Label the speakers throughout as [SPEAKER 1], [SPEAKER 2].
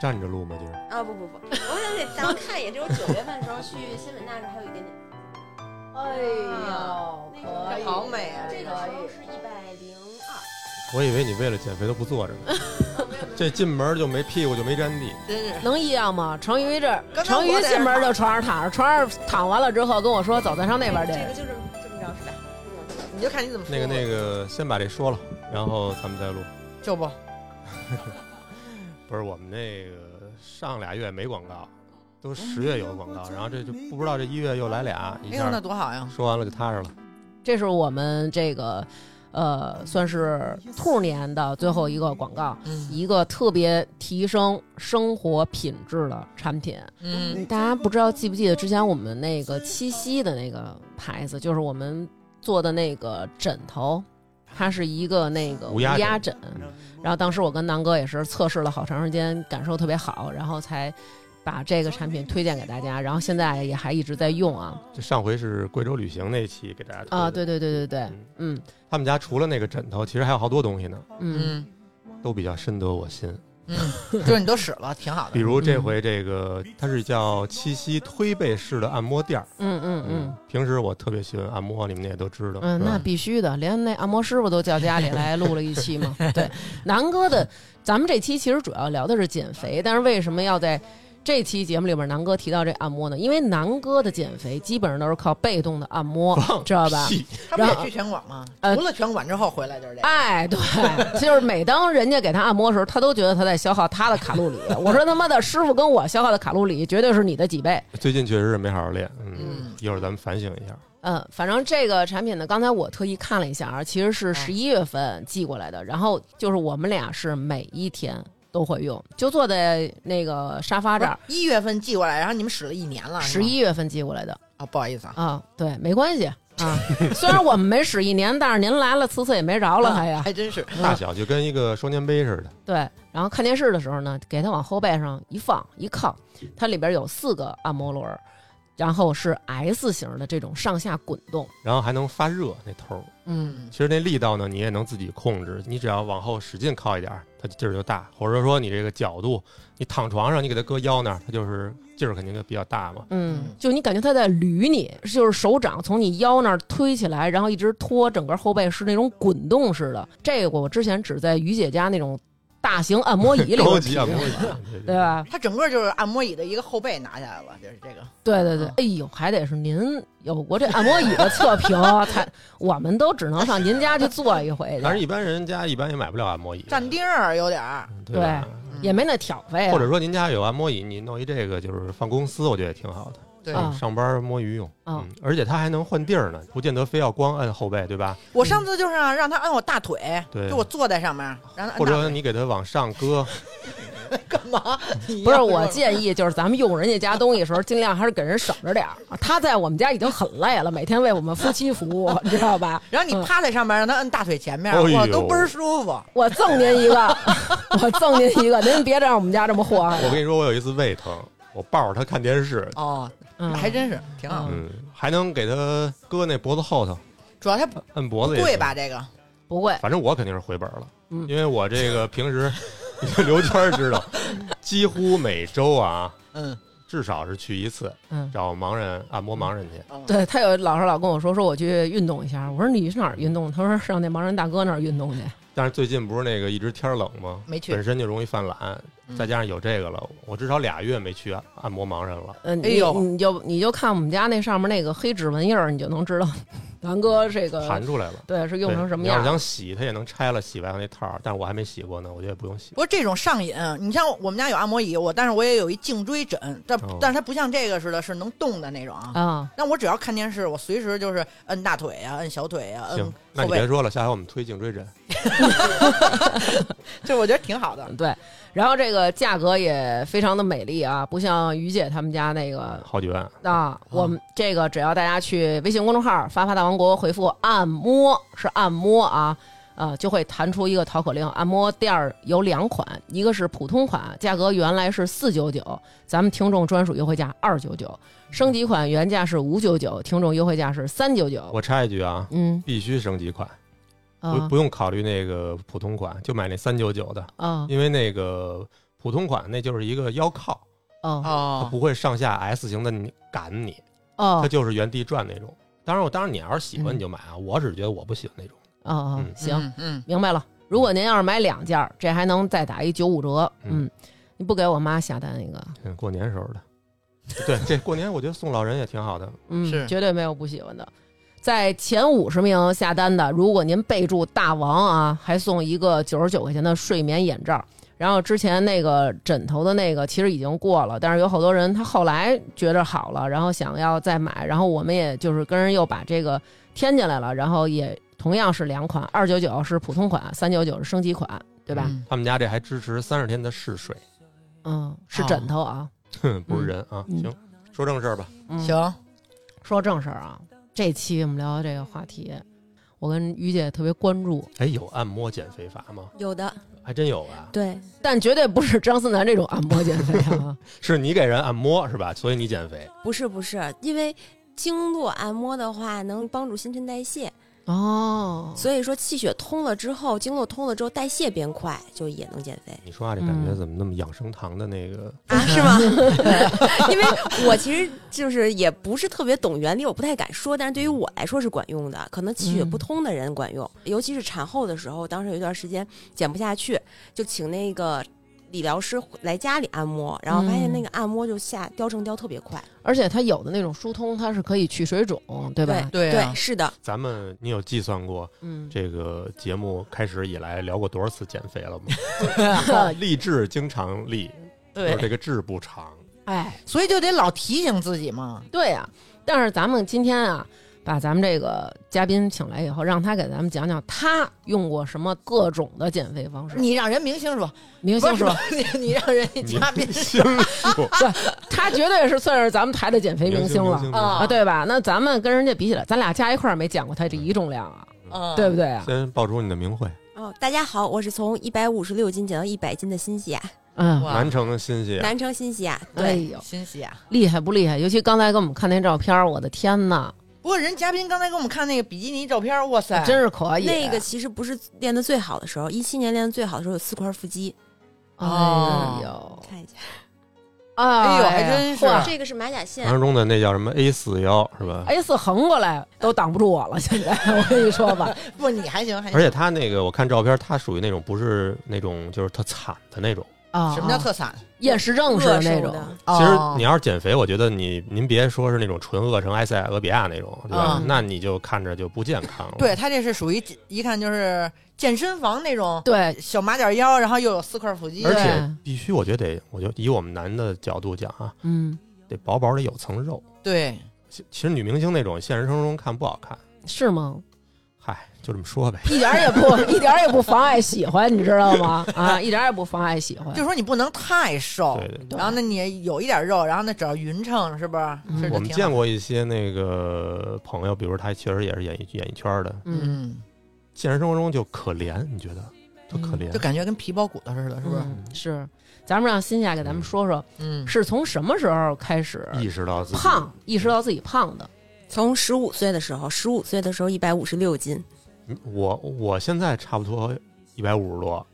[SPEAKER 1] 站着录吗？今儿
[SPEAKER 2] 啊不不不， 我想给咱们看一眼，这是九月份的时候去新闻那时候还有一点点，
[SPEAKER 3] 哎呦，可以，
[SPEAKER 4] 好美啊！
[SPEAKER 2] 这个时候是一百零二，
[SPEAKER 1] 我以为你为了减肥都不坐着呢，这进门就没屁股就没沾地。
[SPEAKER 4] 真是
[SPEAKER 3] 能一样吗？程昱这
[SPEAKER 4] 刚才我
[SPEAKER 3] 程昱进门就床上躺着，床上躺完了之后跟我说走，咱上那边
[SPEAKER 2] 这
[SPEAKER 3] 去
[SPEAKER 2] 个。就这么这么着是吧？这么着
[SPEAKER 4] 你就看你怎么说
[SPEAKER 1] 那个那个，先把这说了，然后咱们再录。
[SPEAKER 4] 就不
[SPEAKER 1] 不是我们那个上俩月没广告，都十月有广告，然后这就不知道这一月又来俩，一
[SPEAKER 4] 哎呦，那
[SPEAKER 1] 下
[SPEAKER 4] 多好呀！
[SPEAKER 1] 说完了就踏实了。
[SPEAKER 3] 这是我们这个呃，算是兔年的最后一个广告，
[SPEAKER 4] 嗯
[SPEAKER 3] 一个特别提升生活品质的产品。
[SPEAKER 4] 嗯，
[SPEAKER 3] 大家不知道记不记得之前我们那个七夕的那个牌子，就是我们做的那个枕头，它是一个那个
[SPEAKER 1] 无
[SPEAKER 3] 无
[SPEAKER 1] 压枕
[SPEAKER 3] 压枕。然后当时我跟南哥也是测试了好长时间，感受特别好，然后才把这个产品推荐给大家。然后现在也还一直在用啊
[SPEAKER 1] 这上回是贵州旅行那期给大家推的
[SPEAKER 3] 啊！对对对对对，嗯
[SPEAKER 1] 他们家除了那个枕头，其实还有好多东西呢，
[SPEAKER 3] 嗯
[SPEAKER 4] 嗯
[SPEAKER 1] 都比较深得我心。
[SPEAKER 4] 嗯，就是你都使了，挺 好
[SPEAKER 1] 比
[SPEAKER 4] 的。
[SPEAKER 1] 如这回这个，它是叫七夕推背式的按摩垫儿。
[SPEAKER 3] 嗯嗯嗯，
[SPEAKER 1] 平时我特别喜欢按摩，你们也都知道。
[SPEAKER 3] 嗯，
[SPEAKER 1] 是吧
[SPEAKER 3] 那必须的，连那按摩师傅都叫家里来录了一期 嘛。对，南哥的，咱们这期其实主要聊的是减肥，但是为什么要在这期节目里边南哥提到这按摩呢？因为南哥的减肥基本上都是靠被动的 按摩，知道吧？
[SPEAKER 1] 屁
[SPEAKER 4] 他不是
[SPEAKER 3] 然
[SPEAKER 4] 也
[SPEAKER 3] 后
[SPEAKER 4] 去拳馆吗？
[SPEAKER 3] 呃
[SPEAKER 4] 除了拳馆之后回来就是这个。
[SPEAKER 3] 哎，对，就是每当人家给他按摩的时候，他都觉得他在消耗他的卡路里。我说他妈的，师傅跟我消耗的卡路里绝对是你的几倍。
[SPEAKER 1] 最近确实是没好好练，嗯
[SPEAKER 4] 嗯，
[SPEAKER 1] 一会儿咱们反省一下。
[SPEAKER 3] 嗯，反正这个产品呢，刚才我特意看了一下啊，其实
[SPEAKER 4] 哎
[SPEAKER 3] 是十一月份寄过来的。然后就是我们俩是每一天都会用，就坐在那个沙发这儿。
[SPEAKER 4] 一月份寄过来，然后你们使了一年了，是
[SPEAKER 3] 十
[SPEAKER 4] 吗
[SPEAKER 3] 一月份寄过来的
[SPEAKER 4] 啊，不好意思啊，
[SPEAKER 3] 啊，对，没关系啊。 虽然我们没使一年，但是您来了次次也没着了，还呀。
[SPEAKER 4] 还真是
[SPEAKER 3] 嗯
[SPEAKER 1] 大小就跟一个双肩背似的，
[SPEAKER 3] 对，然后看电视的时候呢，给它往后背上一放一靠，它里边有四个按摩轮儿，然后是 S 型的这种上下滚动。
[SPEAKER 1] 然后还能发热那头儿。
[SPEAKER 3] 嗯，
[SPEAKER 1] 其实那力道呢，你也能自己控制，你只要往后使劲靠一点儿，它劲儿就大，或者说你这个角度，你躺床上，你给它搁腰那儿，它就是劲儿肯定就比较大嘛。
[SPEAKER 3] 嗯，就你感觉它在捋你，就是手掌从你腰那儿推起来，然后一直拖整个后背，是那种滚动式的。这个我之前只在于姐家那种大型按摩椅里 边
[SPEAKER 1] 高级
[SPEAKER 3] 体
[SPEAKER 1] 按摩
[SPEAKER 3] 验
[SPEAKER 1] 椅，
[SPEAKER 3] 对吧？
[SPEAKER 4] 他整个就是按摩椅的一个后背拿下来了，就是这个。
[SPEAKER 3] 对对对
[SPEAKER 4] 嗯，
[SPEAKER 3] 哎呦，还得是您有过这按摩椅的测评，才我们都只能上您家去坐一回去。
[SPEAKER 1] 但是一般人家一般也买不了按摩椅，
[SPEAKER 4] 站钉儿有点儿，
[SPEAKER 1] 对
[SPEAKER 3] 啊
[SPEAKER 1] 吧？
[SPEAKER 3] 也没那挑费、啊，
[SPEAKER 1] 或者说您家有按摩椅，你弄一这个就是放公司，我觉得也挺好的。
[SPEAKER 4] 对
[SPEAKER 3] 啊
[SPEAKER 1] 上班摸鱼用，
[SPEAKER 3] 啊
[SPEAKER 1] 嗯，而且它还能换地儿呢，不见得非要光按后背，对吧？
[SPEAKER 4] 我上次就是啊让他按我大腿，
[SPEAKER 1] 对
[SPEAKER 4] 就我坐在上面，然后
[SPEAKER 1] 或
[SPEAKER 4] 按大
[SPEAKER 1] 者
[SPEAKER 4] 腿
[SPEAKER 1] 你给它往上 搁，
[SPEAKER 4] 干嘛？
[SPEAKER 3] 不
[SPEAKER 4] 不
[SPEAKER 3] 是我建议，就是咱们用人家家东西的时候，尽量还是给人省着点儿。他在我们家已经很累了，每天为我们夫妻服务，你知道吧？
[SPEAKER 4] 然后你趴在上面，让他摁大腿前面，
[SPEAKER 1] 哎呦
[SPEAKER 4] 哇，都倍儿舒服。
[SPEAKER 3] 我赠您一 个，我赠您一个，您别让我们家这么啊祸害
[SPEAKER 1] 我。跟你说，我有一次胃疼，我抱着它看电视，
[SPEAKER 4] 哦，
[SPEAKER 3] 嗯
[SPEAKER 4] 还真是挺好。
[SPEAKER 1] 嗯，还能给它搁那脖子后头
[SPEAKER 4] 主要它不
[SPEAKER 1] 按脖子也
[SPEAKER 4] 贵
[SPEAKER 1] 行
[SPEAKER 4] 吧？？这个
[SPEAKER 3] 不会，
[SPEAKER 1] 反正我肯定是回本了，
[SPEAKER 3] 嗯
[SPEAKER 1] 因为我这个平时 刘娟儿 知道，几乎每周啊，
[SPEAKER 4] 嗯，
[SPEAKER 1] 至少是去一次
[SPEAKER 3] 嗯，
[SPEAKER 1] 找盲人按摩盲人去。
[SPEAKER 4] 嗯，
[SPEAKER 3] 对他有老是老跟我说，说我去运动一下。我说你去哪儿运动？他说上那盲人大哥那儿运动去。
[SPEAKER 1] 但是最近不是那个一直天儿冷吗？
[SPEAKER 4] 没去嗯
[SPEAKER 1] 本身就容易犯懒，再加上有这个了，我至少俩月没去按摩盲人了。
[SPEAKER 3] 嗯，
[SPEAKER 4] 哎
[SPEAKER 3] 你
[SPEAKER 4] 呦
[SPEAKER 3] 你就你就看我们家那上面那个黑指纹印儿，你就能知 道南哥这个
[SPEAKER 1] 弹出来了，
[SPEAKER 3] 对是用成什么
[SPEAKER 1] 对你要
[SPEAKER 3] 样
[SPEAKER 1] 是
[SPEAKER 3] 了。
[SPEAKER 1] 想洗，它也能拆了，洗完了那套儿，但是我还没洗过呢，我觉得不用洗
[SPEAKER 4] 不。过这种上瘾，你像我们家有按摩椅，我但是我也有一颈椎枕，但、
[SPEAKER 1] 哦
[SPEAKER 4] 但是它不像这个似的，是能动的那种啊。
[SPEAKER 3] 啊，
[SPEAKER 4] 但我只要看电视，我随时就是摁大腿啊，摁小腿
[SPEAKER 3] 呃
[SPEAKER 4] 啊，
[SPEAKER 3] 嗯
[SPEAKER 4] 摁
[SPEAKER 1] 行，那
[SPEAKER 4] 后
[SPEAKER 1] 你别
[SPEAKER 4] 背，
[SPEAKER 1] 说了，下回我们推颈椎枕。
[SPEAKER 4] 这我觉得挺好的。
[SPEAKER 3] 嗯对，然后这个价格也非常的美丽啊，不像于姐他们家那个
[SPEAKER 1] 好几万，
[SPEAKER 3] 啊，我们这个只要大家去微信公众号“发发大王国”回复“按摩”，是按摩啊。呃，就会弹出一个淘口令，按摩垫儿有两款，一个是普通款，价格原来是四九九，咱们听众专属优惠价二九九，升级款原价是五九九，听众优惠价是三九九。
[SPEAKER 1] 我插一句啊，
[SPEAKER 3] 嗯
[SPEAKER 1] 必须升级款，不
[SPEAKER 3] 啊
[SPEAKER 1] 不用考虑那个普通款，就买那三九九的，
[SPEAKER 3] 啊
[SPEAKER 1] 因为那个普通款那就是一个腰靠，
[SPEAKER 3] 哦
[SPEAKER 1] 它
[SPEAKER 4] 哦
[SPEAKER 1] 不会上下 S 型的你赶你，它
[SPEAKER 3] 哦
[SPEAKER 1] 就是原地转那种。当然我，当然你要是喜欢
[SPEAKER 3] 嗯
[SPEAKER 1] 你就买啊，我只是觉得我不喜欢那种。
[SPEAKER 3] 哦哦，
[SPEAKER 1] 嗯
[SPEAKER 3] 行，，
[SPEAKER 4] 嗯
[SPEAKER 3] 明白了。如果您要是买两件儿，这还能再打一九五折。
[SPEAKER 1] 嗯
[SPEAKER 3] 嗯，你不给我妈下单一个，
[SPEAKER 1] 嗯，过年时候的，对，这过年我觉得送老人也挺好的。
[SPEAKER 3] 嗯，
[SPEAKER 4] 是
[SPEAKER 3] 绝对没有不喜欢的。在前五十名下单的，如果您备注“大王”啊，还送一个九十九块钱的睡眠眼罩。然后之前那个枕头的那个其实已经过了，但是有好多人他后来觉着好了，然后想要再买，然后我们也就是跟人又把这个添进来了，然后也同样是两款，二九九是普通款，三九九是升级款，对吧？
[SPEAKER 4] 嗯
[SPEAKER 1] 他们家这还支持三十天的试睡，
[SPEAKER 3] 嗯，是枕头啊。
[SPEAKER 1] 哼， 不是人啊。
[SPEAKER 3] 嗯
[SPEAKER 1] 行，说正事儿吧。
[SPEAKER 3] 嗯、
[SPEAKER 4] 行，
[SPEAKER 3] 说正事儿啊，这期我们聊这个话题，我跟于姐特别关注，
[SPEAKER 1] 哎，有按摩减肥法吗？
[SPEAKER 2] 有的，
[SPEAKER 1] 还真有啊，
[SPEAKER 2] 对，
[SPEAKER 3] 但绝对不是张思楠这种按摩减 肥啊。
[SPEAKER 1] 是你给人按摩是吧？所以你减肥。
[SPEAKER 2] 不是不是，因为经络按摩的话，能帮助新陈代谢，
[SPEAKER 3] 哦，
[SPEAKER 2] 所以说气血通了之后，经络通了之后，代谢变快，就也能减肥
[SPEAKER 1] 你说话这感觉
[SPEAKER 3] 嗯
[SPEAKER 1] 怎么那么养生堂的那个？
[SPEAKER 2] 啊？是吗？ 对因为我其实就是也不是特别懂原理，我不太敢说，但是对于我来说是管用的，可能气血不通的人管用，尤其是产后的时候，当时有一段时间减不下去，就请那个。理疗师来家里按摩，然后发现那个按摩就下雕成雕特别快，
[SPEAKER 3] 而且它有的那种疏通，它是可以去水肿，对吧？
[SPEAKER 4] 对啊
[SPEAKER 2] 对，是的，
[SPEAKER 1] 咱们你有计算过
[SPEAKER 3] 嗯，
[SPEAKER 1] 这个节目开始以来聊过多少次减肥 了吗？
[SPEAKER 3] 个
[SPEAKER 1] 励志经常立，就是
[SPEAKER 4] 对，
[SPEAKER 1] 这个志不长。
[SPEAKER 3] 哎，
[SPEAKER 4] 所以就得老提醒自己嘛。
[SPEAKER 3] 对呀、但是咱们今天啊，把咱们这个嘉宾请来以后，让他给咱们讲讲他用过什么各种的减肥方式。
[SPEAKER 4] 你让人明星说，
[SPEAKER 3] 明星说，
[SPEAKER 4] 不是 你你让人家嘉宾
[SPEAKER 1] 明星数
[SPEAKER 3] 他绝对是算是咱们台的减肥明
[SPEAKER 1] 星
[SPEAKER 3] 了
[SPEAKER 1] 明星
[SPEAKER 4] 啊
[SPEAKER 3] 啊，对吧？那咱们跟人家比起来，咱俩加一块儿没减过他这一重量啊，
[SPEAKER 4] 嗯
[SPEAKER 3] 对不对啊？
[SPEAKER 1] 先报出你的名讳。
[SPEAKER 2] 哦，大家好，我是从一百五十六斤减到一百斤的新西亚，
[SPEAKER 3] 嗯，
[SPEAKER 4] 哇
[SPEAKER 1] 南城的欣喜，
[SPEAKER 2] 南城新西亚。
[SPEAKER 3] 哎
[SPEAKER 2] 对，
[SPEAKER 3] 呦，
[SPEAKER 4] 欣喜啊！
[SPEAKER 3] 厉害不厉害？尤其刚才给我们看那照片儿，我的天呐，
[SPEAKER 4] 不过人嘉宾刚才给我们看那个比基尼照片，哇塞，
[SPEAKER 3] 真是可以。啊
[SPEAKER 2] 那个其实不是练的最好的时候，一七年练的最好的时候有四块腹肌，
[SPEAKER 3] 哎呦，
[SPEAKER 2] 看一下，
[SPEAKER 3] 哎
[SPEAKER 4] 哦哎呦还真是
[SPEAKER 3] 嚯
[SPEAKER 4] 啊
[SPEAKER 2] 这个是马甲线
[SPEAKER 1] 传，说中的那叫什么 A 四幺是吧？
[SPEAKER 3] A 四横过来都挡不住我了。现在我跟你说 吧，
[SPEAKER 4] 不，你还行，还
[SPEAKER 3] 哎
[SPEAKER 4] 行
[SPEAKER 1] 而且他那个我看照片，他属于那种不是那种就是特惨的那种。
[SPEAKER 3] 啊，
[SPEAKER 4] 什么叫特惨？
[SPEAKER 3] 厌食症似的那
[SPEAKER 2] 饿瘦的
[SPEAKER 3] 种？
[SPEAKER 1] 其实你
[SPEAKER 4] 要
[SPEAKER 1] 要是减肥，我觉得你您别说是那种纯饿成埃塞俄比亚那种，对吧？
[SPEAKER 3] 嗯
[SPEAKER 1] 那你就看着就不健康了。
[SPEAKER 4] 对他这是属于一看就是健身房那种
[SPEAKER 3] 对，
[SPEAKER 4] 小马甲腰，然后又有四块腹肌
[SPEAKER 1] 而，且
[SPEAKER 3] 对
[SPEAKER 1] 必须，我觉得得，我就以我们男的角度讲啊，
[SPEAKER 3] 嗯，
[SPEAKER 1] 得薄薄的有层肉。
[SPEAKER 4] 对，
[SPEAKER 1] 其其实女明星那种，现实生活中看不好看，
[SPEAKER 3] 是吗？
[SPEAKER 1] 嗨，就这么说呗。
[SPEAKER 3] 一点儿也不， 一点儿也不妨碍喜欢，你知道吗？啊，一点儿也不妨碍喜欢
[SPEAKER 4] 就。说你不能太瘦
[SPEAKER 1] 对，对对，
[SPEAKER 3] 嗯对
[SPEAKER 4] 然后那你有一点肉，然后那只要匀称，是不是？
[SPEAKER 3] 嗯
[SPEAKER 4] 是
[SPEAKER 1] 我们见，过一些那个朋友，比如他确实也是演艺演艺圈的，
[SPEAKER 3] 嗯，
[SPEAKER 4] 嗯，
[SPEAKER 1] 现实生活中就可怜，你觉得特可怜
[SPEAKER 4] 就？感觉跟皮包骨头似的，是不是？
[SPEAKER 3] 嗯是，咱们让新夏给咱们说说，
[SPEAKER 4] 嗯，
[SPEAKER 3] 是从什么时候开始
[SPEAKER 1] 意识到自己
[SPEAKER 3] 胖，意识到自己胖的？
[SPEAKER 2] 从十五岁的时候，十五岁的时候一百五十六斤，
[SPEAKER 1] 嗯我我现在差不多一百五十多，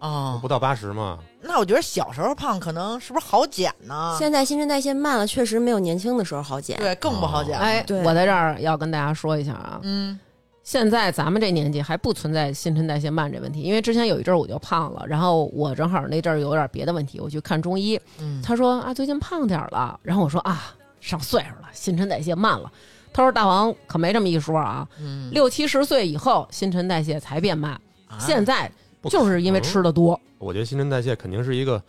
[SPEAKER 4] 哦
[SPEAKER 1] 不，到八十嘛。
[SPEAKER 4] 那我觉得小时候胖可能是不是好减呢？
[SPEAKER 2] 现在新陈代谢慢了，确实没有年轻的时候好减。
[SPEAKER 4] 啊对，更不好
[SPEAKER 1] 哦
[SPEAKER 4] 减。
[SPEAKER 3] 哎，
[SPEAKER 2] 对
[SPEAKER 3] 我在这儿要跟大家说一下啊，
[SPEAKER 4] 嗯，
[SPEAKER 3] 现在咱们这年纪还不存在新陈代谢慢这问题，因为之前有一阵儿我就胖了，然后我正好那阵儿有点别的问题，我去看中医，
[SPEAKER 4] 嗯
[SPEAKER 3] 他说啊最近胖点儿了，然后我说啊上岁数了，新陈代谢慢了，他说大王可没这么一说啊，
[SPEAKER 4] 嗯，
[SPEAKER 3] 六七十岁以后新陈代谢才变慢，
[SPEAKER 4] 啊
[SPEAKER 3] 现嗯在
[SPEAKER 1] 不可
[SPEAKER 3] 就是因为
[SPEAKER 1] 能
[SPEAKER 3] 吃的多，
[SPEAKER 1] 我觉得新陈代谢肯定是一个，比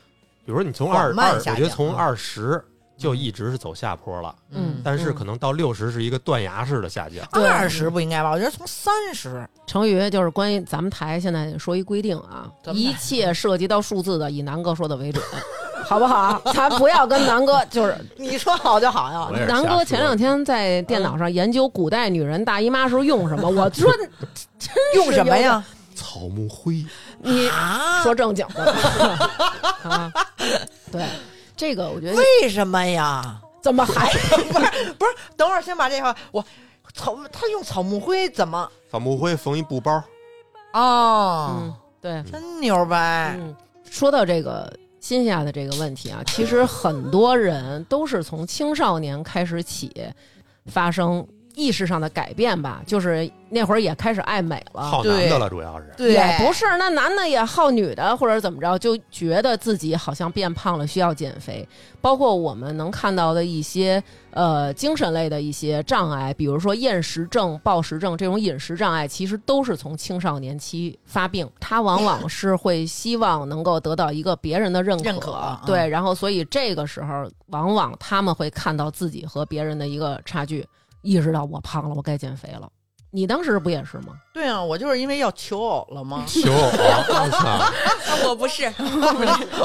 [SPEAKER 1] 如说你从
[SPEAKER 4] 缓
[SPEAKER 1] 二
[SPEAKER 4] 慢
[SPEAKER 1] 二，我
[SPEAKER 4] 下
[SPEAKER 1] 觉得
[SPEAKER 4] 降
[SPEAKER 1] 从
[SPEAKER 4] 嗯
[SPEAKER 1] 二十就一直是走下坡了，
[SPEAKER 3] 嗯
[SPEAKER 1] 但是可能到六十是一个断崖式的下降。
[SPEAKER 3] 对嗯
[SPEAKER 4] 二十不应该吧？我觉得从三十，
[SPEAKER 3] 成语就是关于咱们台现在说一规定啊，
[SPEAKER 4] 咱们台
[SPEAKER 3] 一切涉及到数字的以南哥说的为准， 好不好啊？咱不要跟南哥就是
[SPEAKER 4] 你说好就好呀
[SPEAKER 1] 我。也是
[SPEAKER 3] 南
[SPEAKER 1] 瞎
[SPEAKER 3] 哥
[SPEAKER 1] 说
[SPEAKER 3] 前两天在电脑上研究古代女人大姨妈时候用什 么，我说
[SPEAKER 4] 用什么呀？
[SPEAKER 1] 草木灰，
[SPEAKER 3] 你
[SPEAKER 4] 啊，
[SPEAKER 3] 说正经的 啊，对这个我觉得
[SPEAKER 4] 为什么呀？
[SPEAKER 3] 怎么还
[SPEAKER 4] 不是，等会儿先把这话我草，他用草木灰怎么？
[SPEAKER 1] 草木灰缝一布包，
[SPEAKER 4] 哦
[SPEAKER 3] 嗯，对
[SPEAKER 4] 真牛掰！
[SPEAKER 1] 哎
[SPEAKER 3] 嗯，说到这个新夏的这个问题啊，其实很多人都是从青少年开始起发生意识上的改变吧，就是那会儿也开始爱美了。
[SPEAKER 1] 好男的了，主要是
[SPEAKER 4] 对，
[SPEAKER 3] 也不是，那男的也好女的，或者怎么着，就觉得自己好像变胖了，需要减肥。包括我们能看到的一些呃精神类的一些障碍，比如说厌食症、暴食症这种饮食障碍，其实都是从青少年期发病。他往往是会希望能够得到一个别人的认可，
[SPEAKER 4] 认可嗯
[SPEAKER 3] 对，然后所以这个时候，往往他们会看到自己和别人的一个差距，意识到我胖了，我该减肥了。你当时不也是吗？
[SPEAKER 4] 对啊，我就是因为要求偶了 吗？
[SPEAKER 1] 求偶，我操，
[SPEAKER 2] 我不是，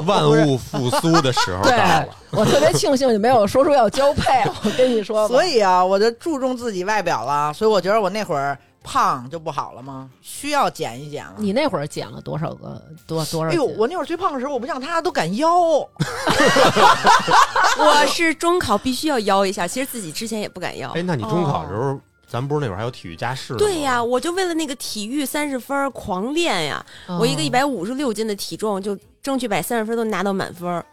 [SPEAKER 1] 万物复苏的时候到了，
[SPEAKER 3] 我特别庆幸你没有说出要交配， 我跟你说吧，
[SPEAKER 4] 所以啊，我就注重自己外表了，所以我觉得我那会儿胖就不好了吗？需要减一减了。
[SPEAKER 3] 你那会儿减了多少个多多少
[SPEAKER 4] 哎
[SPEAKER 3] 斤？
[SPEAKER 4] 呦，我那会儿最胖的时候，我不像他都敢腰，
[SPEAKER 2] 我是中考必须要邀一下，其实自己之前也不敢邀
[SPEAKER 1] 哎，。那你中考的时候，咱不是那会儿还有体育加试呢吗？
[SPEAKER 2] 对呀，我就为了那个体育三十分儿狂练呀，我一个一
[SPEAKER 3] 百，
[SPEAKER 2] 百五十六斤的体重，就争取把三十分都拿到满分儿。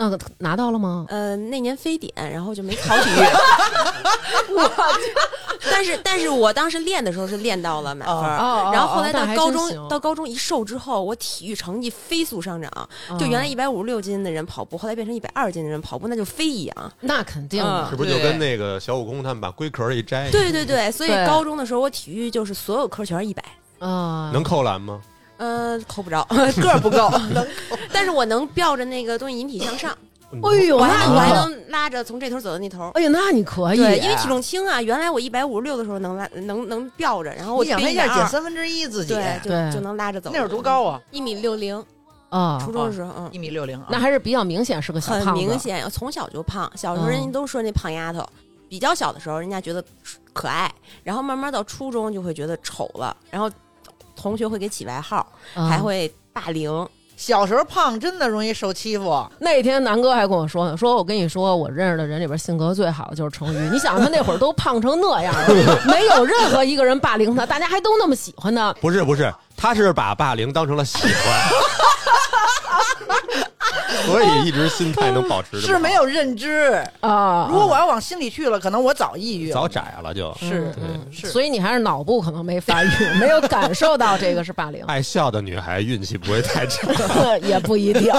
[SPEAKER 3] 那个拿到 了吗？
[SPEAKER 2] 呃，那年非典，然后就没考体育。 但是，但是我当时练的时候是练到了满分儿。
[SPEAKER 3] 哦
[SPEAKER 2] 然后后来到高中，到
[SPEAKER 3] 到
[SPEAKER 2] 高中一瘦之后，我体育成绩飞速上涨。就原来一百五十六斤的人跑步，后来变成一百二斤的人跑步，那就飞一样。
[SPEAKER 3] 那肯定的
[SPEAKER 2] 嗯
[SPEAKER 1] 是不是就跟那个小悟空他们把龟壳一摘，
[SPEAKER 2] 对对 对，所以
[SPEAKER 3] 对
[SPEAKER 2] 高中的时候我体育就是所有科全是一百，
[SPEAKER 3] 啊，
[SPEAKER 1] 能扣篮吗？
[SPEAKER 2] 呃，扣 不着，
[SPEAKER 4] 个儿不够。
[SPEAKER 2] 但是我能吊着那个东西引体向上，
[SPEAKER 3] 哎呦，
[SPEAKER 2] 我还我还
[SPEAKER 3] 那你
[SPEAKER 2] 能拉着从这头走到那头。
[SPEAKER 3] 哎呦，那你可以，
[SPEAKER 2] 对，因为体重轻啊，原来我一百五十六的时候能拉能能吊着，然后我
[SPEAKER 4] 你想他一
[SPEAKER 2] 变
[SPEAKER 4] 下减
[SPEAKER 2] 120
[SPEAKER 4] 三分之一自己，
[SPEAKER 2] 对，就
[SPEAKER 3] 对
[SPEAKER 2] 就能拉着走。
[SPEAKER 4] 那会儿多？高啊？
[SPEAKER 2] 一米六零，
[SPEAKER 3] 啊
[SPEAKER 2] 初，中的时候，嗯
[SPEAKER 4] 一。米六零啊。
[SPEAKER 3] 那还是比较明显是个小
[SPEAKER 2] 很
[SPEAKER 3] 胖子，嗯
[SPEAKER 2] 明显，从小就胖。小时候人家都说那胖丫头，比较小的时候人家觉得可爱，然后慢慢到初中就会觉得丑了，然后同学会给起外号，
[SPEAKER 3] 嗯
[SPEAKER 2] 还会霸凌。
[SPEAKER 4] 小时候胖真的容易受欺负，
[SPEAKER 3] 那天南哥还跟我说呢，说我跟你说，我认识的人里边性格最好的就是成 宇。你想他那会儿都胖成那样了，没有任何一个人霸凌他，大家还都那么喜欢他。
[SPEAKER 1] 不是不是，他是把霸凌当成了喜 欢，所以一直心态能保持这么
[SPEAKER 4] 是没有认知。
[SPEAKER 3] 啊，
[SPEAKER 4] 如果我要往心里去了，可能我早抑郁了。
[SPEAKER 1] 早窄了就。
[SPEAKER 4] 是
[SPEAKER 3] 嗯
[SPEAKER 4] 是
[SPEAKER 3] 所以你还是脑部可能没发育， 没有感受到这个是霸凌，
[SPEAKER 1] 爱笑的女孩运气不会太 差，
[SPEAKER 3] 也不一定。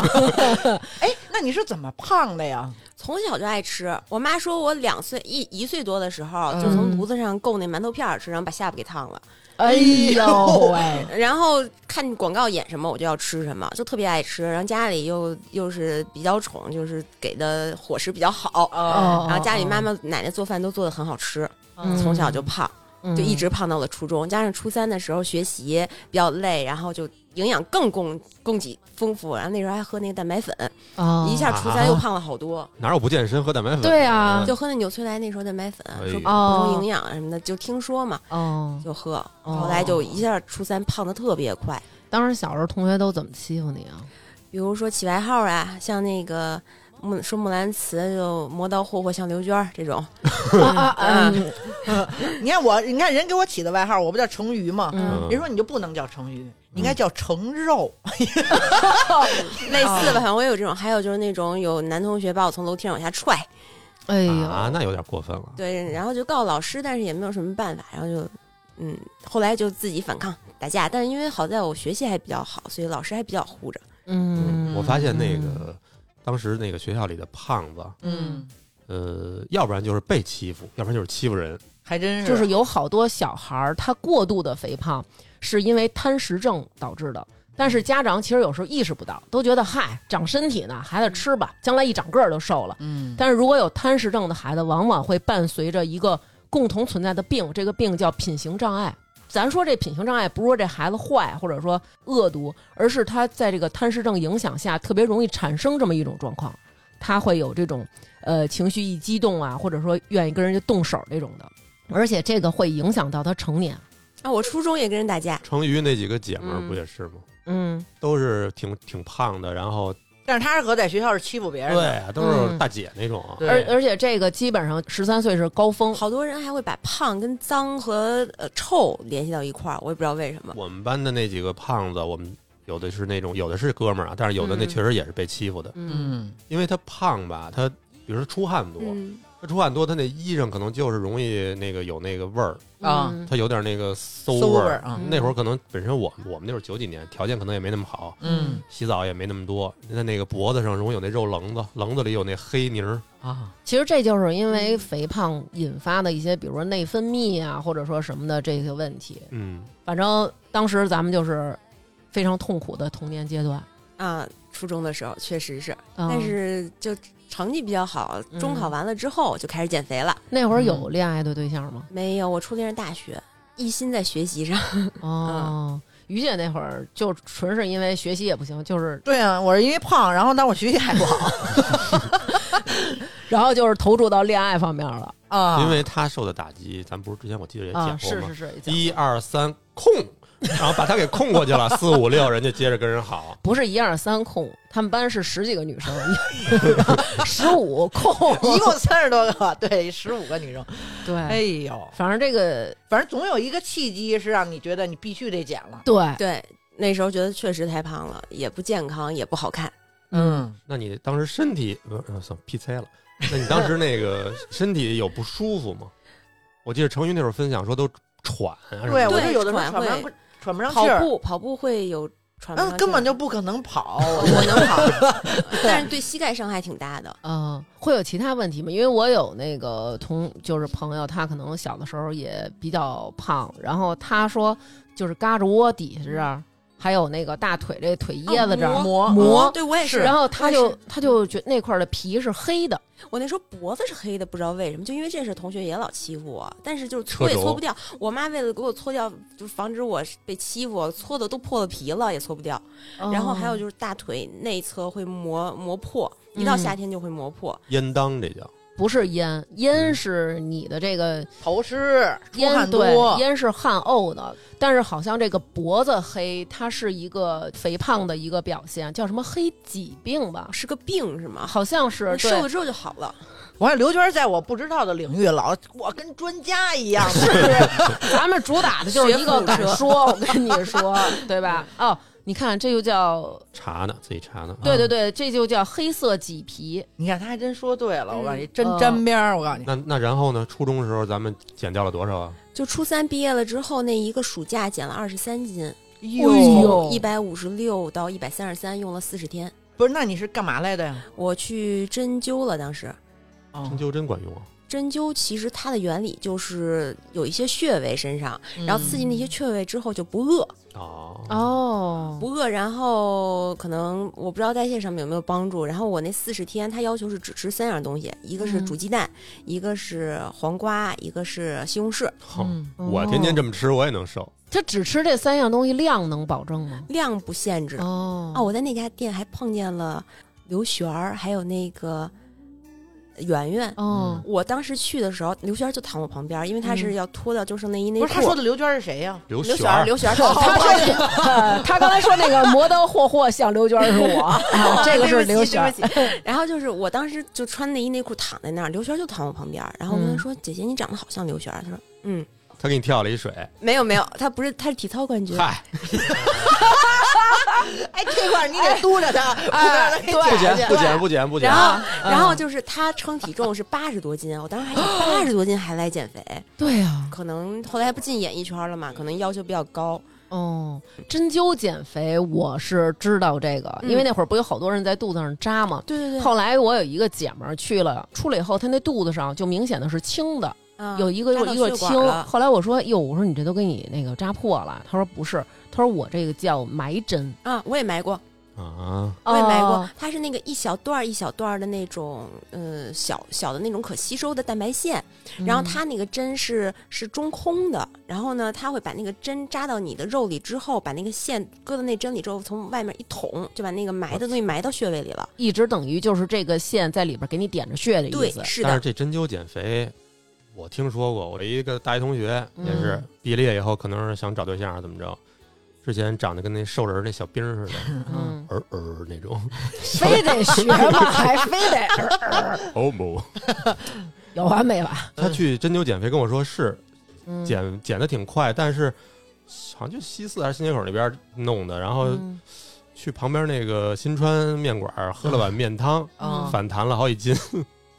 [SPEAKER 4] 哎，那你是怎么胖的呀？
[SPEAKER 2] 从小就爱吃，我妈说我两岁一一岁多的时候
[SPEAKER 3] 嗯
[SPEAKER 2] 就从炉子上够那馒头片儿吃，然后把下巴给烫了，
[SPEAKER 3] 哎呦喂，
[SPEAKER 2] 然后看广告演什么我就要吃什么，就特别爱吃。然后家里又又是比较宠，就是给的伙食比较好，
[SPEAKER 4] 哦，
[SPEAKER 2] 然后家里妈妈奶奶做饭都做的很好吃，
[SPEAKER 3] 嗯
[SPEAKER 2] 从小就胖。
[SPEAKER 3] 嗯
[SPEAKER 2] 就一直胖到了初中，加上初三的时候学习比较累，然后就营养更供供给丰富，然后那时候还喝那个蛋白粉，
[SPEAKER 3] 哦啊
[SPEAKER 2] 一下初三又胖了好多，
[SPEAKER 1] 哪有不健身喝蛋白粉？嗯
[SPEAKER 3] 对啊
[SPEAKER 2] 就喝那纽崔莱那时候蛋白粉，
[SPEAKER 1] 哎呦
[SPEAKER 2] 说补
[SPEAKER 3] 哦
[SPEAKER 2] 充营养啊什么的，就听说嘛，
[SPEAKER 3] 哦。
[SPEAKER 2] 就喝，
[SPEAKER 3] 哦
[SPEAKER 2] 后来就一下初三胖的特别快，
[SPEAKER 3] 当时小时候同学都怎么欺负你 啊？
[SPEAKER 2] 比如说起外号啊，像那个。木说木兰辞就磨刀霍霍像刘娟儿这种，
[SPEAKER 3] 啊啊嗯
[SPEAKER 4] 你看我，你看人给我起的外号，我不叫成鱼吗？
[SPEAKER 3] 嗯
[SPEAKER 1] 嗯
[SPEAKER 4] 人说你就不能叫成鱼，你应该叫成肉。
[SPEAKER 2] 类似吧，反正我也有这种。还有就是那种有男同学把我从楼梯上往下踹，
[SPEAKER 3] 哎
[SPEAKER 1] 啊，
[SPEAKER 3] 呦，
[SPEAKER 1] 那有点过分了。
[SPEAKER 2] 对，然后就告老师，但是也没有什么办法，然后就，嗯，后来就自己反抗打架，但是因为好在我学习还比较好，所以老师还比较护着。
[SPEAKER 3] 嗯，
[SPEAKER 1] 我发现那个当时那个学校里的胖子，
[SPEAKER 3] 嗯，
[SPEAKER 1] 呃，要不然就是被欺负，要不然就是欺负人。
[SPEAKER 4] 还
[SPEAKER 2] 嗯
[SPEAKER 4] 真是，
[SPEAKER 3] 就是有好多小孩儿他过度的肥胖是因为贪食症导致的，但是家长其实有时候意识不到，都觉得嗨长身体呢，孩子吃吧，将来一长个儿就瘦了。
[SPEAKER 4] 嗯，
[SPEAKER 3] 但是如果有贪食症的孩子，往往会伴随着一个共同存在的病，这个病叫品行障碍。咱说这品行障碍，不是说这孩子坏或者说恶毒，而是他在这个贪食症影响下，特别容易产生这么一种状况，他会有这种呃情绪一激动啊，或者说愿意跟人家动手这种的，而且这个会影响到他成年。
[SPEAKER 2] 啊，我初中也跟人打架，
[SPEAKER 1] 成瑜那几个姐们儿
[SPEAKER 2] 嗯
[SPEAKER 1] 不也是吗？
[SPEAKER 3] 嗯，
[SPEAKER 1] 都是挺挺胖的，然后嗯
[SPEAKER 4] 但是他是和在学校是欺负别人的，
[SPEAKER 1] 对，啊都是大姐那种。啊
[SPEAKER 4] 对
[SPEAKER 3] 而而且这个基本上十三岁是高峰，
[SPEAKER 2] 好多人还会把胖跟脏和呃臭联系到一块儿，我也不知道为什么。
[SPEAKER 1] 我们班的那几个胖子，我们有的是那种，有的是哥们儿啊，但是有的那
[SPEAKER 2] 嗯
[SPEAKER 1] 确实也是被欺负的，
[SPEAKER 3] 嗯
[SPEAKER 4] 嗯，
[SPEAKER 1] 因为他胖吧，他比如说出汗多，
[SPEAKER 2] 嗯
[SPEAKER 1] 他出汗多，他那衣裳可能就是容易那个有那个味儿，
[SPEAKER 4] 啊
[SPEAKER 3] 嗯
[SPEAKER 1] 他有点那个馊
[SPEAKER 4] 馊
[SPEAKER 1] 味
[SPEAKER 4] 味
[SPEAKER 1] 儿
[SPEAKER 4] 儿。啊，
[SPEAKER 1] 那会儿可能本身我我们那会儿九几年条件可能也没那么好，
[SPEAKER 4] 嗯
[SPEAKER 1] 洗澡也没那么多，他那个脖子上容易有那肉棱子，棱子里有那黑泥儿，
[SPEAKER 4] 啊，
[SPEAKER 3] 其实这就是因为肥胖引发的一些，比如说内分泌啊，或者说什么的这些问题。
[SPEAKER 1] 嗯，
[SPEAKER 3] 反正当时咱们就是非常痛苦的童年阶段。
[SPEAKER 2] 啊，初中的时候确实是，
[SPEAKER 3] 嗯
[SPEAKER 2] 但是就成绩比较好，中考
[SPEAKER 3] 嗯
[SPEAKER 2] 完了之后就开始减肥了。
[SPEAKER 3] 那会儿有恋爱的对象吗？
[SPEAKER 2] 没有，我初恋是大学，一心在学习上。
[SPEAKER 3] 哦，于姐那会儿就纯是因为学习也不行，就是
[SPEAKER 4] 对啊，我是因为胖，然后但我学习还不好
[SPEAKER 3] 然后就是投注到恋爱方面了
[SPEAKER 4] 啊，
[SPEAKER 1] 因为他受的打击，咱不是之前我记得也
[SPEAKER 3] 啊，
[SPEAKER 1] 讲过
[SPEAKER 3] 是
[SPEAKER 1] 吗？
[SPEAKER 3] 是是，讲
[SPEAKER 1] 一二三控，然后把他给控过去了，四五六人家接着跟人好，
[SPEAKER 3] 不是一二三控，他们班是十几个 女生，十五控，
[SPEAKER 4] 一共三十多个，对，十五个女生，哎
[SPEAKER 3] 对，
[SPEAKER 4] 呦，
[SPEAKER 3] 反正这个
[SPEAKER 4] 反正总有一个契机是让你觉得你必须得减了。
[SPEAKER 3] 对，
[SPEAKER 2] 对，那时候觉得确实太胖了，也不健康，也不好看。
[SPEAKER 4] 嗯，
[SPEAKER 1] 那你当时身体不是算 PC 了？那你当时那个身体有不舒服吗？我记得程云那会儿分享说都喘啊什么
[SPEAKER 4] 嗯对，
[SPEAKER 1] 的，
[SPEAKER 4] 我
[SPEAKER 2] 对
[SPEAKER 4] 就有的时候
[SPEAKER 2] 喘
[SPEAKER 4] 喘不上
[SPEAKER 2] 会
[SPEAKER 4] 喘不上
[SPEAKER 2] 跑
[SPEAKER 4] 气儿，
[SPEAKER 2] 步跑步会有喘不上
[SPEAKER 4] 嗯，
[SPEAKER 2] 气儿，
[SPEAKER 4] 根本就不可能跑。
[SPEAKER 2] 我能跑， 但是对膝盖伤害挺大的。
[SPEAKER 3] 嗯，会有其他问题吗？因为我有那个同就是朋友，他可能小的时候也比较胖，然后他说就是胳肢窝底下这儿，还有那个大腿这腿椰子这儿
[SPEAKER 2] 啊
[SPEAKER 4] 磨
[SPEAKER 3] 磨。
[SPEAKER 2] 对我也是
[SPEAKER 3] 然，后他就
[SPEAKER 2] 我也
[SPEAKER 3] 他就觉得那块儿的皮是黑的，
[SPEAKER 2] 我那时候脖子是黑的，不知道为什么，就因为这事，同学也老欺负我，但是就是
[SPEAKER 1] 车
[SPEAKER 2] 搓也
[SPEAKER 1] 轴
[SPEAKER 2] 搓不掉。我妈为了给我搓掉，就防止我被欺负，搓的都破了皮了，也搓不掉。然后还有
[SPEAKER 3] 就
[SPEAKER 2] 就是大腿内侧会磨磨破，一到
[SPEAKER 3] 嗯
[SPEAKER 2] 夏天就会磨破。
[SPEAKER 1] 烟当这叫
[SPEAKER 3] 不是烟，烟是你的这个
[SPEAKER 4] 头湿、出
[SPEAKER 3] 烟
[SPEAKER 4] 汗
[SPEAKER 3] 对
[SPEAKER 4] 多，
[SPEAKER 3] 烟是汗呕的，但是好像这个脖子黑，它是一个肥胖的一个表现，叫什么黑脊病吧？
[SPEAKER 2] 是个病是吗？
[SPEAKER 3] 好像是
[SPEAKER 2] 瘦
[SPEAKER 3] 对
[SPEAKER 2] 了之后就好了。
[SPEAKER 4] 我看刘娟在我不知道的领域老，我跟专家一样，是不是？
[SPEAKER 3] 咱们主打的就是一个敢说，我跟你说，对吧？ 哦，你看这就叫，
[SPEAKER 1] 查呢，自己查呢。啊
[SPEAKER 3] 对对对，这就叫黑色麂皮。
[SPEAKER 4] 你看他还真说对了，我告诉你，
[SPEAKER 2] 嗯
[SPEAKER 4] 真
[SPEAKER 3] 呃
[SPEAKER 4] 沾边儿。我告诉你，
[SPEAKER 1] 那那然后呢？初中时候咱们减掉了多少啊？
[SPEAKER 2] 就初三毕业了之后，那一个暑假减了二十三斤，
[SPEAKER 3] 哎呦
[SPEAKER 2] 一百五十六到一百三十三，用了四十天。
[SPEAKER 4] 不是，那你是干嘛来的呀？
[SPEAKER 2] 我去针灸了，当时
[SPEAKER 4] 哦
[SPEAKER 1] 针灸真管用啊！
[SPEAKER 2] 针灸其实它的原理就是有一些穴位身上，然后刺激那
[SPEAKER 4] 嗯
[SPEAKER 3] 嗯
[SPEAKER 2] 些穴位之后就不饿，
[SPEAKER 1] 哦，
[SPEAKER 3] 哦，
[SPEAKER 2] 不饿，然后可能我不知道代谢上面有没有帮助。然后我那四十天，它要求是只吃三样东西，一个是
[SPEAKER 3] 嗯
[SPEAKER 2] 煮鸡蛋，一个是黄瓜，一个是西红柿，
[SPEAKER 1] 哼，
[SPEAKER 4] 嗯
[SPEAKER 1] 哦我天天这么吃，我也能瘦。
[SPEAKER 3] 他只吃这三样东西，量能保证吗？
[SPEAKER 2] 量不限制。
[SPEAKER 3] 哦
[SPEAKER 2] 哦，我在那家店还碰见了刘璇儿，还有那个圆圆。
[SPEAKER 3] 哦，
[SPEAKER 2] 我当时去的时候，刘璇儿就躺我旁边儿，因为她
[SPEAKER 3] 嗯
[SPEAKER 2] 是要脱掉就剩内衣内
[SPEAKER 4] 不
[SPEAKER 2] 裤。
[SPEAKER 4] 是他说的刘娟是谁呀？
[SPEAKER 1] 刘
[SPEAKER 2] 刘
[SPEAKER 1] 璇
[SPEAKER 2] 璇儿，
[SPEAKER 1] 儿，
[SPEAKER 2] 刘 璇儿，
[SPEAKER 3] 他说他刚才说 那个磨刀霍霍像刘娟是 我，啊这个是刘璇 儿。
[SPEAKER 2] 对不起。对不起然后就是我当时就穿内衣内裤躺在那儿，刘璇儿就躺我旁边儿，然后我跟她
[SPEAKER 3] 嗯
[SPEAKER 2] 说：“姐姐，你长得好像刘璇儿。”她说：“嗯，
[SPEAKER 1] 他给你跳了一水，
[SPEAKER 2] 没有没有，她不是，她是体操冠军。
[SPEAKER 1] 嗨，
[SPEAKER 4] 哎，这块儿你得嘟着他， 不然他给
[SPEAKER 3] 对
[SPEAKER 1] 不
[SPEAKER 4] 剪
[SPEAKER 1] 减
[SPEAKER 4] 去
[SPEAKER 1] 不减不减不减
[SPEAKER 2] 然。后，
[SPEAKER 3] 嗯
[SPEAKER 2] 然后就是她称体重是八十多斤，我当时还 想八十多斤还来减肥，
[SPEAKER 3] 对啊呀，
[SPEAKER 2] 可能后来不进演艺圈了嘛，可能要求比较高。
[SPEAKER 3] 哦，针灸减肥我是知道这个，因为
[SPEAKER 2] 嗯
[SPEAKER 3] 那会儿不有好多人在肚子上扎吗？
[SPEAKER 2] 对对对，
[SPEAKER 3] 后来我有一个姐们儿去了，出来以后，她那肚子上就明显的是青的，
[SPEAKER 2] 啊
[SPEAKER 3] 有一个
[SPEAKER 2] 扎
[SPEAKER 3] 有
[SPEAKER 2] 到
[SPEAKER 3] 一个
[SPEAKER 2] 血
[SPEAKER 3] 青
[SPEAKER 2] 管。了
[SPEAKER 3] 后来我说：“哟，我说你这都给你那个扎破了。”她说：“不是，她说我这个叫埋针。
[SPEAKER 2] 啊，我也埋过，
[SPEAKER 1] 啊，
[SPEAKER 2] 我也埋过
[SPEAKER 3] 哦，，
[SPEAKER 2] 它是那个一小段儿一小段儿的那种，呃，小小的那种可吸收的蛋白线，然后
[SPEAKER 3] 嗯
[SPEAKER 2] 它那个针是是中空的，然后呢，它会把那个针扎到你的肉里之后，把那个线搁到那针里之后，从外面一捅，就把那个埋的东西埋到穴位里了。
[SPEAKER 3] 一直等于就是这个线在里边给你点着穴的意
[SPEAKER 2] 对
[SPEAKER 3] 思，。
[SPEAKER 2] 是
[SPEAKER 1] 但是
[SPEAKER 2] 的，
[SPEAKER 1] 这针灸减肥，我听说过，我一个大学同学
[SPEAKER 3] 嗯
[SPEAKER 1] 也是毕了业以后，可能是想找对象啊怎么着，之前长得跟那瘦人儿那小兵儿似 的，
[SPEAKER 3] 嗯，
[SPEAKER 1] 儿儿那种，
[SPEAKER 3] 非得学 吗？还非得
[SPEAKER 1] 哦不，
[SPEAKER 3] 有完没完？
[SPEAKER 1] 他去针灸减肥跟我说是
[SPEAKER 3] 嗯
[SPEAKER 1] 减减的挺快，但是好像就西四还是新街口那边弄的，然后
[SPEAKER 3] 嗯
[SPEAKER 1] 去旁边那个新川面馆喝了碗面汤，
[SPEAKER 3] 嗯
[SPEAKER 1] 反弹了好几斤。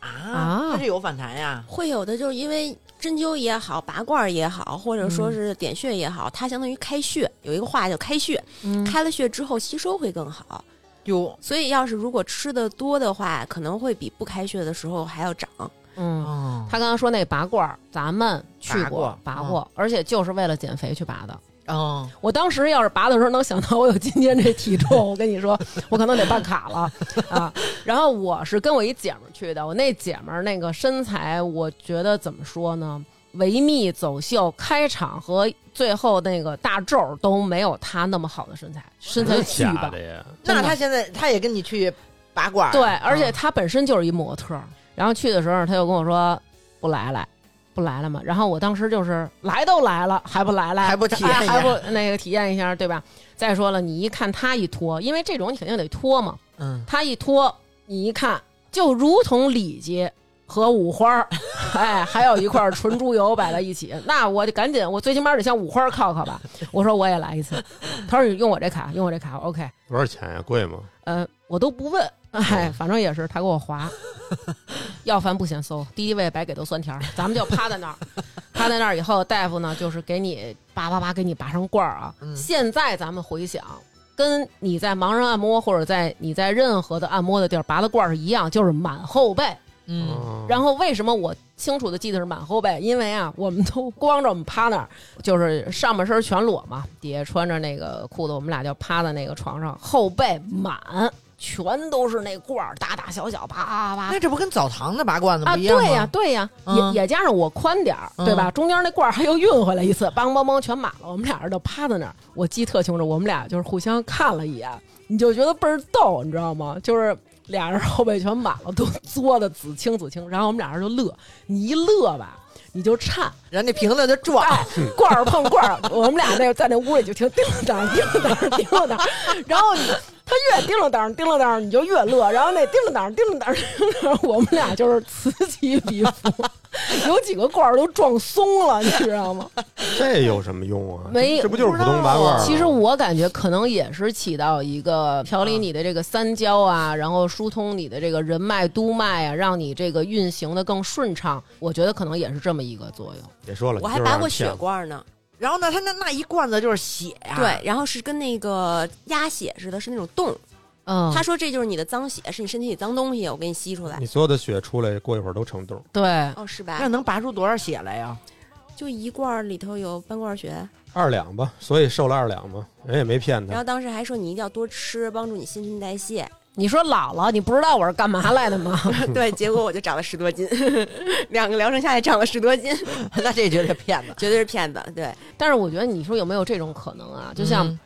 [SPEAKER 4] 啊，它这有反弹呀，
[SPEAKER 2] 会有的就是因为针灸也好，拔罐儿也好，或者说是点穴也好，它相当于开穴，有一个话叫开穴，
[SPEAKER 3] 嗯
[SPEAKER 2] 开了穴之后吸收会更好。
[SPEAKER 4] 有
[SPEAKER 2] 所以要是如果吃的多的话，可能会比不开穴的时候还要长。
[SPEAKER 3] 嗯，
[SPEAKER 4] 哦
[SPEAKER 3] 他刚刚说那拔罐儿，咱们去过
[SPEAKER 4] 拔
[SPEAKER 3] 拔
[SPEAKER 2] 嗯
[SPEAKER 4] 过
[SPEAKER 3] 过，而且就是为了减肥去拔的。
[SPEAKER 4] 哦，
[SPEAKER 3] 我当时要是拔的时候能想到我有今天这体重，我跟你说，我可能得办卡了啊。然后我是跟我一姐们儿去的，我那姐们儿那个身材，我觉得怎么说呢？维密走秀开场和最后那个大皱儿都没有她那么好的身材，身材
[SPEAKER 1] 真
[SPEAKER 3] 巨
[SPEAKER 1] 假
[SPEAKER 3] 棒
[SPEAKER 1] 的。呀？
[SPEAKER 3] 真的
[SPEAKER 4] 那他现在他也跟你去拔罐儿，
[SPEAKER 3] 对，而且
[SPEAKER 4] 啊
[SPEAKER 3] 她本身就是一模特儿。然后去的时候，她就跟我说不来来，不来了嘛。然后我当时就是来都来了，还不来来，
[SPEAKER 4] 还不体验一下
[SPEAKER 3] 还不那个体验一下，对吧？再说了，你一看她一脱，因为这种你肯定得脱嘛，
[SPEAKER 4] 嗯，
[SPEAKER 3] 她一脱，你一看就如同里脊。和五花儿，哎，还有一块儿纯猪油摆在一起，那我就赶紧，我最起码得向五花儿靠靠吧。我说我也来一次，他说你用我这卡，用我这卡我，OK。
[SPEAKER 1] 多少钱呀？贵吗？
[SPEAKER 3] 呃，我都不问，哎，反正也是他给我划。 要饭不嫌馊，第一位白给豆酸甜儿，咱们就趴在那儿， 趴在那儿以后，大夫呢就是给你叭叭叭给你拔上罐儿啊。
[SPEAKER 4] 嗯
[SPEAKER 3] 现在咱们回想，跟你在盲人按摩或者在你在任何的按摩的地儿拔的罐儿是一样，就是满后背。
[SPEAKER 4] 嗯，
[SPEAKER 1] 哦
[SPEAKER 3] 然后为什么我清楚的记得是满后背？因为啊，我们都光着我们趴那儿，就是上半身全裸嘛，底下穿着那个裤子，我们俩就趴在那个床上，后背满，全都是那罐儿，大大小小，啪啪啪。
[SPEAKER 4] 那这不跟澡堂子拔罐子
[SPEAKER 3] 啊，
[SPEAKER 4] 不一
[SPEAKER 3] 对
[SPEAKER 4] 样吗？
[SPEAKER 3] 呀，对呀，
[SPEAKER 4] 嗯
[SPEAKER 3] 也也加上我宽点儿，对吧？中间那罐儿还又运回来一次，梆梆梆全满了。我们俩人就趴在那儿，我记特清楚，我们俩就是互相看了一眼，你就觉得倍儿逗，你知道吗？就是俩人后背全满了，都作的紫青紫青，然后我们俩人就乐，你一乐吧。你就颤，
[SPEAKER 4] 人家瓶子就撞，
[SPEAKER 3] 哎，罐儿碰罐儿，我们俩那在那屋里就听叮了当儿，叮了当儿，叮了当儿，然后你他越叮了当儿，叮了当儿，你就越乐，然后那叮了当儿，叮了当儿，叮了当儿，我们俩就是此起彼伏， 有几个罐儿都撞松了，你知道吗？
[SPEAKER 1] 这有什么用啊？
[SPEAKER 3] 没
[SPEAKER 1] 这不就是普通拔罐儿吗？
[SPEAKER 3] 其实我感觉可能也是起到一个调理你的这个三焦啊，然后疏通你的这个人脉督脉啊，让你这个运行的更顺畅。我觉得可能也是这么一个作用。
[SPEAKER 1] 也说了，
[SPEAKER 2] 我
[SPEAKER 1] 你
[SPEAKER 2] 还
[SPEAKER 1] 就是
[SPEAKER 2] 拔
[SPEAKER 1] 让
[SPEAKER 2] 过
[SPEAKER 1] 人骗
[SPEAKER 2] 血罐儿呢，
[SPEAKER 4] 然后呢，他那那一罐子就是血呀，
[SPEAKER 2] 对，然后是跟那个鸭血似的，是那种洞。
[SPEAKER 3] 嗯
[SPEAKER 2] 他说这就是你的脏血，是你身体里脏东西，我给你吸出来
[SPEAKER 1] 你。所有的血出来，过一会儿都成冻。
[SPEAKER 3] 对，
[SPEAKER 2] 哦，是
[SPEAKER 4] 那
[SPEAKER 2] 吧？
[SPEAKER 4] 能拔出多少血来呀？
[SPEAKER 2] 就一罐儿里头有半罐儿血，
[SPEAKER 1] 二两吧，所以瘦了二两嘛，人也没骗
[SPEAKER 2] 然
[SPEAKER 1] 他
[SPEAKER 2] 后。当时还说你一定要多吃，帮助你新陈代谢。
[SPEAKER 3] 你说姥姥，你不知道我是干嘛来的吗？
[SPEAKER 2] 对，结果我就长了十多斤， 两个疗程下来长了十多斤，
[SPEAKER 4] 那这绝对骗子，
[SPEAKER 2] 绝对是骗子。对，
[SPEAKER 3] 但是我觉得你说有没有这种可能啊？就像
[SPEAKER 4] 嗯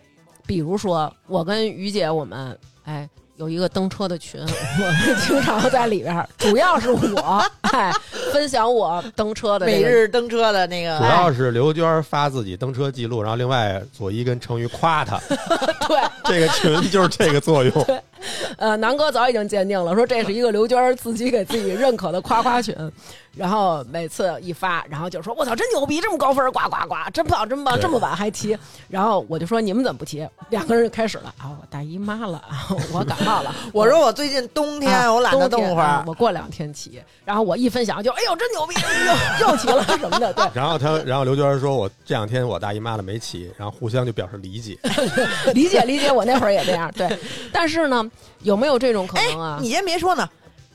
[SPEAKER 3] 比如说，我跟于姐我们哎有一个蹬车的群， 我们经常在里边儿，主要是我哎分享我蹬车的这
[SPEAKER 4] 每
[SPEAKER 3] 个
[SPEAKER 4] 日蹬车的那
[SPEAKER 1] 主
[SPEAKER 4] 个，
[SPEAKER 1] 要是刘娟发自己蹬车记录，然后另外左一跟程昱夸他，
[SPEAKER 3] 对。
[SPEAKER 1] 这个群就是这个作用。
[SPEAKER 3] 呃，南哥早已经鉴定了，说这是一个刘娟儿自己给自己认可的夸夸群，然后每次一发，然后就说我操，真牛逼，这么高分，呱呱呱，真棒，真棒，
[SPEAKER 1] 对
[SPEAKER 3] 这么晚还骑，然后我就说你们怎么不骑？两个人就开始了啊，我大姨妈了， 啊，我感冒了，
[SPEAKER 4] 我说我最近冬天、
[SPEAKER 3] 啊
[SPEAKER 4] 我懒得动
[SPEAKER 3] 冬
[SPEAKER 4] 会
[SPEAKER 3] 天
[SPEAKER 4] 儿
[SPEAKER 3] 啊，我过两天骑，然后我一分享就哎呦真牛逼，又又骑了什么的，对。
[SPEAKER 1] 然后他，然后刘娟说：“我这两天我大姨妈了没骑。”然后互相就表示理解。
[SPEAKER 3] 理解理解，我那会儿也这样，对。但是呢，有没有这种可能啊？
[SPEAKER 4] 哎你先别说呢，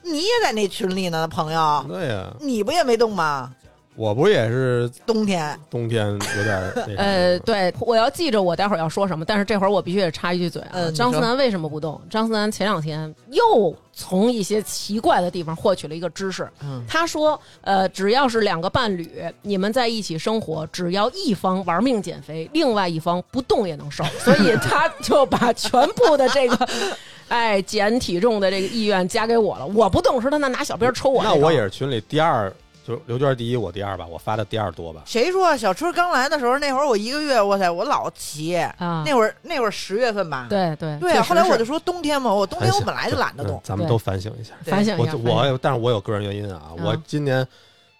[SPEAKER 4] 你也在那群里呢，朋友，
[SPEAKER 1] 对呀、
[SPEAKER 4] 你不也没动吗？
[SPEAKER 1] 我不也是
[SPEAKER 4] 冬天
[SPEAKER 1] 冬天有点那什么吗
[SPEAKER 3] 呃，，对，我要记着我待会儿要说什么，但是这会儿我必须得插一句嘴啊。
[SPEAKER 4] 嗯你
[SPEAKER 3] 张思
[SPEAKER 4] 说
[SPEAKER 3] 南为什么不动？张思南前两天又从一些奇怪的地方获取了一个知识。
[SPEAKER 4] 嗯
[SPEAKER 3] 他说，呃，只要是两个伴侣，你们在一起生活，只要一方玩命减肥，另外一方不动也能 瘦，所以他就把全部的这个。 哎，减体重的这个意愿加给我了，我 不动时他那拿小鞭抽我
[SPEAKER 1] 那
[SPEAKER 3] 种
[SPEAKER 1] 我也是群里第二，就是刘娟第一，我第二吧，我发的第二多吧。
[SPEAKER 4] 谁说小春刚来的时候，那会儿我一个月，哇塞，我老骑，
[SPEAKER 3] 啊，
[SPEAKER 4] 那会儿那会儿十月份吧，
[SPEAKER 3] 对对
[SPEAKER 4] 对
[SPEAKER 3] 确
[SPEAKER 4] 啊，
[SPEAKER 3] 实
[SPEAKER 4] 后来我
[SPEAKER 3] 是
[SPEAKER 4] 就说冬天嘛，我冬天我
[SPEAKER 1] 反省
[SPEAKER 4] 本来就懒得动
[SPEAKER 1] 嗯，咱们
[SPEAKER 3] 对
[SPEAKER 1] 都反省一下。
[SPEAKER 4] 对
[SPEAKER 3] 反省一
[SPEAKER 1] 我
[SPEAKER 3] 下，反省
[SPEAKER 1] 我，但是我有个人原因啊，
[SPEAKER 3] 嗯
[SPEAKER 1] 我今年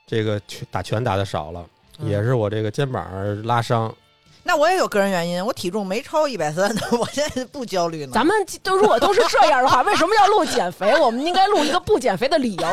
[SPEAKER 1] 这个拳打拳打的少了，
[SPEAKER 3] 嗯
[SPEAKER 1] 也是我这个肩膀拉伤，
[SPEAKER 4] 那我也有个人原因，我体重没超一百三，我现在不焦虑呢。
[SPEAKER 3] 咱们都如果都是这样的话，为什么要录减肥？我们应该录一个不减肥的理由，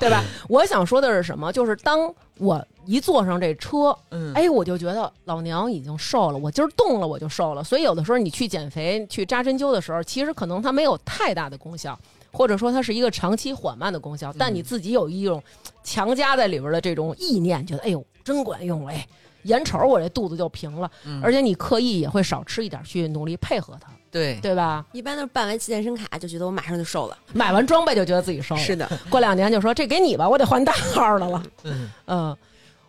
[SPEAKER 3] 对吧？我想说的是什么？就是当我一坐上这车，
[SPEAKER 4] 嗯，
[SPEAKER 3] 哎，我就觉得老娘已经瘦了，我今儿动了我就瘦了。所以有的时候你去减肥、去扎针灸的时候，其实可能它没有太大的功效，或者说它是一个长期缓慢的功效，但你
[SPEAKER 4] 嗯
[SPEAKER 3] 自己有一种强加在里边的这种意念，觉得哎呦真管用哎，眼瞅我这肚子就平了，
[SPEAKER 4] 嗯
[SPEAKER 3] 而且你刻意也会少吃一点，去努力配合它，
[SPEAKER 4] 对，
[SPEAKER 3] 对吧？
[SPEAKER 2] 一般都是办完健身卡就觉得我马上就瘦了。
[SPEAKER 3] 买完装备就觉得自己
[SPEAKER 4] 哦
[SPEAKER 3] 瘦了，
[SPEAKER 2] 的，
[SPEAKER 3] 过两年就说这给你吧，我得换大号的了。
[SPEAKER 4] 嗯
[SPEAKER 3] 嗯，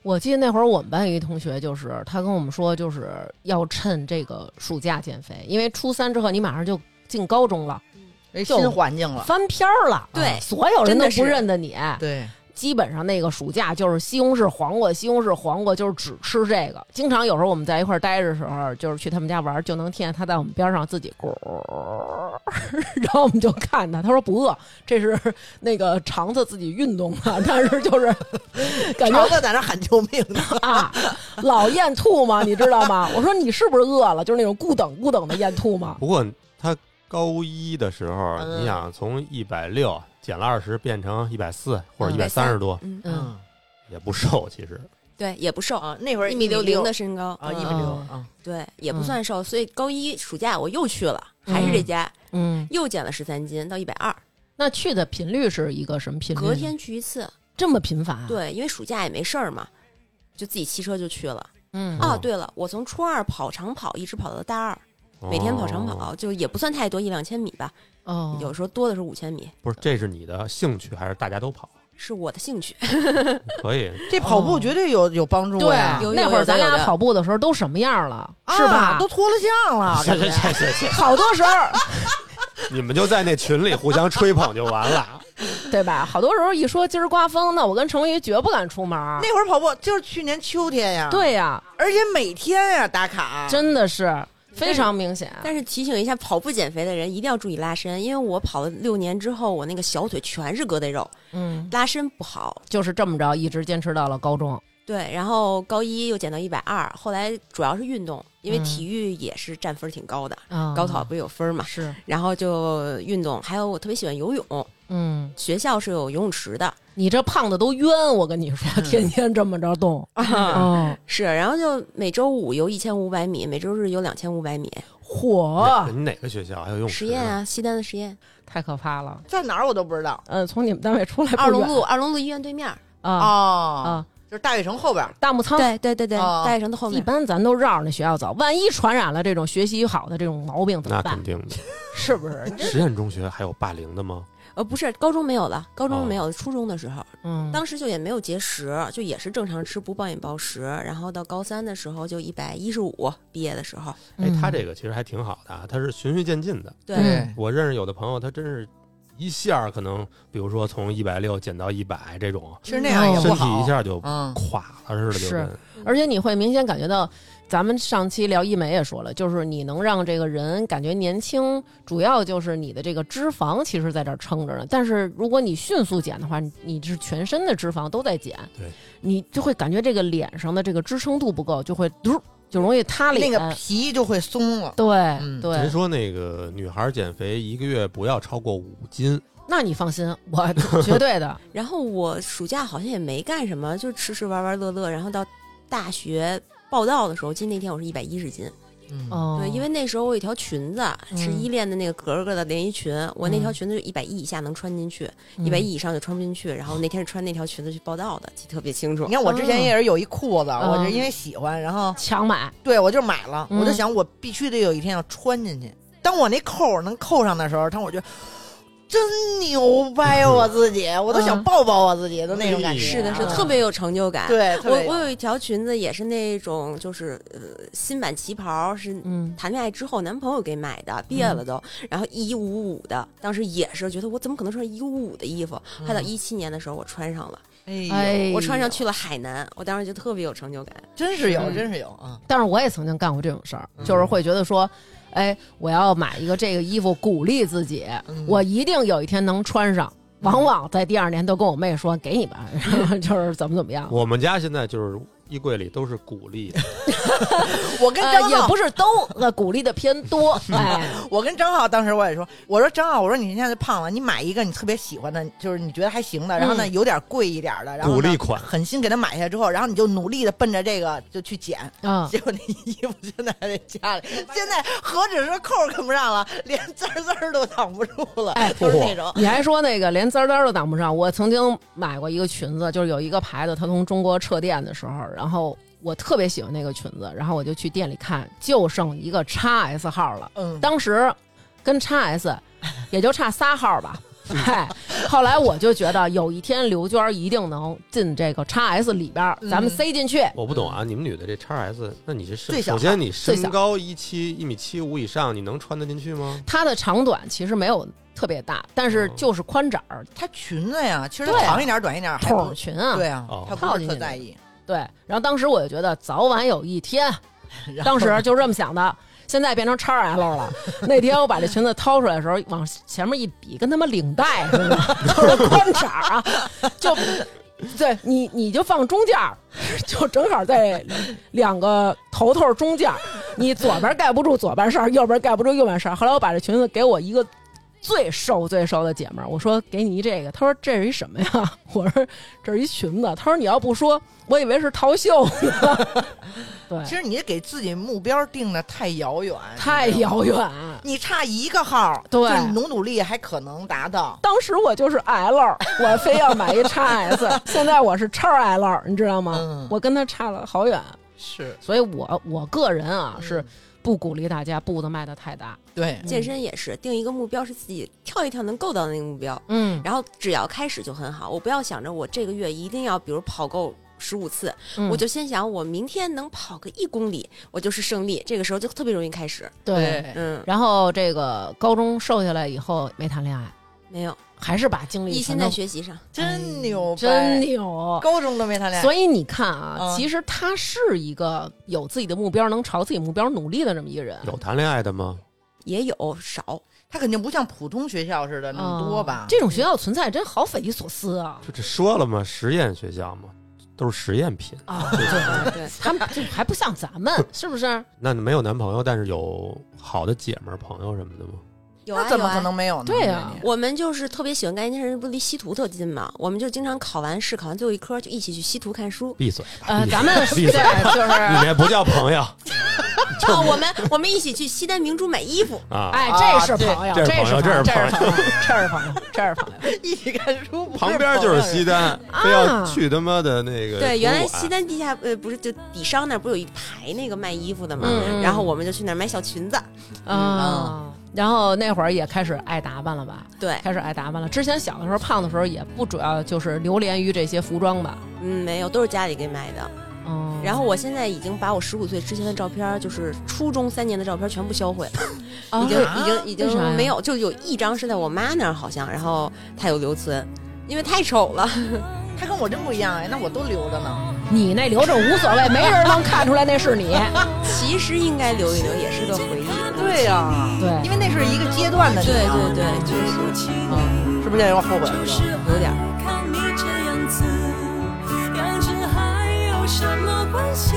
[SPEAKER 3] 我记得那会儿我们班有一同学，就是他跟我们说，就是要趁这个暑假减肥，因为初三之后你马上就进高中了，
[SPEAKER 4] 哎
[SPEAKER 3] 就
[SPEAKER 4] 新环境了，
[SPEAKER 3] 翻篇儿了，啊
[SPEAKER 2] 对
[SPEAKER 3] 所有人
[SPEAKER 2] 真
[SPEAKER 3] 都
[SPEAKER 2] 的是
[SPEAKER 3] 不认得你。
[SPEAKER 4] 对，
[SPEAKER 3] 基本上那个暑假就是西红柿黄瓜，西红柿黄瓜就是只吃这个。经常有时候我们在一块儿待着的时候，就是去他们家玩，就能听见他在我们边上自己咕，然后我们就看他，他说不饿，这是那个肠子自己运动的，但是啊就是感觉
[SPEAKER 4] 桃子在那喊救命呢。
[SPEAKER 3] 啊，老咽吐嘛，你知道吗？我说你是不是饿了？就是那种咕等咕等的咽吐嘛。
[SPEAKER 1] 不过他高一的时候，
[SPEAKER 4] 嗯
[SPEAKER 1] 你想从一百六减了二十，变成一百四或者一
[SPEAKER 3] 嗯
[SPEAKER 1] 百三十多，
[SPEAKER 2] 嗯，
[SPEAKER 3] 嗯，
[SPEAKER 1] 也不瘦，其实
[SPEAKER 2] 对，也不瘦，
[SPEAKER 4] 啊，那会儿
[SPEAKER 2] 一
[SPEAKER 4] 米
[SPEAKER 2] 米六零
[SPEAKER 4] 零
[SPEAKER 2] 的身高，
[SPEAKER 4] 啊，一米
[SPEAKER 2] 嗯
[SPEAKER 3] 嗯
[SPEAKER 4] 六啊，
[SPEAKER 2] 对，也不
[SPEAKER 3] 嗯
[SPEAKER 2] 算瘦。所以高一暑假我又去了，还是这家，
[SPEAKER 3] 嗯，
[SPEAKER 2] 又减了十三斤到一百二，
[SPEAKER 3] 那去的频率是一个什么
[SPEAKER 4] 嗯
[SPEAKER 3] 频率？
[SPEAKER 2] 隔天去一次。
[SPEAKER 3] 这么频繁、啊？，
[SPEAKER 2] 对，因为暑假也没事儿嘛，就自己骑车就去了。
[SPEAKER 3] 嗯
[SPEAKER 4] 哦
[SPEAKER 2] 啊，对了，我从初二跑长跑一直跑到大二， 每天跑长
[SPEAKER 1] 哦
[SPEAKER 2] 跑，就也不算太多，一两千米吧，
[SPEAKER 3] 哦，
[SPEAKER 2] 有时候多的是五千米，
[SPEAKER 1] 不是，这是你的兴趣还是大家都跑？
[SPEAKER 2] 是我的兴趣。
[SPEAKER 1] 可 以，
[SPEAKER 4] 这跑步绝对有有帮助
[SPEAKER 3] 哦对啊
[SPEAKER 4] 呀，
[SPEAKER 2] 有
[SPEAKER 3] 那会儿
[SPEAKER 2] 有
[SPEAKER 3] 咱俩
[SPEAKER 2] 的
[SPEAKER 3] 跑步的时候都什么样了？
[SPEAKER 4] 啊
[SPEAKER 3] 是吧？
[SPEAKER 4] 都脱了相了，
[SPEAKER 1] 这
[SPEAKER 4] 感觉
[SPEAKER 1] 这这这这，
[SPEAKER 3] 好多时候，
[SPEAKER 1] 你们就在那群里互相吹捧就完了。
[SPEAKER 3] 对吧？好多时候一说今儿刮风，那我跟程昱绝不敢出门儿。
[SPEAKER 4] 那会儿跑步就是去年秋天呀，，
[SPEAKER 3] 对呀、
[SPEAKER 4] 而且每天呀打卡，
[SPEAKER 3] 真的是非常明显。
[SPEAKER 2] 但是提醒一下跑步减肥的人，一定要注意拉伸，因为我跑了六年之后，我那个小腿全是疙瘩肉，
[SPEAKER 3] 嗯，
[SPEAKER 2] 拉伸不好。
[SPEAKER 3] 就是这么着，一直坚持到了高中。
[SPEAKER 2] 对，然后高一又减到一百二，后来主要是运动，因为
[SPEAKER 3] 嗯
[SPEAKER 2] 体育也是占分儿挺高的，
[SPEAKER 3] 啊
[SPEAKER 2] 高考不是有分儿嘛，
[SPEAKER 3] 是，
[SPEAKER 2] 然后就运动，还有我特别喜欢游泳，
[SPEAKER 3] 嗯。
[SPEAKER 2] 学校是有游泳池的，
[SPEAKER 3] 你这胖子都冤，我跟你说，天天这么着动，嗯，
[SPEAKER 2] 是，然后就每周五游一千五百米，每周日游两千五百米。
[SPEAKER 3] 火
[SPEAKER 1] 哪你哪个学校还有用
[SPEAKER 2] 哦实验？啊，西单的实验，
[SPEAKER 3] 太可怕了。
[SPEAKER 4] 在哪儿我都不知道
[SPEAKER 3] 嗯，从你们单位出来不
[SPEAKER 2] 二龙路
[SPEAKER 3] 远
[SPEAKER 2] 二龙路医院对面儿。
[SPEAKER 3] 啊
[SPEAKER 4] 哦，
[SPEAKER 3] 啊，
[SPEAKER 4] 就是大悦城后边儿，
[SPEAKER 3] 大木仓。
[SPEAKER 2] 对对对对，
[SPEAKER 4] 哦
[SPEAKER 2] 大悦城的后
[SPEAKER 3] 一
[SPEAKER 2] 面。
[SPEAKER 3] 般咱都绕着那学校走，万一传染了这种学习好的这种毛病怎
[SPEAKER 1] 那
[SPEAKER 3] 么办
[SPEAKER 1] 肯？定的。
[SPEAKER 3] 是 不是？
[SPEAKER 1] 实验中学还有霸凌的吗？
[SPEAKER 2] 呃，不是，高中没有了，高中没
[SPEAKER 1] 哦
[SPEAKER 2] 有，初中的时候，
[SPEAKER 3] 嗯，
[SPEAKER 2] 当时就也没有节食，就也是正常吃，不暴饮暴食。然后到高三的时候就一百一十五，毕业的时候，
[SPEAKER 1] 哎，
[SPEAKER 4] 嗯
[SPEAKER 1] 他
[SPEAKER 3] 这
[SPEAKER 1] 这个其实还挺好的啊，他是循序渐进的。
[SPEAKER 2] 对，
[SPEAKER 4] 哎
[SPEAKER 3] 嗯
[SPEAKER 1] 我认识有的朋友，他真是一下儿可能，比如说从一百六减到一百这种，
[SPEAKER 4] 其实那样也
[SPEAKER 3] 哦
[SPEAKER 1] 身
[SPEAKER 4] 不
[SPEAKER 1] 体一
[SPEAKER 4] 好，
[SPEAKER 1] 下就
[SPEAKER 4] 嗯，
[SPEAKER 1] 垮了似的，就是跟
[SPEAKER 3] 而且你会明显感觉到，咱们上期聊医美也说了，就是你能让这个人感觉年轻，主要就是你的这个脂肪其实在这儿撑着呢。但是如果你迅速减的话，你你是全身的脂肪都在减，
[SPEAKER 1] 对，
[SPEAKER 3] 你就会感觉这个脸上的这个支撑度不够，就会嘟就容易塌
[SPEAKER 4] 那
[SPEAKER 3] 脸。
[SPEAKER 4] 个皮就会松了，
[SPEAKER 3] 对、
[SPEAKER 4] 嗯
[SPEAKER 1] 您
[SPEAKER 3] 对，
[SPEAKER 1] 嗯说那个女孩减肥一个月不要超过五斤，
[SPEAKER 3] 那你放心，我绝 对的。
[SPEAKER 2] 然后我暑假好像也没干什么，就吃吃玩玩乐乐。然后到大学报道的时候，记得那天我是一百一十斤，
[SPEAKER 4] 嗯，
[SPEAKER 3] 哦，
[SPEAKER 2] 对，因为那时候我有一条裙子是
[SPEAKER 3] 嗯
[SPEAKER 2] 依恋的那个格格的连衣裙，我那条
[SPEAKER 3] 嗯
[SPEAKER 2] 裙子就一百一以下能穿进去，一百一以上就穿不进去。然后那天是穿那条裙子去报道的，记得特别清楚
[SPEAKER 4] 你。看我之前也是有一裤子，
[SPEAKER 3] 嗯
[SPEAKER 4] 我就因为喜欢，然后
[SPEAKER 3] 强买，
[SPEAKER 4] 对我就买了，
[SPEAKER 3] 嗯
[SPEAKER 4] 我就想我必须得有一天要穿进去。当我那扣儿能扣上的时候，当我觉得真牛掰，我自己，我都想抱抱我自己，都那种感觉。
[SPEAKER 2] 是的，是的
[SPEAKER 4] 嗯
[SPEAKER 2] 特别有成就感。
[SPEAKER 4] 对，特
[SPEAKER 2] 我
[SPEAKER 4] 别
[SPEAKER 2] 我有一条裙子也是那种就是呃新版旗袍，是
[SPEAKER 3] 嗯，
[SPEAKER 2] 谈恋爱之后男朋友给买的，毕业了都，然后一五五的，当时也是觉得我怎么可能穿一五五的衣服？还到
[SPEAKER 4] 嗯
[SPEAKER 2] 一七年的时候我穿上了，
[SPEAKER 4] 哎
[SPEAKER 3] 哎
[SPEAKER 4] 呦，
[SPEAKER 2] 我穿上去了海南，我当时就特别有成就感。
[SPEAKER 4] 真是有，
[SPEAKER 3] 嗯
[SPEAKER 4] 真是有啊！
[SPEAKER 3] 但是我也曾经干过这种事儿，
[SPEAKER 4] 嗯
[SPEAKER 3] 就是会觉得说，哎，我要买一个这个衣服，鼓励自己，
[SPEAKER 4] 嗯
[SPEAKER 3] 我一定有一天能穿上。 往往在第二年都跟我妹说：“给你吧，就是怎么怎么样。
[SPEAKER 1] 我们家现在就是衣柜里都是鼓励，
[SPEAKER 4] 我跟
[SPEAKER 3] 呃，
[SPEAKER 4] 张
[SPEAKER 3] 也
[SPEAKER 4] 浩，
[SPEAKER 3] 不是都，呃，鼓励的偏 多，哎，
[SPEAKER 4] 我跟张浩当时我也说，我说张浩，我说你现在胖了，你买一个你特别喜欢的，就是你觉得还行的，然
[SPEAKER 3] 嗯
[SPEAKER 4] 后呢有点贵一点的，然后
[SPEAKER 1] 鼓
[SPEAKER 4] 呢
[SPEAKER 1] 励款
[SPEAKER 4] 狠心给他买下之后，然后你就努力的奔着这个就去减，
[SPEAKER 3] 嗯，
[SPEAKER 4] 结果那衣服现在还在 家里，现在何止是扣儿跟不上了，连滋儿滋儿都挡不住了，
[SPEAKER 3] 哎
[SPEAKER 4] 就是那种。
[SPEAKER 3] 你还说那个连滋儿滋儿都挡不上。我曾经买过一个裙子，就是有一个牌子，它从中国撤店的时候，然后我特别喜欢那个裙子，然后我就去店里看，就剩一个 x S 号了。
[SPEAKER 4] 嗯，
[SPEAKER 3] 当时跟 x S 也就差仨号吧。嗨，后来我就觉得有一天刘娟儿一定能进这个 x S 里边儿，咱们
[SPEAKER 4] 嗯
[SPEAKER 3] 塞进去。
[SPEAKER 1] 我不懂啊，你们女的这叉 S，那你这是
[SPEAKER 4] 最小
[SPEAKER 1] 首
[SPEAKER 4] 的
[SPEAKER 1] 先你
[SPEAKER 3] 最小
[SPEAKER 1] 身高一七一米七五以上，你能穿得进去吗？
[SPEAKER 3] 它的长短其实没有特别大，但是就是宽窄儿，
[SPEAKER 4] 它裙子呀，其实
[SPEAKER 3] 对啊
[SPEAKER 4] 长一点短一点还
[SPEAKER 3] 筒
[SPEAKER 4] 不
[SPEAKER 3] 儿裙啊，
[SPEAKER 4] 对啊
[SPEAKER 1] 哦，
[SPEAKER 4] 他
[SPEAKER 3] 套
[SPEAKER 4] 不
[SPEAKER 3] 进
[SPEAKER 4] 是
[SPEAKER 3] 去的
[SPEAKER 4] 特在意。
[SPEAKER 3] 对，然后当时我就觉得早晚有一天，
[SPEAKER 4] 然后
[SPEAKER 3] 当时就这么想的。现在变成叉 L 了。那天我把这裙子掏出来的时候，往前面一比，跟他妈领带似的，就是宽衩儿啊，就对你你就放中间儿，就正好在两个头头中间儿，你左边盖不住左半身儿，右边盖不住右半身儿。后来我把这裙子给我一个。最瘦最瘦的姐们儿，我说给你一这个，她说这是一什么呀？ 我说这是一裙子，她说你要不说，我以为是套袖呢。 对，
[SPEAKER 4] 其实你给自己目标定的太遥远，
[SPEAKER 3] 太
[SPEAKER 4] 你知道吗
[SPEAKER 3] 遥远。
[SPEAKER 4] 你差一个号，
[SPEAKER 3] 对
[SPEAKER 4] 就是你努努力还可能达到。
[SPEAKER 3] 当时我就是 L，我非要买一 x S，现在我是叉 L，你知道吗？
[SPEAKER 4] 嗯
[SPEAKER 3] 我跟他差了好远，
[SPEAKER 4] 是
[SPEAKER 3] 所以我我个人啊
[SPEAKER 4] 嗯
[SPEAKER 3] 是不鼓励大家步子迈得太大。
[SPEAKER 4] 对，
[SPEAKER 2] 健身也是定一个目标，是自己跳一跳能够到那个目标，
[SPEAKER 3] 嗯，
[SPEAKER 2] 然后只要开始就很好。我不要想着我这个月一定要，比如跑够十五次，
[SPEAKER 3] 嗯
[SPEAKER 2] 我就先想我明天能跑个一公里，我就是胜利。这个时候就特别容易开始。
[SPEAKER 3] 对。
[SPEAKER 2] 嗯，
[SPEAKER 3] 然后这个高中瘦下来以后没谈恋爱，
[SPEAKER 2] 没有，
[SPEAKER 3] 还是把精力
[SPEAKER 2] 一心
[SPEAKER 3] 全都哎
[SPEAKER 2] 在学习上。
[SPEAKER 4] 哎真牛，
[SPEAKER 3] 真，牛。
[SPEAKER 4] 高中都没谈恋爱，
[SPEAKER 3] 所以你看啊，
[SPEAKER 4] 嗯
[SPEAKER 3] 其实他是一个有自己的目标，能朝自己目标努力的这么一个人。
[SPEAKER 1] 有谈恋爱的吗？
[SPEAKER 2] 也有少，
[SPEAKER 4] 他肯定不像普通学校似的那么多吧
[SPEAKER 3] 嗯？这种学校存在真好匪夷所思啊！
[SPEAKER 1] 这这说了吗？实验学校嘛，都是实验品。
[SPEAKER 3] 啊，对
[SPEAKER 2] 对，
[SPEAKER 3] 他们这还不像咱们，是不是？
[SPEAKER 1] 那没有男朋友，但是有好的姐们儿、朋友什么的吗？
[SPEAKER 2] 有啊
[SPEAKER 4] 那怎
[SPEAKER 2] 有
[SPEAKER 4] 么
[SPEAKER 2] 啊
[SPEAKER 4] 可能没有呢？
[SPEAKER 3] 对啊
[SPEAKER 2] 我们就是特别喜欢干一件事，不离西图特近嘛？我们就经常考完试，考完最后一科就一起去西图看书。
[SPEAKER 1] 闭嘴吧！
[SPEAKER 3] 呃，
[SPEAKER 1] 闭嘴
[SPEAKER 3] 咱们对
[SPEAKER 1] 闭嘴！
[SPEAKER 3] 就是
[SPEAKER 1] 你那不叫朋友
[SPEAKER 2] 啊，我们我们一起去西单明珠买衣服。
[SPEAKER 1] 啊！
[SPEAKER 3] 哎，
[SPEAKER 4] 啊
[SPEAKER 3] 这是
[SPEAKER 4] 对
[SPEAKER 3] 朋友，
[SPEAKER 1] 这是
[SPEAKER 3] 是
[SPEAKER 1] 朋友
[SPEAKER 3] 友，
[SPEAKER 1] 这
[SPEAKER 3] 这
[SPEAKER 1] 是
[SPEAKER 3] 是朋友，这是朋友，这是朋友。
[SPEAKER 4] 一起看书，不
[SPEAKER 1] 旁边就是西
[SPEAKER 4] 朋友
[SPEAKER 1] 单，非要去他妈的那个啊
[SPEAKER 2] 对，
[SPEAKER 1] 图
[SPEAKER 2] 原来
[SPEAKER 1] 书馆
[SPEAKER 2] 西单地下呃不是就底商那儿不是有一排那个卖衣服的嘛？
[SPEAKER 3] 嗯
[SPEAKER 2] 然后我们就去那儿买小裙子。
[SPEAKER 3] 啊，然后那会儿也开始爱打扮了吧？
[SPEAKER 2] 对，
[SPEAKER 3] 开始爱打扮了。之前小的时候胖的时候也不主要就是流连于这些服装吧。
[SPEAKER 2] 嗯，没有，都是家里给买的。
[SPEAKER 3] 嗯，
[SPEAKER 2] 然后我现在已经把我十五岁之前的照片儿，就是初中三年的照片儿全部销毁，
[SPEAKER 3] 啊
[SPEAKER 2] 已经已经已
[SPEAKER 3] 为啥呀
[SPEAKER 2] 经没有，就有一张是在我妈那儿好像，然后她有留存，因为太丑了。
[SPEAKER 4] 他跟我真不一样哎，那我都留着呢。
[SPEAKER 3] 你那留着无所谓，没人能看出来那是你。
[SPEAKER 2] 其实应该留一留，也是个回忆。
[SPEAKER 4] 对呀，
[SPEAKER 3] 对
[SPEAKER 4] 因为那是一个阶段的你
[SPEAKER 2] 对
[SPEAKER 4] 啊，
[SPEAKER 2] 对对，确实
[SPEAKER 4] 嗯，是不是现在有点后悔了？
[SPEAKER 2] 有点儿。
[SPEAKER 5] 看你这样子，两只还有什么关系？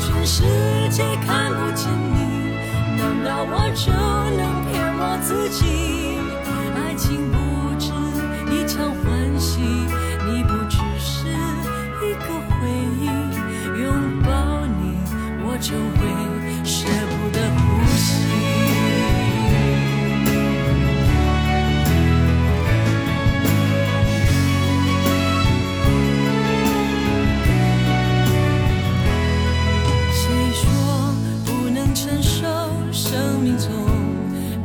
[SPEAKER 5] 全世界看不见你，难道我就能骗我自己？爱情不止一场欢喜，你不只是一个回忆。拥抱你，我就会舍不得呼吸。谁说不能承受生命中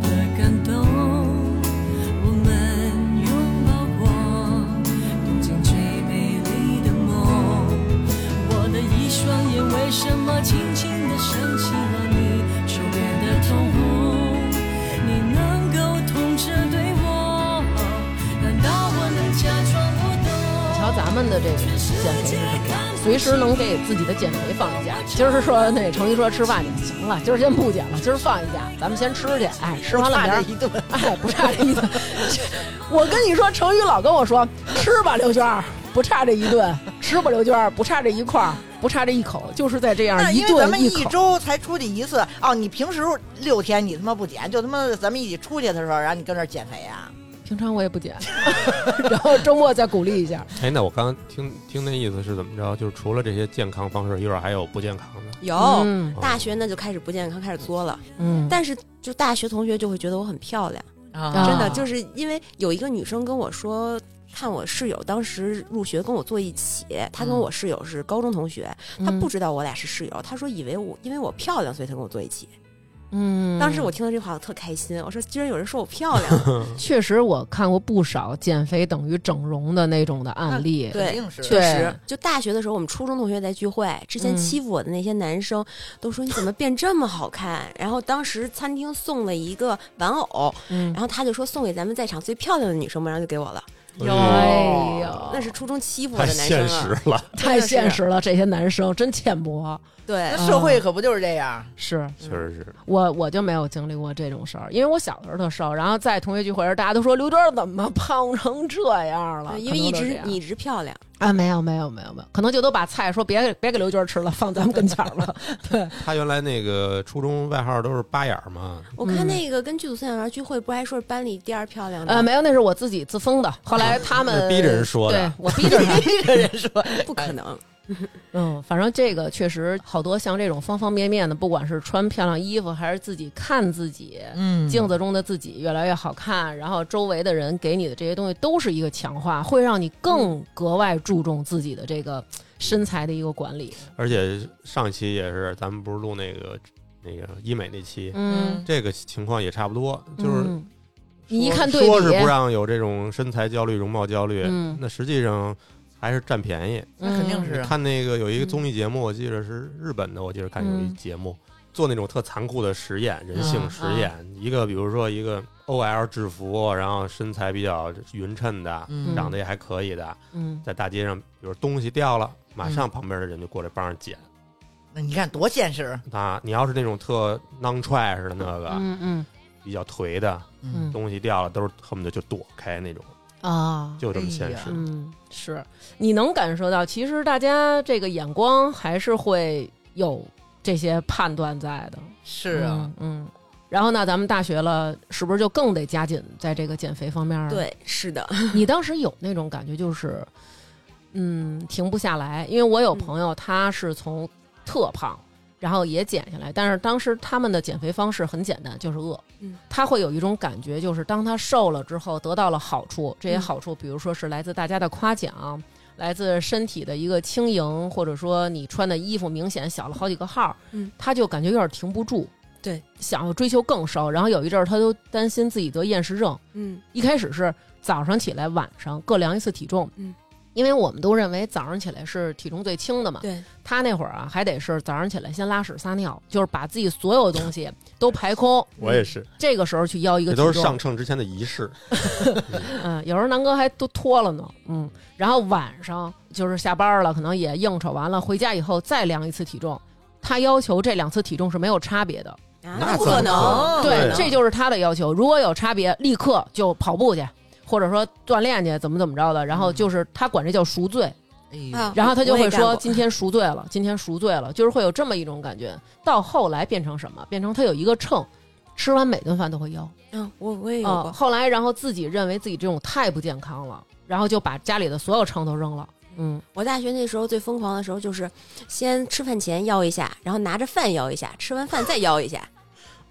[SPEAKER 5] 的感动？我们拥抱过东京最美丽的梦。我的一双眼为什么轻轻地升起了你就变得通红？你能够痛着对我，难道我能假装不懂？
[SPEAKER 3] 瞧咱们的这个减肥是什么样？随时能给自己的减肥放一假。今儿说那程一说吃饭去，行了，今儿先不减了，今儿放一假，咱们先吃去。哎，吃完了明儿
[SPEAKER 4] 不差这一顿
[SPEAKER 3] 哎，不差 这一顿。我跟你说，程宇老跟我说，吃吧，刘娟儿，不差这一顿，吃十五六卷，不差这一块儿，不差这一口，就是在这
[SPEAKER 4] 那
[SPEAKER 3] 样
[SPEAKER 4] 因为咱
[SPEAKER 3] 啊顿
[SPEAKER 4] 们一
[SPEAKER 3] 口。
[SPEAKER 4] 周才出去一次哦，你平时六天你他妈不减，就他妈咱们一起出去的时候，然后你跟那儿减肥啊？
[SPEAKER 3] 平常我也不减， 然后周末再鼓励一下。
[SPEAKER 1] 哎，那我刚刚听听那意思是怎么着？就是除了这些健康方式，一会儿还有不健康的。
[SPEAKER 2] 有、
[SPEAKER 4] 哦
[SPEAKER 3] 嗯
[SPEAKER 2] 大学那就开始不健康，开始作了。
[SPEAKER 3] 嗯，
[SPEAKER 2] 但是就大学同学就会觉得我很漂亮，
[SPEAKER 4] 啊
[SPEAKER 3] 啊
[SPEAKER 2] 真的就是因为有一个女生跟我说。看我室友当时入学跟我坐一起，她跟
[SPEAKER 4] 嗯
[SPEAKER 2] 我室友是高中同学，她
[SPEAKER 3] 嗯
[SPEAKER 2] 不，知道我俩是室友，她说以为我因为我漂亮，所以她跟我坐一起。
[SPEAKER 3] 嗯，
[SPEAKER 2] 当时我听到这话，我特开心，我说居然有人说我漂亮，啊
[SPEAKER 3] 确实我看过不少减肥等于整容的那种的案例。
[SPEAKER 2] 对
[SPEAKER 4] 肯定是
[SPEAKER 3] 对
[SPEAKER 2] 确实。就大学的时候，我们初中同学在聚会，之前
[SPEAKER 3] 嗯
[SPEAKER 2] 欺负我的那些男生、都说你怎么变这么好看？然后当时餐厅送了一个玩偶，
[SPEAKER 3] 嗯
[SPEAKER 2] 然，后他就说送给咱们在场最漂亮的女生嘛，然后就给我了。
[SPEAKER 1] 哎
[SPEAKER 3] 哎呦，
[SPEAKER 2] 那是初中欺负我
[SPEAKER 1] 太
[SPEAKER 2] 的男生
[SPEAKER 1] 现
[SPEAKER 2] 啊，
[SPEAKER 1] 实了，
[SPEAKER 3] 太
[SPEAKER 2] 真的是
[SPEAKER 3] 现实了，这些男生真浅薄。
[SPEAKER 2] 对
[SPEAKER 4] 那，社会可不就是这样？
[SPEAKER 3] 是
[SPEAKER 1] 确实是。
[SPEAKER 3] 我我就没有经历过这种事儿，因为我小的时候特瘦，然后在同学聚会时，大家都说刘娟儿怎么胖成这样了？
[SPEAKER 2] 对因为一
[SPEAKER 3] 可能都这
[SPEAKER 2] 直
[SPEAKER 3] 样
[SPEAKER 2] 你一直漂亮，
[SPEAKER 3] 啊，没有没有没有没有，可能就都把菜说别别给刘娟儿吃了，放咱们跟前儿 了。
[SPEAKER 1] 他原来那个初中外号都是八眼儿嘛，
[SPEAKER 2] 我看那个跟剧组饲养员聚会，不还说是班里第二漂亮的？
[SPEAKER 3] 呃，没有，那是我自己自封的。后来他们
[SPEAKER 1] 那逼着人说的
[SPEAKER 3] 对我逼着他。
[SPEAKER 4] 一个人说，
[SPEAKER 2] 不可能。
[SPEAKER 3] 嗯，反正这个确实好多像这种方方面面的，不管是穿漂亮衣服，还是自己看自己，
[SPEAKER 4] 嗯
[SPEAKER 3] 镜子中的自己越来越好看，然后周围的人给你的这些东西都是一个强化，会让你
[SPEAKER 4] 嗯
[SPEAKER 3] 更格外注重自己的这个身材的一个管理。
[SPEAKER 1] 而且上一期也是咱们不是录那个那个医美那期，
[SPEAKER 3] 嗯，
[SPEAKER 1] 这个情况也差不多，就是
[SPEAKER 3] 嗯
[SPEAKER 1] 说
[SPEAKER 3] 你一看对比
[SPEAKER 1] 说是不让有这种身材焦虑、容貌焦虑，
[SPEAKER 3] 嗯
[SPEAKER 1] 那实际上还是占便宜。
[SPEAKER 4] 那肯定是啊
[SPEAKER 1] 看那个有一个综艺节目，我记得是日本的，我记得看有一
[SPEAKER 3] 嗯
[SPEAKER 1] 节目、做那种特残酷的实验，人性实验。
[SPEAKER 3] 嗯
[SPEAKER 1] 一个比如说一个 OL 制服，然后身材比较匀称的，
[SPEAKER 4] 嗯
[SPEAKER 1] 长得也还可以的，
[SPEAKER 3] 嗯，
[SPEAKER 1] 在大街上，比如东西掉了，马上旁边的人就过来帮着捡。
[SPEAKER 4] 那你看多现实。
[SPEAKER 1] 啊，你要是那种特囊踹似的那个，
[SPEAKER 3] 嗯嗯
[SPEAKER 1] 比较颓的
[SPEAKER 3] 嗯
[SPEAKER 1] 东西掉了，都是恨不得就躲开那种，
[SPEAKER 3] 啊，
[SPEAKER 1] 就这么现实。
[SPEAKER 3] 嗯，是你能感受到，其实大家这个眼光还是会有这些判断在的。
[SPEAKER 4] 是啊，
[SPEAKER 3] 嗯，嗯。然后呢，咱们大学了，是不是就更得加紧在这个减肥方面儿？，
[SPEAKER 2] 对，是的，
[SPEAKER 3] 你当时有那种感觉，就是嗯，停不下来。因为我有朋
[SPEAKER 4] 嗯
[SPEAKER 3] 友，他是从特胖，然后也减下来，但是当时他们的减肥方式很简单，就是饿。
[SPEAKER 2] 嗯，
[SPEAKER 3] 他会有一种感觉，就是当他瘦了之后，得到了好处，这些
[SPEAKER 2] 嗯
[SPEAKER 3] 好处，比如说是来自大家的夸奖。来自身体的一个轻盈，或者说你穿的衣服明显小了好几个号儿，
[SPEAKER 2] 嗯
[SPEAKER 3] 他就感觉有点停不住，
[SPEAKER 2] 对，
[SPEAKER 3] 想要追求更瘦，然后有一阵儿他都担心自己得厌食症，
[SPEAKER 2] 嗯
[SPEAKER 3] 一开始是早上起来、晚上各量一次体重，
[SPEAKER 2] 嗯，
[SPEAKER 3] 因为我们都认为早上起来是体重最轻的嘛，
[SPEAKER 2] 对，
[SPEAKER 3] 他那会儿啊还得是早上起来先拉屎撒尿，就是把自己所有东西都排空，
[SPEAKER 1] 我也是，
[SPEAKER 3] 这个时候去要一个
[SPEAKER 1] 这
[SPEAKER 3] 体
[SPEAKER 1] 都
[SPEAKER 3] 重，
[SPEAKER 1] 是上秤之前的仪式。
[SPEAKER 3] 嗯，有时候南哥还都脱了呢，嗯，然后晚上就是下班了，可能也应酬完了，回家以后再量一次体重。他要求这两次体重是没有差别的，
[SPEAKER 2] 啊
[SPEAKER 1] 那
[SPEAKER 2] 不
[SPEAKER 1] 怎
[SPEAKER 2] 可
[SPEAKER 1] 么
[SPEAKER 2] 能，
[SPEAKER 4] 能
[SPEAKER 3] 对
[SPEAKER 1] 对，啊
[SPEAKER 3] 这就是他的要求。如果有差别，立刻就跑步去，或者说锻炼去，怎么怎么着的。然
[SPEAKER 1] 嗯
[SPEAKER 3] 后就是他管这叫赎罪，
[SPEAKER 4] 哎呦
[SPEAKER 2] 啊
[SPEAKER 3] 然后他就会
[SPEAKER 2] 我也
[SPEAKER 3] 说
[SPEAKER 2] 干过
[SPEAKER 3] 今天赎罪了， 今天赎罪了，就是会有这么一种感觉。到后来变成什么？变成他有一个秤，吃完每顿饭都会要。
[SPEAKER 2] 嗯，我我也有
[SPEAKER 3] 啊，
[SPEAKER 2] 过，
[SPEAKER 3] 后来然后自己认为自己这种太不健康了，然后就把家里的所有秤都扔了。嗯，
[SPEAKER 2] 我大学那时候最疯狂的时候就是，先吃饭前摇一下，然后拿着饭摇一下，吃完饭再摇一下。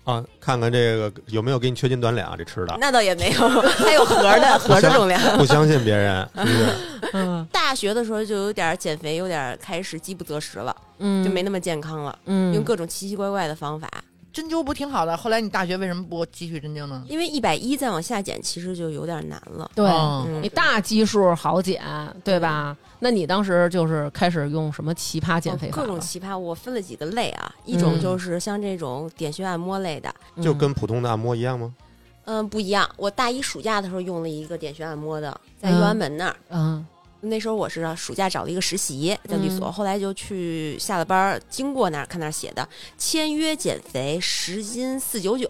[SPEAKER 1] 啊，看看这个有没有给你缺斤短两啊这吃的，
[SPEAKER 2] 那倒也没有，还有盒的盒的重量。
[SPEAKER 1] 不相信别 人，是不是？
[SPEAKER 3] 嗯
[SPEAKER 2] 大学的时候就有点减肥，有点开始饥不择食了，
[SPEAKER 3] 嗯，
[SPEAKER 2] 就没那么健康了，
[SPEAKER 3] 嗯
[SPEAKER 2] 用各种奇奇怪怪的方法。
[SPEAKER 4] 针灸不挺好的？后来你大学为什么不继续针灸呢？
[SPEAKER 2] 因为一百一再往下减，其实就有点难了。
[SPEAKER 3] 对。
[SPEAKER 4] 嗯
[SPEAKER 2] 嗯
[SPEAKER 3] 你，大基数好减，对吧？那你当时就是开始用什么奇葩减肥法
[SPEAKER 2] 哦各
[SPEAKER 3] 了？
[SPEAKER 2] 种奇葩，我分了几个类啊，一种
[SPEAKER 3] 嗯
[SPEAKER 2] 就是像这种点穴按摩类的，
[SPEAKER 3] 嗯
[SPEAKER 1] 就跟普通的按摩一样吗？
[SPEAKER 2] 嗯，不一样。我大一暑假的时候用了一个点穴按摩的，在
[SPEAKER 3] 嗯
[SPEAKER 2] 右安门那儿。
[SPEAKER 3] 嗯
[SPEAKER 2] 那时候我是暑假找了一个实习在律所，
[SPEAKER 3] 嗯
[SPEAKER 2] 后来就去下了班儿经过那儿看那儿写的签约减肥十斤四九九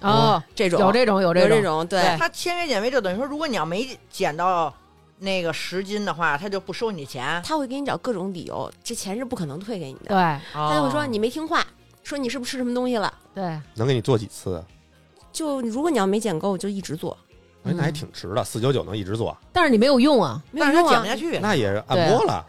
[SPEAKER 3] 哦，
[SPEAKER 2] 这种
[SPEAKER 3] 有这种有
[SPEAKER 2] 有
[SPEAKER 3] 种
[SPEAKER 2] 种对
[SPEAKER 3] 对
[SPEAKER 4] 他签约减肥就等于说，如果你要没减到那个十斤的话，他就不收你钱。
[SPEAKER 2] 他会给你找各种理由，这钱是不可能退给你的。
[SPEAKER 3] 对
[SPEAKER 2] 他
[SPEAKER 4] 他
[SPEAKER 2] 就会说你没听话，说你是不是吃什么东西了？
[SPEAKER 3] 对，
[SPEAKER 1] 能给你做几次？
[SPEAKER 2] 就如果你要没捡够，就一直做，
[SPEAKER 1] 哎，那还
[SPEAKER 3] 嗯
[SPEAKER 1] 挺值的，四九九能一直做，
[SPEAKER 3] 但是你没有用啊。
[SPEAKER 2] 没有
[SPEAKER 4] 但是他
[SPEAKER 2] 用
[SPEAKER 4] 减不
[SPEAKER 2] 啊
[SPEAKER 4] 下。去。
[SPEAKER 1] 那也是按摩了。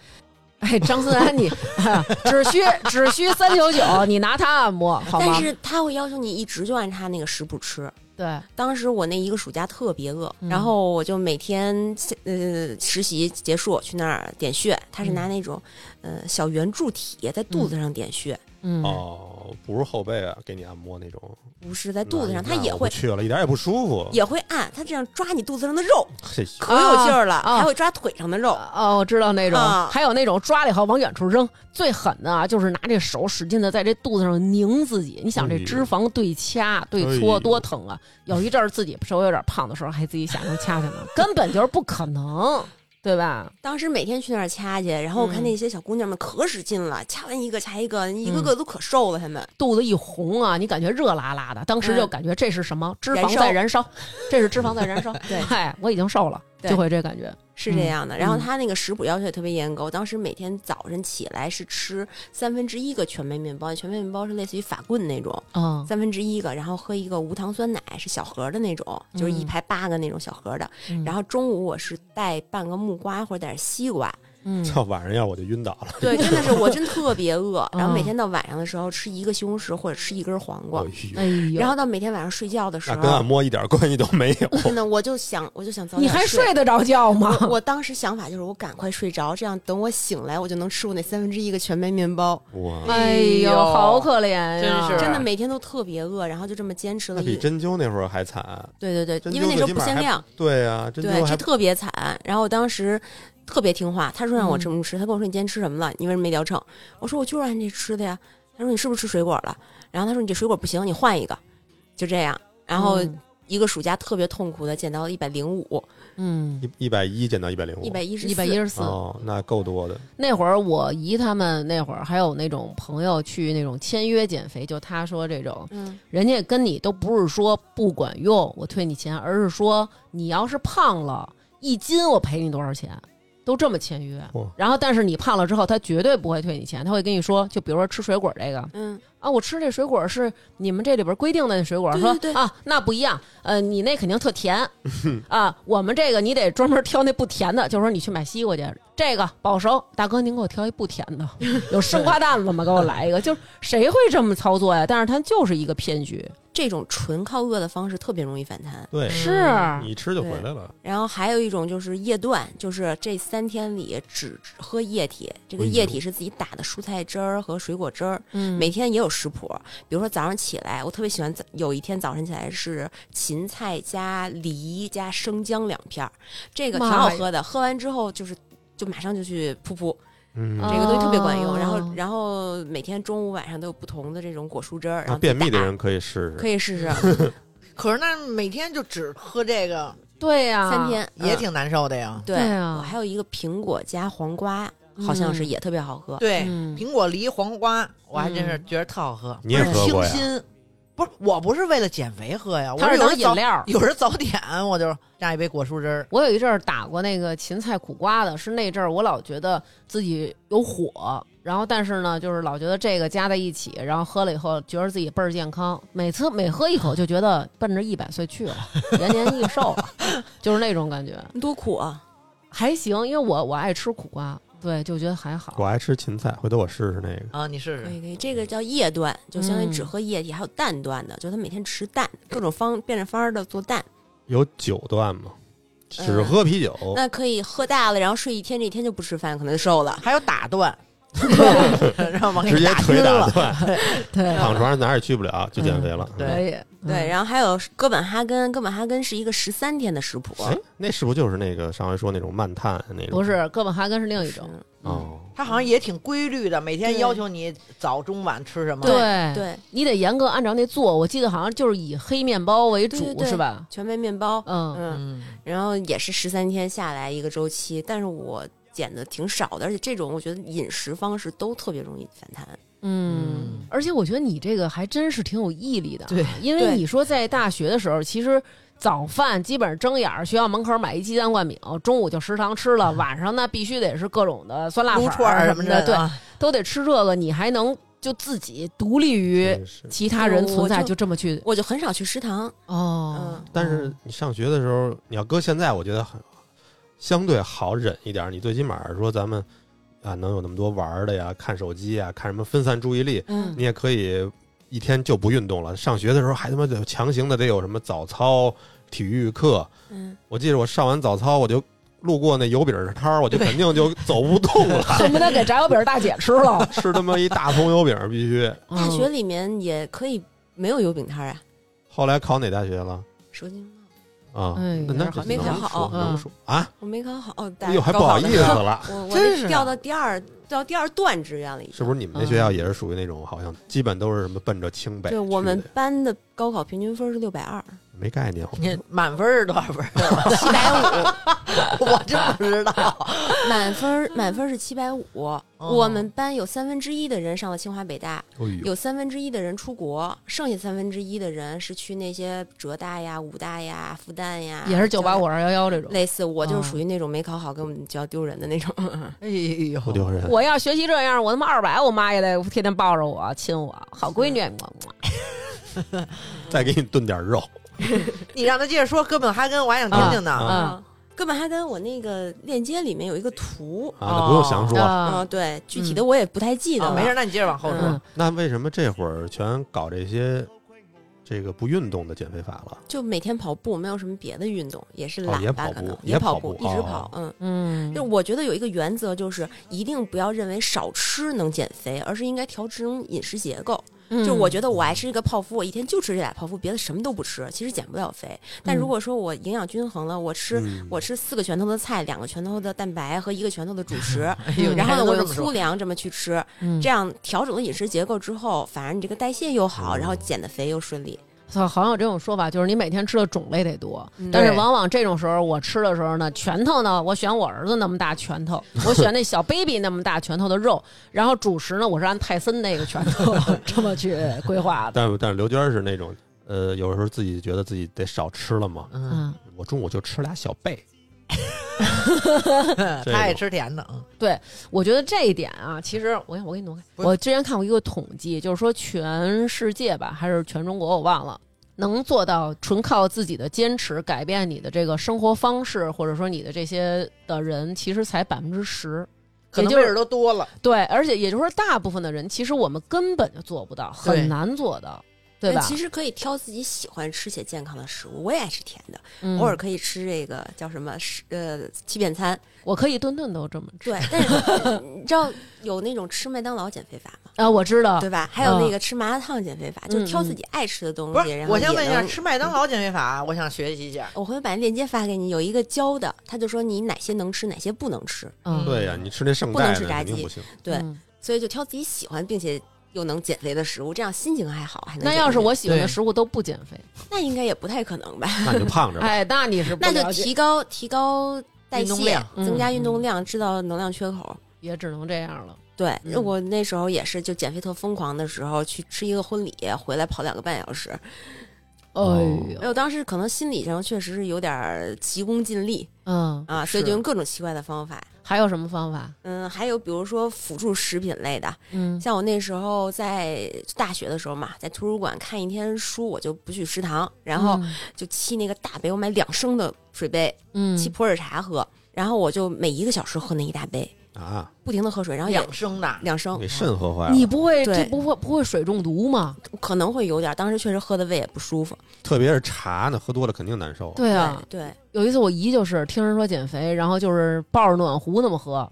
[SPEAKER 3] 哎，张思楠，你啊只需只需三九九，你拿它按摩好吗？
[SPEAKER 2] 但是他会要求你一直就按他那个食谱吃。
[SPEAKER 3] 对，
[SPEAKER 2] 当时我那一个暑假特别饿，
[SPEAKER 3] 嗯
[SPEAKER 2] 然后我就每天呃实习结束去那儿点穴，他是拿那种、呃小圆柱体在肚子上点穴，
[SPEAKER 3] 嗯，
[SPEAKER 1] 哦，不是后背啊，给你按摩那种，
[SPEAKER 2] 不是在肚子上，
[SPEAKER 1] 那
[SPEAKER 2] 他
[SPEAKER 1] 那
[SPEAKER 2] 也
[SPEAKER 1] 我不
[SPEAKER 2] 会
[SPEAKER 1] 去了，一点也不舒服。
[SPEAKER 2] 也会嗯按，他这样抓你肚子上的肉，
[SPEAKER 1] 嘿
[SPEAKER 2] 可有劲儿了，
[SPEAKER 3] 啊
[SPEAKER 2] 还会抓腿上的肉。
[SPEAKER 3] 哦，我知道那种，
[SPEAKER 2] 啊
[SPEAKER 3] 还有那种抓了以后往远处扔，最狠的啊，就是拿这手使劲的在这肚子上拧自己。你想这
[SPEAKER 1] 哎呦
[SPEAKER 3] 脂肪对掐对
[SPEAKER 1] 哎
[SPEAKER 3] 搓
[SPEAKER 1] 呦
[SPEAKER 3] 多疼啊！有一阵儿自己稍微有点胖的时候，还自己想着掐掐呢，根本就是不可能，对吧？
[SPEAKER 2] 当时每天去那儿掐去，然后我
[SPEAKER 3] 嗯
[SPEAKER 2] 看那些小姑娘们可使劲了，掐完一个掐一个，一
[SPEAKER 3] 嗯
[SPEAKER 2] 个个都可瘦了。她们
[SPEAKER 3] 肚子一红啊，你感觉热辣辣的，当时就
[SPEAKER 2] 嗯
[SPEAKER 3] 感觉这是什么？脂
[SPEAKER 2] 燃
[SPEAKER 3] 肪
[SPEAKER 2] 烧
[SPEAKER 3] 在燃烧，这是脂肪 在燃烧。
[SPEAKER 2] 对
[SPEAKER 3] 嗨，我已经瘦了，
[SPEAKER 2] 对
[SPEAKER 3] 就会这感觉。
[SPEAKER 2] 是这样的。
[SPEAKER 3] 嗯
[SPEAKER 2] 然后她那个食谱要求也特别严格，我当时每天早晨起来是吃三分之一个全麦面包，全麦面包是类似于法棍那种，
[SPEAKER 3] 嗯
[SPEAKER 2] 三分之一个，然后喝一个无糖酸奶，是小盒的那种，就是一
[SPEAKER 3] 嗯
[SPEAKER 2] 排八个那种小盒的。
[SPEAKER 3] 嗯
[SPEAKER 2] 然后中午我是带半个木瓜或者带点西 瓜，
[SPEAKER 3] 嗯，
[SPEAKER 1] 到晚上要我就晕倒了。
[SPEAKER 2] 对，真的是我真特别饿，然后每
[SPEAKER 3] 嗯
[SPEAKER 2] 天到晚上的时候吃一个西红柿或者吃一根黄瓜
[SPEAKER 1] 哎，呦
[SPEAKER 3] 哎呦，
[SPEAKER 2] 然后到每天晚上睡觉的时
[SPEAKER 1] 那跟按
[SPEAKER 2] 候，
[SPEAKER 1] 摩一点关系都没 有。
[SPEAKER 2] 真的我就想我就想早
[SPEAKER 3] 你
[SPEAKER 2] 点
[SPEAKER 3] 还
[SPEAKER 2] 睡
[SPEAKER 3] 睡。得着觉吗？
[SPEAKER 2] 我我当时想法就是，我赶快睡着，这样等我醒来，我就能吃我那三分之一个全麦面包。
[SPEAKER 1] 哇，
[SPEAKER 3] 哎呦，
[SPEAKER 4] 哎呦
[SPEAKER 3] 好可怜啊呀！
[SPEAKER 4] 真是
[SPEAKER 2] 真的每天都特别饿，然后就这么坚持
[SPEAKER 1] 那
[SPEAKER 2] 了
[SPEAKER 1] 比
[SPEAKER 2] 一。
[SPEAKER 1] 针灸那会儿还惨。
[SPEAKER 2] 对对对，
[SPEAKER 1] 针
[SPEAKER 2] 因为
[SPEAKER 1] 灸
[SPEAKER 2] 那时
[SPEAKER 1] 最
[SPEAKER 2] 候
[SPEAKER 1] 起
[SPEAKER 2] 不
[SPEAKER 1] 码
[SPEAKER 2] 限
[SPEAKER 1] 还
[SPEAKER 2] 量，
[SPEAKER 1] 对啊，针
[SPEAKER 2] 对
[SPEAKER 1] 灸，还
[SPEAKER 2] 这特别惨。然后我当时特别听话，他说让我
[SPEAKER 3] 嗯
[SPEAKER 2] 这么吃，他跟我说你今天吃什么了？你为什么没聊秤？我说我就是按这吃的呀。他说你是不是吃水果了？然后他说你这水果不行，你换一个。就这样，然后
[SPEAKER 3] 嗯
[SPEAKER 2] 一个暑假特别痛苦的减到了一百零五，
[SPEAKER 3] 嗯，
[SPEAKER 1] 一一百一减到一百零五，
[SPEAKER 2] 一百一十，
[SPEAKER 3] 一百一十四。
[SPEAKER 1] 哦，那够多的。
[SPEAKER 3] 那会儿我姨他们那会儿还有那种朋友去那种签约减肥，就他说这种，
[SPEAKER 2] 嗯，
[SPEAKER 3] 人家跟你都不是说不管用，我退你钱，而是说你要是胖了一斤，我赔你多少钱，都这么签约
[SPEAKER 1] 哇。
[SPEAKER 3] 然后，但是你胖了之后，他绝对不会退你钱，他会跟你说，就比如说吃水果这个，
[SPEAKER 2] 嗯，
[SPEAKER 3] 啊，我吃这水果是你们这里边规定的水果，
[SPEAKER 2] 对
[SPEAKER 3] 说
[SPEAKER 2] 对对
[SPEAKER 3] 啊，那不一样，呃，你那肯定特 甜，啊，我们这个你得专门挑那不甜的，就是说你去买西瓜去，这个保熟，大哥您给我挑一不甜 的，有生瓜蛋子吗？给我来一个，就是谁会这么操作呀？但是它就是一个骗局，
[SPEAKER 2] 这种纯靠饿的方式特别容易反弹。
[SPEAKER 1] 对，
[SPEAKER 3] 是，
[SPEAKER 2] 啊
[SPEAKER 1] 你一吃就回来了。
[SPEAKER 2] 然后还有一种就是液断，就是这三天里只喝液体，这个
[SPEAKER 1] 哎呦
[SPEAKER 2] 液体是自己打的蔬菜汁儿和水果汁儿，
[SPEAKER 3] 嗯
[SPEAKER 2] 每天也有食谱。比如说早上起来，我特别喜欢早有一天早晨起来是芹菜加梨加生姜两片儿，这个挺好喝的。喝完之后就是就马上就去噗噗，
[SPEAKER 1] 嗯，
[SPEAKER 3] 啊
[SPEAKER 2] 这个东西特别管用。然
[SPEAKER 3] 哦
[SPEAKER 2] 后然后每天中午晚上都有不同的这种果蔬汁儿，然
[SPEAKER 1] 那
[SPEAKER 2] 后
[SPEAKER 1] 啊便秘
[SPEAKER 2] 自己
[SPEAKER 1] 的
[SPEAKER 2] 打
[SPEAKER 1] 人可以试
[SPEAKER 2] 可
[SPEAKER 1] 试。
[SPEAKER 2] 以试 试
[SPEAKER 4] 可是那每天就只喝这个，
[SPEAKER 3] 对呀、
[SPEAKER 2] 三天，
[SPEAKER 1] 啊
[SPEAKER 4] 也
[SPEAKER 2] 嗯
[SPEAKER 4] 挺难受的呀。
[SPEAKER 2] 对嗯
[SPEAKER 3] 对啊
[SPEAKER 2] 我还有一个苹果加黄瓜，好像是也特别好喝。
[SPEAKER 4] 对，
[SPEAKER 3] 嗯
[SPEAKER 4] 苹果、梨、黄瓜，我还真是觉得特好喝。
[SPEAKER 1] 你也
[SPEAKER 4] 不是
[SPEAKER 1] 喝过
[SPEAKER 4] 清
[SPEAKER 1] 呀
[SPEAKER 4] 新，不是，我不是为了减肥喝呀，我
[SPEAKER 3] 它是
[SPEAKER 4] 有
[SPEAKER 3] 当
[SPEAKER 4] 时
[SPEAKER 3] 饮
[SPEAKER 4] 早
[SPEAKER 3] 料。
[SPEAKER 4] 有时早点我就榨一杯果蔬汁儿。
[SPEAKER 3] 我有一阵儿打过那个芹菜苦瓜的，是那阵儿我老觉得自己有火，然后但是呢，就是老觉得这个加在一起，然后喝了以后觉得自己倍儿健康，每次每喝一口就觉得奔着一百岁去了，延年益寿了， 就是那种感觉。
[SPEAKER 2] 多苦啊！
[SPEAKER 3] 还行，因为我我爱吃苦瓜，对，就觉得还好。
[SPEAKER 1] 我爱吃芹菜，回头我试试那个。
[SPEAKER 4] 啊，你试
[SPEAKER 2] 可
[SPEAKER 4] 试。
[SPEAKER 2] 以可以，这个叫液断，就相当于只喝液体，还有蛋断的，就他每天吃蛋，各种方变着法儿的做蛋。
[SPEAKER 1] 有酒段吗？只
[SPEAKER 2] 嗯
[SPEAKER 1] 喝啤酒，
[SPEAKER 2] 那可以喝大了，然后睡一天，这一天就不吃饭，可能就瘦了。
[SPEAKER 4] 还有打 断，让我给
[SPEAKER 1] 直
[SPEAKER 4] 你
[SPEAKER 1] 接
[SPEAKER 4] 打晕
[SPEAKER 1] 腿打
[SPEAKER 4] 了。
[SPEAKER 1] 断，
[SPEAKER 3] 对，
[SPEAKER 1] 躺床上哪儿也去不了，就减肥了。嗯
[SPEAKER 4] 对
[SPEAKER 3] 可以。
[SPEAKER 2] 嗯对，然后还有哥本哈根，哥本哈根是一个十三天的食谱，
[SPEAKER 1] 哎，那是不是就是那个上回说那种慢碳那种？
[SPEAKER 3] 不是哥本哈根是另一种，
[SPEAKER 2] 嗯
[SPEAKER 1] 哦，
[SPEAKER 4] 他好像也挺规律的，每天
[SPEAKER 2] 对
[SPEAKER 4] 要求你早中晚吃什么。
[SPEAKER 3] 对
[SPEAKER 2] 对，
[SPEAKER 3] 你得严格按照那做。我记得好像就是以黑面包为主，
[SPEAKER 2] 对对对
[SPEAKER 3] 是吧？
[SPEAKER 2] 全麦面包，
[SPEAKER 3] 嗯，
[SPEAKER 2] 嗯，
[SPEAKER 4] 嗯，
[SPEAKER 2] 然后也是十三天下来一个周期，但是我减的挺少的，而且这种我觉得饮食方式都特别容易反弹。
[SPEAKER 3] 嗯，而且我觉得你这个还真是挺有毅力的，啊
[SPEAKER 4] 对，
[SPEAKER 3] 因为
[SPEAKER 2] 对
[SPEAKER 3] 你说在大学的时候，其实早饭基本上睁眼儿，学校门口买一鸡蛋灌饼，中午就食堂吃了，晚上呢必须得是各种的酸辣粉
[SPEAKER 4] 撸
[SPEAKER 3] 儿
[SPEAKER 4] 啊串儿
[SPEAKER 3] 什
[SPEAKER 4] 什
[SPEAKER 3] 么
[SPEAKER 4] 么
[SPEAKER 3] 的，
[SPEAKER 4] 的，
[SPEAKER 3] 对，
[SPEAKER 4] 啊
[SPEAKER 3] 都得吃这个，你还能就自己独立于
[SPEAKER 1] 真是。
[SPEAKER 3] 其他人存在，
[SPEAKER 2] 我就
[SPEAKER 3] 就这么去
[SPEAKER 2] 我就很少去食堂，
[SPEAKER 3] 哦
[SPEAKER 2] 嗯。
[SPEAKER 1] 但是你上学的时候，你要搁现在，我觉得很相对好忍一点儿。你最起码说咱们啊，能有那么多玩儿的呀，看手机呀，看什么分散注意力，
[SPEAKER 3] 嗯
[SPEAKER 1] 你也可以一天就不运动了。上学的时候还他妈得强行的得有什么早操、体育课。
[SPEAKER 2] 嗯，
[SPEAKER 1] 我记得我上完早操，我就路过那油饼儿摊儿，我就肯定就走不动了，
[SPEAKER 3] 恨不得给炸油饼大姐吃 了。
[SPEAKER 1] 吃他妈一大桶油饼儿必须。
[SPEAKER 4] 啊
[SPEAKER 2] 大学里面也可以没有油饼摊儿啊，
[SPEAKER 1] 后来考哪大学了？
[SPEAKER 2] 蛇精庙
[SPEAKER 1] 啊，
[SPEAKER 3] 哎
[SPEAKER 1] 那那
[SPEAKER 3] 有点好
[SPEAKER 1] 这能
[SPEAKER 2] 没考好
[SPEAKER 1] 说能
[SPEAKER 3] 嗯
[SPEAKER 1] 说啊？
[SPEAKER 2] 我没考 好，哦，
[SPEAKER 1] 哎呦，还不好意思， 了。
[SPEAKER 2] 我我
[SPEAKER 4] 真是
[SPEAKER 2] 得掉到第二到第二段志愿了，已
[SPEAKER 1] 是
[SPEAKER 2] 经
[SPEAKER 1] 不。是你们那学校也是属于那种好像基本都是什么奔着清北去
[SPEAKER 2] 对
[SPEAKER 1] 的？
[SPEAKER 2] 嗯我们班的高考平均分是六百二，
[SPEAKER 1] 没概念，哦
[SPEAKER 4] 你啊满分是多少分？
[SPEAKER 2] 七百五，
[SPEAKER 4] 我真不知道。
[SPEAKER 2] 满分儿满分是七百五。我们班有三分之一的人上了清华北大，
[SPEAKER 1] 哎呦，
[SPEAKER 2] 有三分之一的人出国，剩下三分之一的人是去那些浙大呀、武大呀、复旦呀，
[SPEAKER 3] 嗯也是九八
[SPEAKER 2] 交
[SPEAKER 3] 五
[SPEAKER 2] 大。
[SPEAKER 3] 二幺幺这种。
[SPEAKER 2] 类似，我就是
[SPEAKER 3] 嗯
[SPEAKER 2] 属于那种没考好给我们学校丢人的那种。
[SPEAKER 4] 哎呦，
[SPEAKER 1] 不丢人。
[SPEAKER 3] 我要学习这样，我他妈二百，我妈也得天天抱着我亲我，好闺
[SPEAKER 4] 嗯
[SPEAKER 3] 女。我
[SPEAKER 1] 再给你炖点肉，
[SPEAKER 4] 你让他接着说哥本哈根，我还想听听呢。
[SPEAKER 1] 啊
[SPEAKER 3] 啊，
[SPEAKER 2] 哥本哈根，我那个链接里面有一个图，
[SPEAKER 1] 啊，那不用详说了。
[SPEAKER 2] 啊，
[SPEAKER 3] 啊，
[SPEAKER 2] 对，具体
[SPEAKER 3] 嗯
[SPEAKER 2] 的我也不太记得
[SPEAKER 4] 啊
[SPEAKER 2] 了。
[SPEAKER 4] 没事，那你接着往后
[SPEAKER 3] 嗯
[SPEAKER 4] 说。，
[SPEAKER 1] 那为什么这会儿全搞这些这个不运动的减肥法了？
[SPEAKER 2] 就每天跑步，没有什么别的运动，也是
[SPEAKER 1] 哦
[SPEAKER 2] 懒
[SPEAKER 1] 也
[SPEAKER 2] 吧，
[SPEAKER 1] 跑
[SPEAKER 2] 可
[SPEAKER 1] 步
[SPEAKER 2] 能
[SPEAKER 1] 也跑
[SPEAKER 2] 跑
[SPEAKER 1] 步
[SPEAKER 2] 一直
[SPEAKER 1] 哦
[SPEAKER 2] 跑，嗯。
[SPEAKER 3] 嗯，
[SPEAKER 2] 就我觉得有一个原则，就是一定不要认为少吃能减肥，而是应该调整饮食结构。就
[SPEAKER 4] 嗯
[SPEAKER 2] 我觉得我爱吃这个泡芙，我一天就吃这俩泡芙，别的什么都不吃，其实减不了肥。但
[SPEAKER 4] 嗯
[SPEAKER 2] 如果说我营养均衡了，我吃、
[SPEAKER 1] 嗯
[SPEAKER 2] 我吃四个拳头的菜，两个拳头的蛋白和一个拳头的主食，
[SPEAKER 4] 哎呦，
[SPEAKER 2] 然后呢，
[SPEAKER 4] 你
[SPEAKER 2] 我
[SPEAKER 4] 还能
[SPEAKER 2] 用
[SPEAKER 4] 这么说
[SPEAKER 2] 粗粮这么去吃，
[SPEAKER 3] 嗯
[SPEAKER 2] 这样调整了饮食结构之后，反而你这个代谢又好，
[SPEAKER 4] 嗯
[SPEAKER 2] 然后减的肥又顺利。
[SPEAKER 3] 操，好像有这种说法，就是你每天吃的种类得多，但是
[SPEAKER 4] 对
[SPEAKER 3] 往往这种时候，我吃的时候呢，拳头呢，我选我儿子那么大拳 头，我选那小 baby 那么大拳头的肉，然后主食呢，我是按泰森那个拳头 这么去规划的。
[SPEAKER 1] 但但是刘娟是那种，呃，有时候自己觉得自己得少吃了嘛。
[SPEAKER 4] 嗯，
[SPEAKER 3] 嗯，
[SPEAKER 1] 我中午就吃俩小 贝，
[SPEAKER 4] 他爱吃甜的，嗯
[SPEAKER 3] 我觉得这一点啊，其实我我给你挪开。
[SPEAKER 4] 不是
[SPEAKER 3] 我之前看过一个统计，就是说全世界吧，还是全中国，我忘了，能做到纯靠自己的坚持改变你的这个生活方式，或者说你的这些的人，其实才百分之十，
[SPEAKER 4] 可
[SPEAKER 3] 也
[SPEAKER 4] 能
[SPEAKER 3] 就
[SPEAKER 4] 味
[SPEAKER 3] 是
[SPEAKER 4] 儿都多了。
[SPEAKER 3] 对，而且也就是说，大部分的人其实我们根本就做不到，
[SPEAKER 4] 对
[SPEAKER 3] 很难做到，对吧
[SPEAKER 2] 但？其实可以挑自己喜欢吃且健康的食物，我也爱吃甜的，
[SPEAKER 3] 嗯
[SPEAKER 2] 偶尔可以吃这个叫什么是呃欺骗餐。
[SPEAKER 3] 我可以顿顿都这么吃
[SPEAKER 2] 对， 但是你知道有那种吃麦当劳减肥法吗？
[SPEAKER 3] 啊，我知道
[SPEAKER 2] 对吧？还有那个吃麻辣烫减肥法，就是挑自己爱吃的东
[SPEAKER 4] 不
[SPEAKER 2] 西。
[SPEAKER 4] 是
[SPEAKER 2] 然，后
[SPEAKER 4] 我先
[SPEAKER 2] 也
[SPEAKER 4] 问一下，
[SPEAKER 2] 能
[SPEAKER 4] 吃麦当劳减肥法，我想学习一下。
[SPEAKER 2] 我会把链接发给你，有一个教的，他就说你哪些能吃，哪些不能吃。
[SPEAKER 3] 嗯，
[SPEAKER 1] 对呀、你吃那圣
[SPEAKER 2] 不能
[SPEAKER 1] 代
[SPEAKER 2] 吃
[SPEAKER 1] 的
[SPEAKER 2] 炸
[SPEAKER 1] 肯定
[SPEAKER 2] 鸡
[SPEAKER 1] 不行。
[SPEAKER 2] 对，
[SPEAKER 3] 嗯
[SPEAKER 2] 所以就挑自己喜欢并且又能减肥的食物，这样心情还好。还能
[SPEAKER 3] 那
[SPEAKER 2] 减
[SPEAKER 3] 要是
[SPEAKER 2] 肥
[SPEAKER 3] 我喜欢的
[SPEAKER 4] 对
[SPEAKER 3] 食物都不减肥，
[SPEAKER 2] 那应该也不太可能吧？
[SPEAKER 1] 那你就胖着吧。
[SPEAKER 3] 哎，那你是不
[SPEAKER 2] 那
[SPEAKER 3] 了
[SPEAKER 2] 就
[SPEAKER 3] 解
[SPEAKER 2] 提高提高代
[SPEAKER 4] 运动
[SPEAKER 2] 谢
[SPEAKER 4] 量，
[SPEAKER 3] 嗯
[SPEAKER 2] 增加运动量，制造能量缺口。
[SPEAKER 3] 也只能这样了。
[SPEAKER 2] 对，
[SPEAKER 3] 嗯
[SPEAKER 2] 我那时候也是，就减肥特疯狂的时候，去吃一个婚礼，回来跑两个半小时。
[SPEAKER 1] 哦
[SPEAKER 3] 哎
[SPEAKER 2] 哎，
[SPEAKER 3] 呦，
[SPEAKER 2] 我当时可能心理上确实是有点儿急功近利
[SPEAKER 3] 嗯，
[SPEAKER 2] 啊，所以就用各种奇怪的方法。
[SPEAKER 3] 还有什么方法？
[SPEAKER 2] 嗯，还有比如说辅助食品类的，
[SPEAKER 3] 嗯
[SPEAKER 2] 像我那时候在大学的时候嘛，在图书馆看一天书，我就不去食堂，然后就沏那个大杯，我买两升的水杯，
[SPEAKER 3] 嗯，
[SPEAKER 2] 沏普洱茶喝，然后我就每一个小时喝那一大杯，
[SPEAKER 1] 啊，
[SPEAKER 2] 不停的喝水，然后也
[SPEAKER 4] 养生的，
[SPEAKER 2] 两升
[SPEAKER 1] 给肾喝
[SPEAKER 2] 哎
[SPEAKER 1] 坏了。
[SPEAKER 3] 你不会这
[SPEAKER 2] 对
[SPEAKER 3] 不会不会水中毒吗？
[SPEAKER 2] 可能会有点儿，当时确实喝的胃也不舒服。
[SPEAKER 1] 特别是茶呢，喝多了肯定难受。
[SPEAKER 3] 对啊，
[SPEAKER 2] 对，
[SPEAKER 3] 有一次我姨就是听人说减肥，然后就是抱着暖壶那么喝，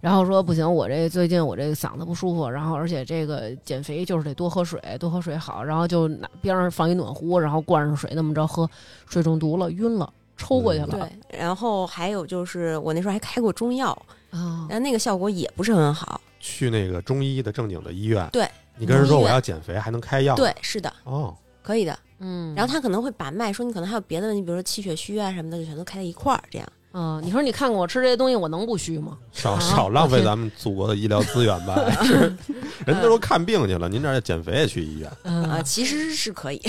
[SPEAKER 3] 然后说不行，我这最近我这嗓子不舒服，然后而且这个减肥就是得多喝水，多喝水好，然后就拿边上放一暖壶，然后灌上水那么着喝，水中毒了，晕了，抽过去了。
[SPEAKER 2] 对对，然后还有就是我那时候还开过中药，
[SPEAKER 3] 啊
[SPEAKER 2] 然后那个效果也不是很好。
[SPEAKER 1] 去那个中医的正经的医院，
[SPEAKER 2] 对，
[SPEAKER 1] 你跟人说
[SPEAKER 2] 中医
[SPEAKER 1] 我
[SPEAKER 2] 院
[SPEAKER 1] 要减肥，还能开药。，
[SPEAKER 2] 对，是的，
[SPEAKER 1] 哦，
[SPEAKER 2] 可以的。
[SPEAKER 3] 嗯，
[SPEAKER 2] 然后他可能会把脉说你可能还有别的问题，比如说气血虚啊什么的，就全都开在一块儿这样。
[SPEAKER 3] 嗯，你说你看看我吃这些东西，我能不虚吗？
[SPEAKER 1] 少
[SPEAKER 3] 啊
[SPEAKER 1] 少浪
[SPEAKER 3] 我
[SPEAKER 1] 费
[SPEAKER 3] 去
[SPEAKER 1] 咱们祖国的医疗资源 吧。是，人都说看病去了，您这儿减肥也去医院，
[SPEAKER 3] 嗯
[SPEAKER 2] 啊，其实是可以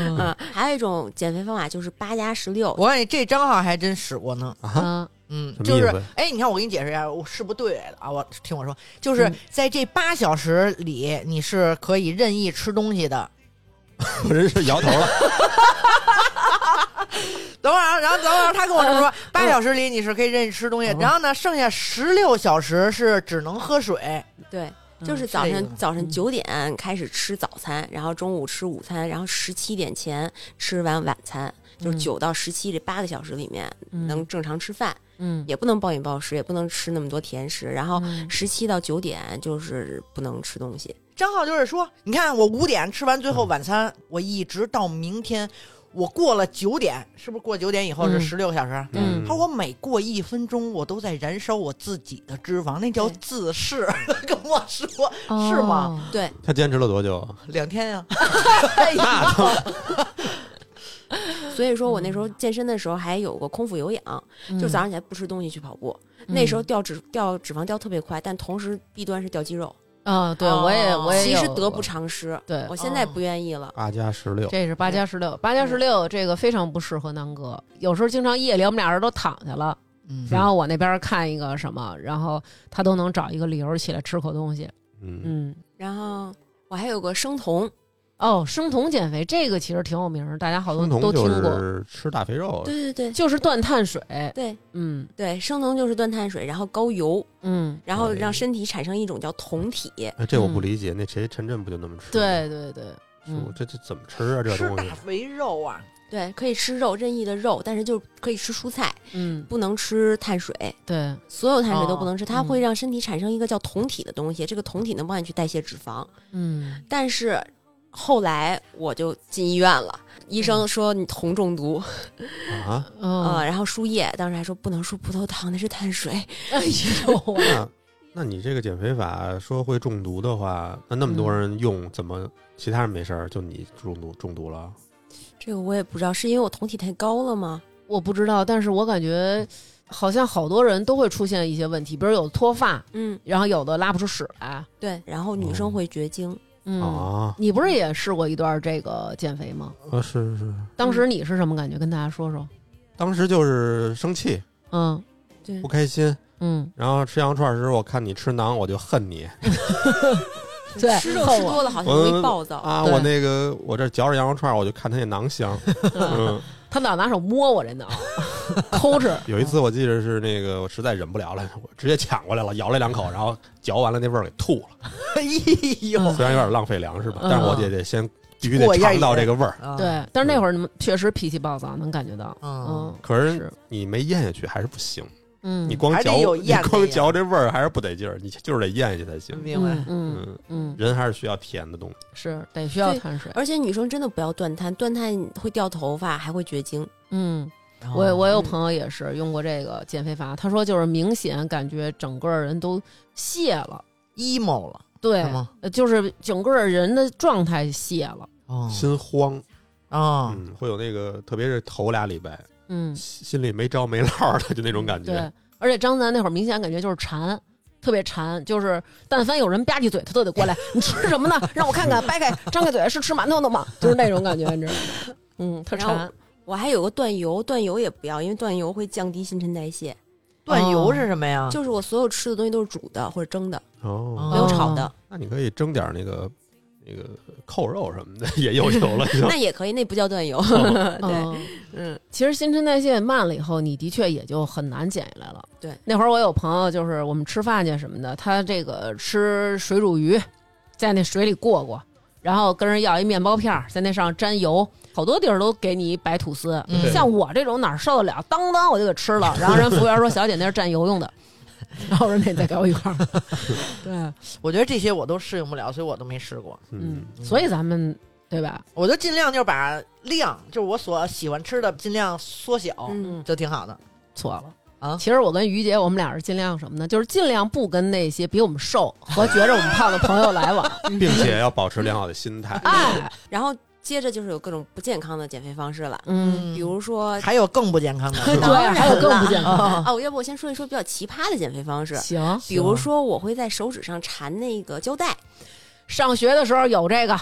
[SPEAKER 3] 嗯
[SPEAKER 2] 啊。还有一种减肥方法就是八加十六，
[SPEAKER 4] 我告诉你，这张浩还真使过呢。
[SPEAKER 1] 啊，
[SPEAKER 3] 嗯，
[SPEAKER 4] 嗯，
[SPEAKER 1] 什么
[SPEAKER 4] 就
[SPEAKER 1] 意
[SPEAKER 4] 是
[SPEAKER 1] 思，
[SPEAKER 4] 哎，你看我给你解释一下，我是不对的啊。我听我说，就是
[SPEAKER 3] 嗯
[SPEAKER 4] 在这八小时里，你是可以任意吃东西的。
[SPEAKER 1] 我这是摇头了。
[SPEAKER 4] 等会儿啊，然后等会儿他跟我这么说，八小时里你是可以任意吃东西，
[SPEAKER 3] 嗯
[SPEAKER 4] 然后呢，剩下十六小时是只能喝水。
[SPEAKER 2] 对，就是
[SPEAKER 4] 嗯
[SPEAKER 2] 早
[SPEAKER 4] 这
[SPEAKER 2] 上、
[SPEAKER 4] 个
[SPEAKER 2] 早上
[SPEAKER 3] 嗯
[SPEAKER 2] 九点开始吃早餐，然后中午吃午餐，然后十七点前吃完晚餐，就是
[SPEAKER 3] 嗯
[SPEAKER 2] 九到十七这八个小时里面能正常吃饭，
[SPEAKER 3] 嗯
[SPEAKER 2] 也不能暴饮暴食，也不能吃那么多甜食，然后
[SPEAKER 3] 嗯
[SPEAKER 2] 十七到九点就是不能吃东西。
[SPEAKER 4] 张浩就是说，你看我五点吃完最后晚餐，我一直到明天，我过了九点，是不是过九点以后是
[SPEAKER 3] 嗯
[SPEAKER 4] 十六小时？
[SPEAKER 3] 嗯
[SPEAKER 4] 他说我每过一分钟，我都在燃烧我自己的脂肪，那叫
[SPEAKER 2] 对
[SPEAKER 4] 自噬。 跟我说是吗？？
[SPEAKER 3] 哦
[SPEAKER 2] 对，
[SPEAKER 1] 他坚持了多久啊？
[SPEAKER 4] 两天 呀、
[SPEAKER 1] 那他
[SPEAKER 2] 所以说我那时
[SPEAKER 3] 嗯
[SPEAKER 2] 候健身的时候还有过空腹有氧，就早上起来不吃东西去跑步，
[SPEAKER 3] 嗯
[SPEAKER 2] 那时候掉脂掉脂肪掉特别快，但同时弊端是掉肌肉，哦
[SPEAKER 3] 啊，对我也我也
[SPEAKER 2] 其实
[SPEAKER 3] 有
[SPEAKER 2] 得
[SPEAKER 3] 过
[SPEAKER 2] 不偿失。
[SPEAKER 3] 对哦嗯
[SPEAKER 2] 我现在不嗯愿意了。
[SPEAKER 1] 八加十六，
[SPEAKER 3] 这是八加十六，八加十六这个非常不适合南哥。有时候经常夜里我们俩人都躺下了，
[SPEAKER 4] 嗯
[SPEAKER 3] 然后我那边看一个什么，然后他都能找一个理由起来吃口东西。
[SPEAKER 1] 嗯，
[SPEAKER 3] 嗯，
[SPEAKER 2] 然后我还有个生酮，
[SPEAKER 3] 哦，生酮减肥这个其实挺有名儿，大家好多
[SPEAKER 1] 生
[SPEAKER 3] 都
[SPEAKER 1] 酮
[SPEAKER 3] 听
[SPEAKER 1] 就
[SPEAKER 3] 过，
[SPEAKER 1] 是吃大肥肉，
[SPEAKER 2] 对对对
[SPEAKER 3] 就是断碳水。
[SPEAKER 2] 对
[SPEAKER 3] 嗯
[SPEAKER 2] 对，生酮就是断碳水，然后高油，
[SPEAKER 3] 嗯，
[SPEAKER 2] 然后
[SPEAKER 1] 哎
[SPEAKER 2] 让身体产生一种叫酮体。
[SPEAKER 1] 哎，这我不
[SPEAKER 3] 嗯
[SPEAKER 1] 理解，那谁陈震不就那么吃？，
[SPEAKER 3] 对对对，
[SPEAKER 1] 是我
[SPEAKER 3] 嗯
[SPEAKER 1] 这这怎么吃啊？这
[SPEAKER 4] 吃
[SPEAKER 1] 东西
[SPEAKER 4] 大肥肉啊，
[SPEAKER 2] 对，可以吃肉，任意的肉，但是就可以吃蔬菜，
[SPEAKER 3] 嗯
[SPEAKER 2] 不能吃碳水，
[SPEAKER 3] 对，
[SPEAKER 2] 所有碳水都不能吃，
[SPEAKER 3] 哦
[SPEAKER 2] 它
[SPEAKER 3] 嗯
[SPEAKER 2] 会让身体产生一个叫酮体的东西，这个酮体能帮你去代谢脂肪。
[SPEAKER 3] 嗯
[SPEAKER 2] 但是后来我就进医院了，医生说你酮中毒
[SPEAKER 1] 啊？
[SPEAKER 2] 啊、
[SPEAKER 3] 嗯，
[SPEAKER 2] 然后输液，当时还说不能输葡萄糖，那是碳水。
[SPEAKER 3] 哎 呦，
[SPEAKER 1] 那那你这个减肥法说会中毒的话，那那么多人用，
[SPEAKER 3] 嗯
[SPEAKER 1] 怎么其他人没事儿，就你中毒中毒了？
[SPEAKER 2] 这个我也不知道，是因为我酮体太高了吗？
[SPEAKER 3] 我不知道，但是我感觉好像好多人都会出现一些问题，比如有的脱发，
[SPEAKER 2] 嗯，
[SPEAKER 3] 然后有的拉不出屎来。
[SPEAKER 2] 对。然后女生会绝经，
[SPEAKER 3] 嗯，
[SPEAKER 1] 啊，
[SPEAKER 3] 你不是也试过一段这个减肥吗？
[SPEAKER 1] 啊是是是，
[SPEAKER 3] 当时你是什么感觉？跟大家说说。
[SPEAKER 1] 当时就是生气
[SPEAKER 3] 嗯
[SPEAKER 2] 对
[SPEAKER 1] 不，开心，
[SPEAKER 3] 嗯，
[SPEAKER 1] 然后吃羊肉串儿时，我看你吃馕，我就恨你
[SPEAKER 3] 对，
[SPEAKER 2] 吃肉吃多了好像容易暴躁。
[SPEAKER 1] 啊！
[SPEAKER 3] 对
[SPEAKER 1] 我那个我这嚼着羊肉串儿，我就看他那馕 香。
[SPEAKER 3] 嗯
[SPEAKER 1] 嗯，
[SPEAKER 3] 他老拿手摸我这脑， 抠着。
[SPEAKER 1] 有一次我记得是那个我实在忍不了了，我直接抢过来了，咬了两口，然后嚼完了那味儿给吐了。
[SPEAKER 4] 哎呦，
[SPEAKER 1] 虽然有点浪费粮食吧，
[SPEAKER 3] 嗯
[SPEAKER 1] 但是我也得先必须
[SPEAKER 4] 过
[SPEAKER 1] 得
[SPEAKER 4] 一下
[SPEAKER 1] 尝到这个味儿。
[SPEAKER 4] 啊，
[SPEAKER 3] 对，但是那会儿你们确实脾气暴躁，能感觉到。
[SPEAKER 4] 嗯
[SPEAKER 3] 嗯，
[SPEAKER 1] 可是
[SPEAKER 3] 是
[SPEAKER 1] 你没咽下去还是不行，
[SPEAKER 3] 嗯，
[SPEAKER 1] 你光
[SPEAKER 4] 还得
[SPEAKER 1] 嚼
[SPEAKER 4] 有
[SPEAKER 1] 你
[SPEAKER 4] 咽的
[SPEAKER 1] 光
[SPEAKER 4] 呀
[SPEAKER 1] 嚼这味儿还是不得劲儿，你就是得咽下去才行。
[SPEAKER 4] 明白。
[SPEAKER 3] 嗯
[SPEAKER 1] 嗯，
[SPEAKER 3] 嗯嗯，
[SPEAKER 1] 人还是需要甜的东西。
[SPEAKER 3] 是得需要碳水。
[SPEAKER 2] 而且女生真的不要断碳，断碳会掉头发，还会绝经。
[SPEAKER 3] 嗯，
[SPEAKER 4] 啊
[SPEAKER 3] 我我有
[SPEAKER 2] 嗯
[SPEAKER 3] 朋友也是用过这个减肥法，他说就是明显感觉整个人都泄了，
[SPEAKER 4] emo 了，
[SPEAKER 3] 对
[SPEAKER 4] 是，吗？
[SPEAKER 3] 呃就是整个人的状态泄了。
[SPEAKER 4] 哦
[SPEAKER 1] 心慌，
[SPEAKER 4] 啊，
[SPEAKER 1] 嗯，会有那个，特别是头俩礼拜，
[SPEAKER 3] 嗯，
[SPEAKER 1] 心心里没着没落的，就那种感觉。
[SPEAKER 3] 对，而且张楠那会儿明显感觉就是馋。特别馋，就是但凡有人吧唧嘴，他都得过来。你吃什么呢？让我看看，掰开，张开嘴，是吃馒头的吗？就是那种感觉，你知道吗？嗯，特
[SPEAKER 2] 然后
[SPEAKER 3] 馋。
[SPEAKER 2] 我还有个断油，断油也不要，因为断油会降低新陈代谢。
[SPEAKER 4] 断油是什么呀？
[SPEAKER 2] 就是我所有吃的东西都是煮的或者蒸的，
[SPEAKER 1] 哦
[SPEAKER 2] 没，有炒的，
[SPEAKER 1] 那你可以蒸点那个那个扣肉什么的， 也有油了就。
[SPEAKER 2] 那也可以，那不叫断油。 对，
[SPEAKER 3] 嗯，
[SPEAKER 2] 嗯，
[SPEAKER 3] 其实新陈代谢慢了以后，你的确也就很难减下来了。
[SPEAKER 2] 对，
[SPEAKER 3] 那会儿我有朋友，就是我们吃饭去什么的，他这个吃水煮鱼，在那水里过过，然后跟人要一面包片儿，在那上沾油，好多地儿都给你一白吐司。
[SPEAKER 1] 对
[SPEAKER 3] 像我这种哪儿受得了，当当我就给吃了。然后人服务员说：“小姐，那是蘸油用的。” 然后我说：“那你再给我一块儿。”对，
[SPEAKER 4] 我觉得这些我都适应不了，所以我都没试过。
[SPEAKER 3] 嗯
[SPEAKER 1] 嗯，，
[SPEAKER 3] 所以咱们对吧？
[SPEAKER 4] 我就尽量就是把量，就是我所喜欢吃的尽量缩小，
[SPEAKER 2] 嗯
[SPEAKER 4] 就挺好的。
[SPEAKER 3] 错了
[SPEAKER 4] 啊
[SPEAKER 3] 其实我跟于姐，我们俩是尽量什么呢？就是尽量不跟那些比我们瘦和觉着我们胖的朋友来往。
[SPEAKER 1] 嗯并且要保持良好的心态。
[SPEAKER 3] 哎，
[SPEAKER 2] 然后接着就是有各种不健康的减肥方式了，
[SPEAKER 3] 嗯，
[SPEAKER 2] 比如说
[SPEAKER 4] 还有更不健 康的，
[SPEAKER 3] 对，
[SPEAKER 4] 是吧
[SPEAKER 3] 还有更不健康。
[SPEAKER 2] 哦，要不我先说一说比较奇葩的减肥方式，
[SPEAKER 3] 行，
[SPEAKER 2] 比如说我会在手指上缠那个胶带，
[SPEAKER 3] 上学的时候有这个，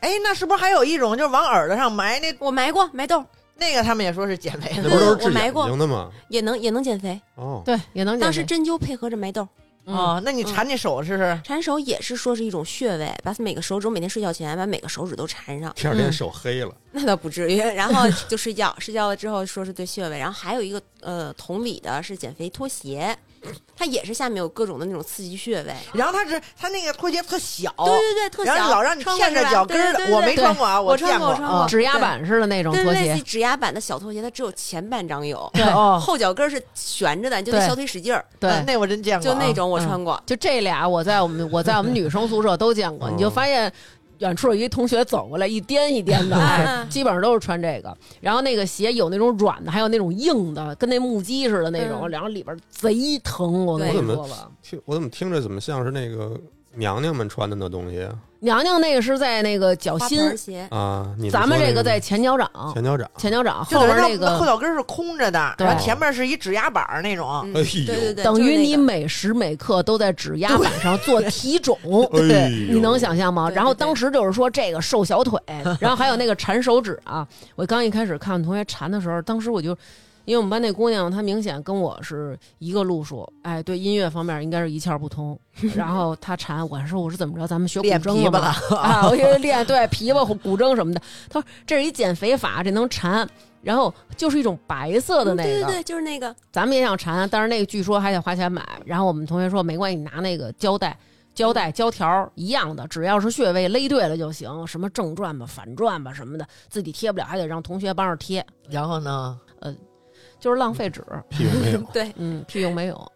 [SPEAKER 4] 哎，那是不是还有一种就是往耳朵上埋那
[SPEAKER 2] 我埋过埋豆，
[SPEAKER 4] 那个？他们也说是减肥
[SPEAKER 1] 那
[SPEAKER 4] 的，
[SPEAKER 1] 不都是
[SPEAKER 2] 我
[SPEAKER 1] 治
[SPEAKER 2] 埋
[SPEAKER 1] 眼
[SPEAKER 2] 过
[SPEAKER 1] 睛的吗？
[SPEAKER 2] 也能也能减肥。
[SPEAKER 1] 哦，
[SPEAKER 3] 对，也能
[SPEAKER 2] 当时嗯针灸配合着埋豆，
[SPEAKER 3] 啊，
[SPEAKER 4] 哦，那你缠你手试试。
[SPEAKER 2] 缠手也是说是一种穴位，把每个手指每天睡觉前把每个手指都缠上，
[SPEAKER 1] 第二天手黑了，
[SPEAKER 2] 那倒不至于。然 后就睡觉，睡觉了之后说是对穴位，然后还有一个呃同理的是减肥拖鞋，它也是下面有各种的那种刺激穴位。
[SPEAKER 4] 然后他是他那个拖鞋特小，
[SPEAKER 2] 对对对，特小，
[SPEAKER 4] 哦然后老让你
[SPEAKER 2] 穿
[SPEAKER 4] 垫
[SPEAKER 2] 过
[SPEAKER 4] 着
[SPEAKER 2] 是吧
[SPEAKER 4] 脚跟
[SPEAKER 2] 对对
[SPEAKER 4] 儿的，
[SPEAKER 2] 对
[SPEAKER 4] 我没
[SPEAKER 2] 对
[SPEAKER 4] 穿过啊，
[SPEAKER 2] 我穿
[SPEAKER 4] 见
[SPEAKER 2] 过
[SPEAKER 4] 过
[SPEAKER 2] 我穿
[SPEAKER 4] 啊
[SPEAKER 2] 过
[SPEAKER 3] 嗯指压板式的那种
[SPEAKER 2] 对
[SPEAKER 3] 拖
[SPEAKER 2] 哦对，类似
[SPEAKER 3] 鞋
[SPEAKER 2] 于，指压板的小拖鞋，它只有前半张有，
[SPEAKER 3] 对
[SPEAKER 4] 哦，
[SPEAKER 2] 后脚跟儿是悬着的，你就得
[SPEAKER 3] 对
[SPEAKER 2] 小腿使劲儿，
[SPEAKER 3] 对，
[SPEAKER 4] 那我真见过
[SPEAKER 2] 就
[SPEAKER 4] 啊，
[SPEAKER 2] 那种我穿过。
[SPEAKER 3] 就这俩，我在我们我在我们女生宿舍都见过，
[SPEAKER 1] 嗯
[SPEAKER 3] 你就发现。远处有一同学走过来，一颠一颠的，
[SPEAKER 2] 嗯
[SPEAKER 3] 哎基本上都是穿这个。然后那个鞋有那种软的，还有那种硬的，跟那木屐似的那种。
[SPEAKER 2] 嗯
[SPEAKER 3] 然后里边贼疼，我跟
[SPEAKER 2] 对
[SPEAKER 3] 你说吧。
[SPEAKER 1] 听我怎么听着怎么像是那个娘娘们穿的那东西啊
[SPEAKER 3] 娘娘那个是在那个脚
[SPEAKER 2] 花
[SPEAKER 3] 心，
[SPEAKER 2] 盆鞋，
[SPEAKER 1] 啊？你们
[SPEAKER 3] 咱们
[SPEAKER 1] 说
[SPEAKER 3] 这
[SPEAKER 1] 那
[SPEAKER 3] 个在前脚掌，
[SPEAKER 1] 前脚掌，
[SPEAKER 3] 前脚掌
[SPEAKER 4] 就
[SPEAKER 3] 后
[SPEAKER 4] 等
[SPEAKER 3] 边
[SPEAKER 4] 于
[SPEAKER 3] 那
[SPEAKER 4] 那后
[SPEAKER 3] 个，
[SPEAKER 4] 脚跟儿是空着的，
[SPEAKER 3] 对
[SPEAKER 4] 然后前面是一指压板儿那种。
[SPEAKER 2] 嗯
[SPEAKER 1] 哎呦
[SPEAKER 2] 对对对，
[SPEAKER 3] 等于
[SPEAKER 2] 就是那
[SPEAKER 3] 你
[SPEAKER 2] 个
[SPEAKER 3] 每时每刻都在指压板上做 体肿。
[SPEAKER 1] 哎
[SPEAKER 4] 对
[SPEAKER 1] 呦
[SPEAKER 3] 你能想象吗？
[SPEAKER 2] 对
[SPEAKER 3] 然后
[SPEAKER 2] 对对
[SPEAKER 3] 当时就是说这个瘦 小腿，然后还有那个缠手指啊。我刚一开始看同学缠的时候，当时我就，因为我们班那姑娘她明显跟我是一个路数，哎，对音乐方面应该是一窍 不通。然后她缠，我还说我是怎么着？咱们学古
[SPEAKER 4] 练
[SPEAKER 3] 筝了
[SPEAKER 4] 琵琶了
[SPEAKER 3] 吧？啊，我就练对琵琶、古筝什么的。她说这是一减肥法，这能缠。然后就是一种白色的
[SPEAKER 2] 嗯
[SPEAKER 3] 那
[SPEAKER 2] 对
[SPEAKER 3] 个，
[SPEAKER 2] 对对，就是那个，，
[SPEAKER 3] 咱们也想缠，但是那个据说还得花钱买。然后我们同学说没关系，你拿那个胶带、胶带、胶条儿一样的，只要是穴位勒对了就行，什么正转吧、反转吧什么的，自己贴不了还得让同学帮着贴，
[SPEAKER 4] 然后呢？
[SPEAKER 3] 就是浪费纸。
[SPEAKER 1] 屁股没有
[SPEAKER 2] 对
[SPEAKER 3] 嗯，屁用没有，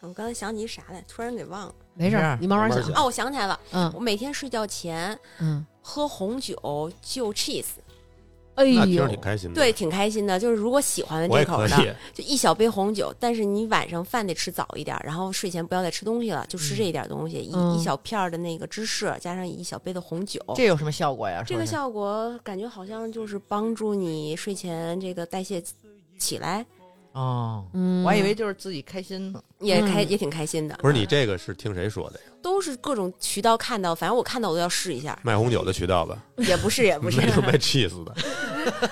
[SPEAKER 2] 我刚才想起一啥来，突然给忘了。
[SPEAKER 3] 没事
[SPEAKER 4] 没事
[SPEAKER 3] 儿
[SPEAKER 4] 儿，
[SPEAKER 3] 你慢慢
[SPEAKER 1] 慢慢
[SPEAKER 3] 想。
[SPEAKER 2] 哦，我想起来了，
[SPEAKER 3] 嗯
[SPEAKER 2] 我每天睡觉前
[SPEAKER 3] 嗯，
[SPEAKER 2] 喝红酒就 cheese，
[SPEAKER 3] 哎
[SPEAKER 1] 那听
[SPEAKER 3] 呦
[SPEAKER 1] 着，挺开心的。
[SPEAKER 2] 对，，挺开心的。就是如果喜欢
[SPEAKER 1] 嗯我
[SPEAKER 2] 这
[SPEAKER 1] 也
[SPEAKER 2] 口
[SPEAKER 1] 可
[SPEAKER 2] 的，
[SPEAKER 1] 以。
[SPEAKER 2] 就一小杯红酒，但是你晚上饭得吃早一点儿，然后睡前不要再吃东西了，就吃这一点东西，
[SPEAKER 3] 嗯
[SPEAKER 2] 一一小片儿的那个芝士，加上一小杯的红酒。
[SPEAKER 4] 这有什么效果呀？
[SPEAKER 2] 哦这个
[SPEAKER 4] 说是
[SPEAKER 2] 效果感觉好像就是帮助你睡前这个代谢起来，
[SPEAKER 4] 哦，
[SPEAKER 3] 嗯，
[SPEAKER 4] 我还以为就是自己开心呢。
[SPEAKER 2] 也开、
[SPEAKER 3] 嗯
[SPEAKER 2] 也挺开心的。
[SPEAKER 1] 不是你这个是听谁说的呀？，
[SPEAKER 2] 都是各种渠道看到，反正我看到我都要试一下
[SPEAKER 1] 卖红酒的渠道吧，
[SPEAKER 2] 也不是也不
[SPEAKER 1] 没
[SPEAKER 2] 是，
[SPEAKER 1] 准卖 cheese 的。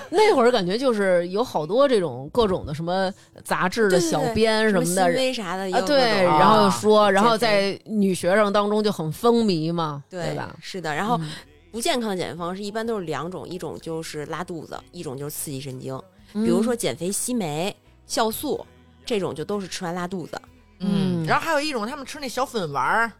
[SPEAKER 3] 那会儿感觉就是有好多这种各种的什么杂志的
[SPEAKER 2] 对对
[SPEAKER 3] 小
[SPEAKER 2] 对
[SPEAKER 3] 编什么
[SPEAKER 2] 新
[SPEAKER 3] 的。
[SPEAKER 2] 微啥的也
[SPEAKER 3] 啊，
[SPEAKER 2] 有各种
[SPEAKER 3] 对，
[SPEAKER 4] 啊
[SPEAKER 3] 然后说，然后
[SPEAKER 2] 减肥
[SPEAKER 3] 在女学生当中就很风靡嘛，
[SPEAKER 2] 对
[SPEAKER 3] 吧？？
[SPEAKER 2] 是的，然后不健康的减肥方式一般都是两种，一种就是拉肚子，一种就是刺激神经。
[SPEAKER 3] 嗯，
[SPEAKER 2] 比如说减肥西梅、酵素这种，就都是吃完拉肚子，
[SPEAKER 3] 嗯
[SPEAKER 4] 然后还有一种他们吃那小粉丸儿，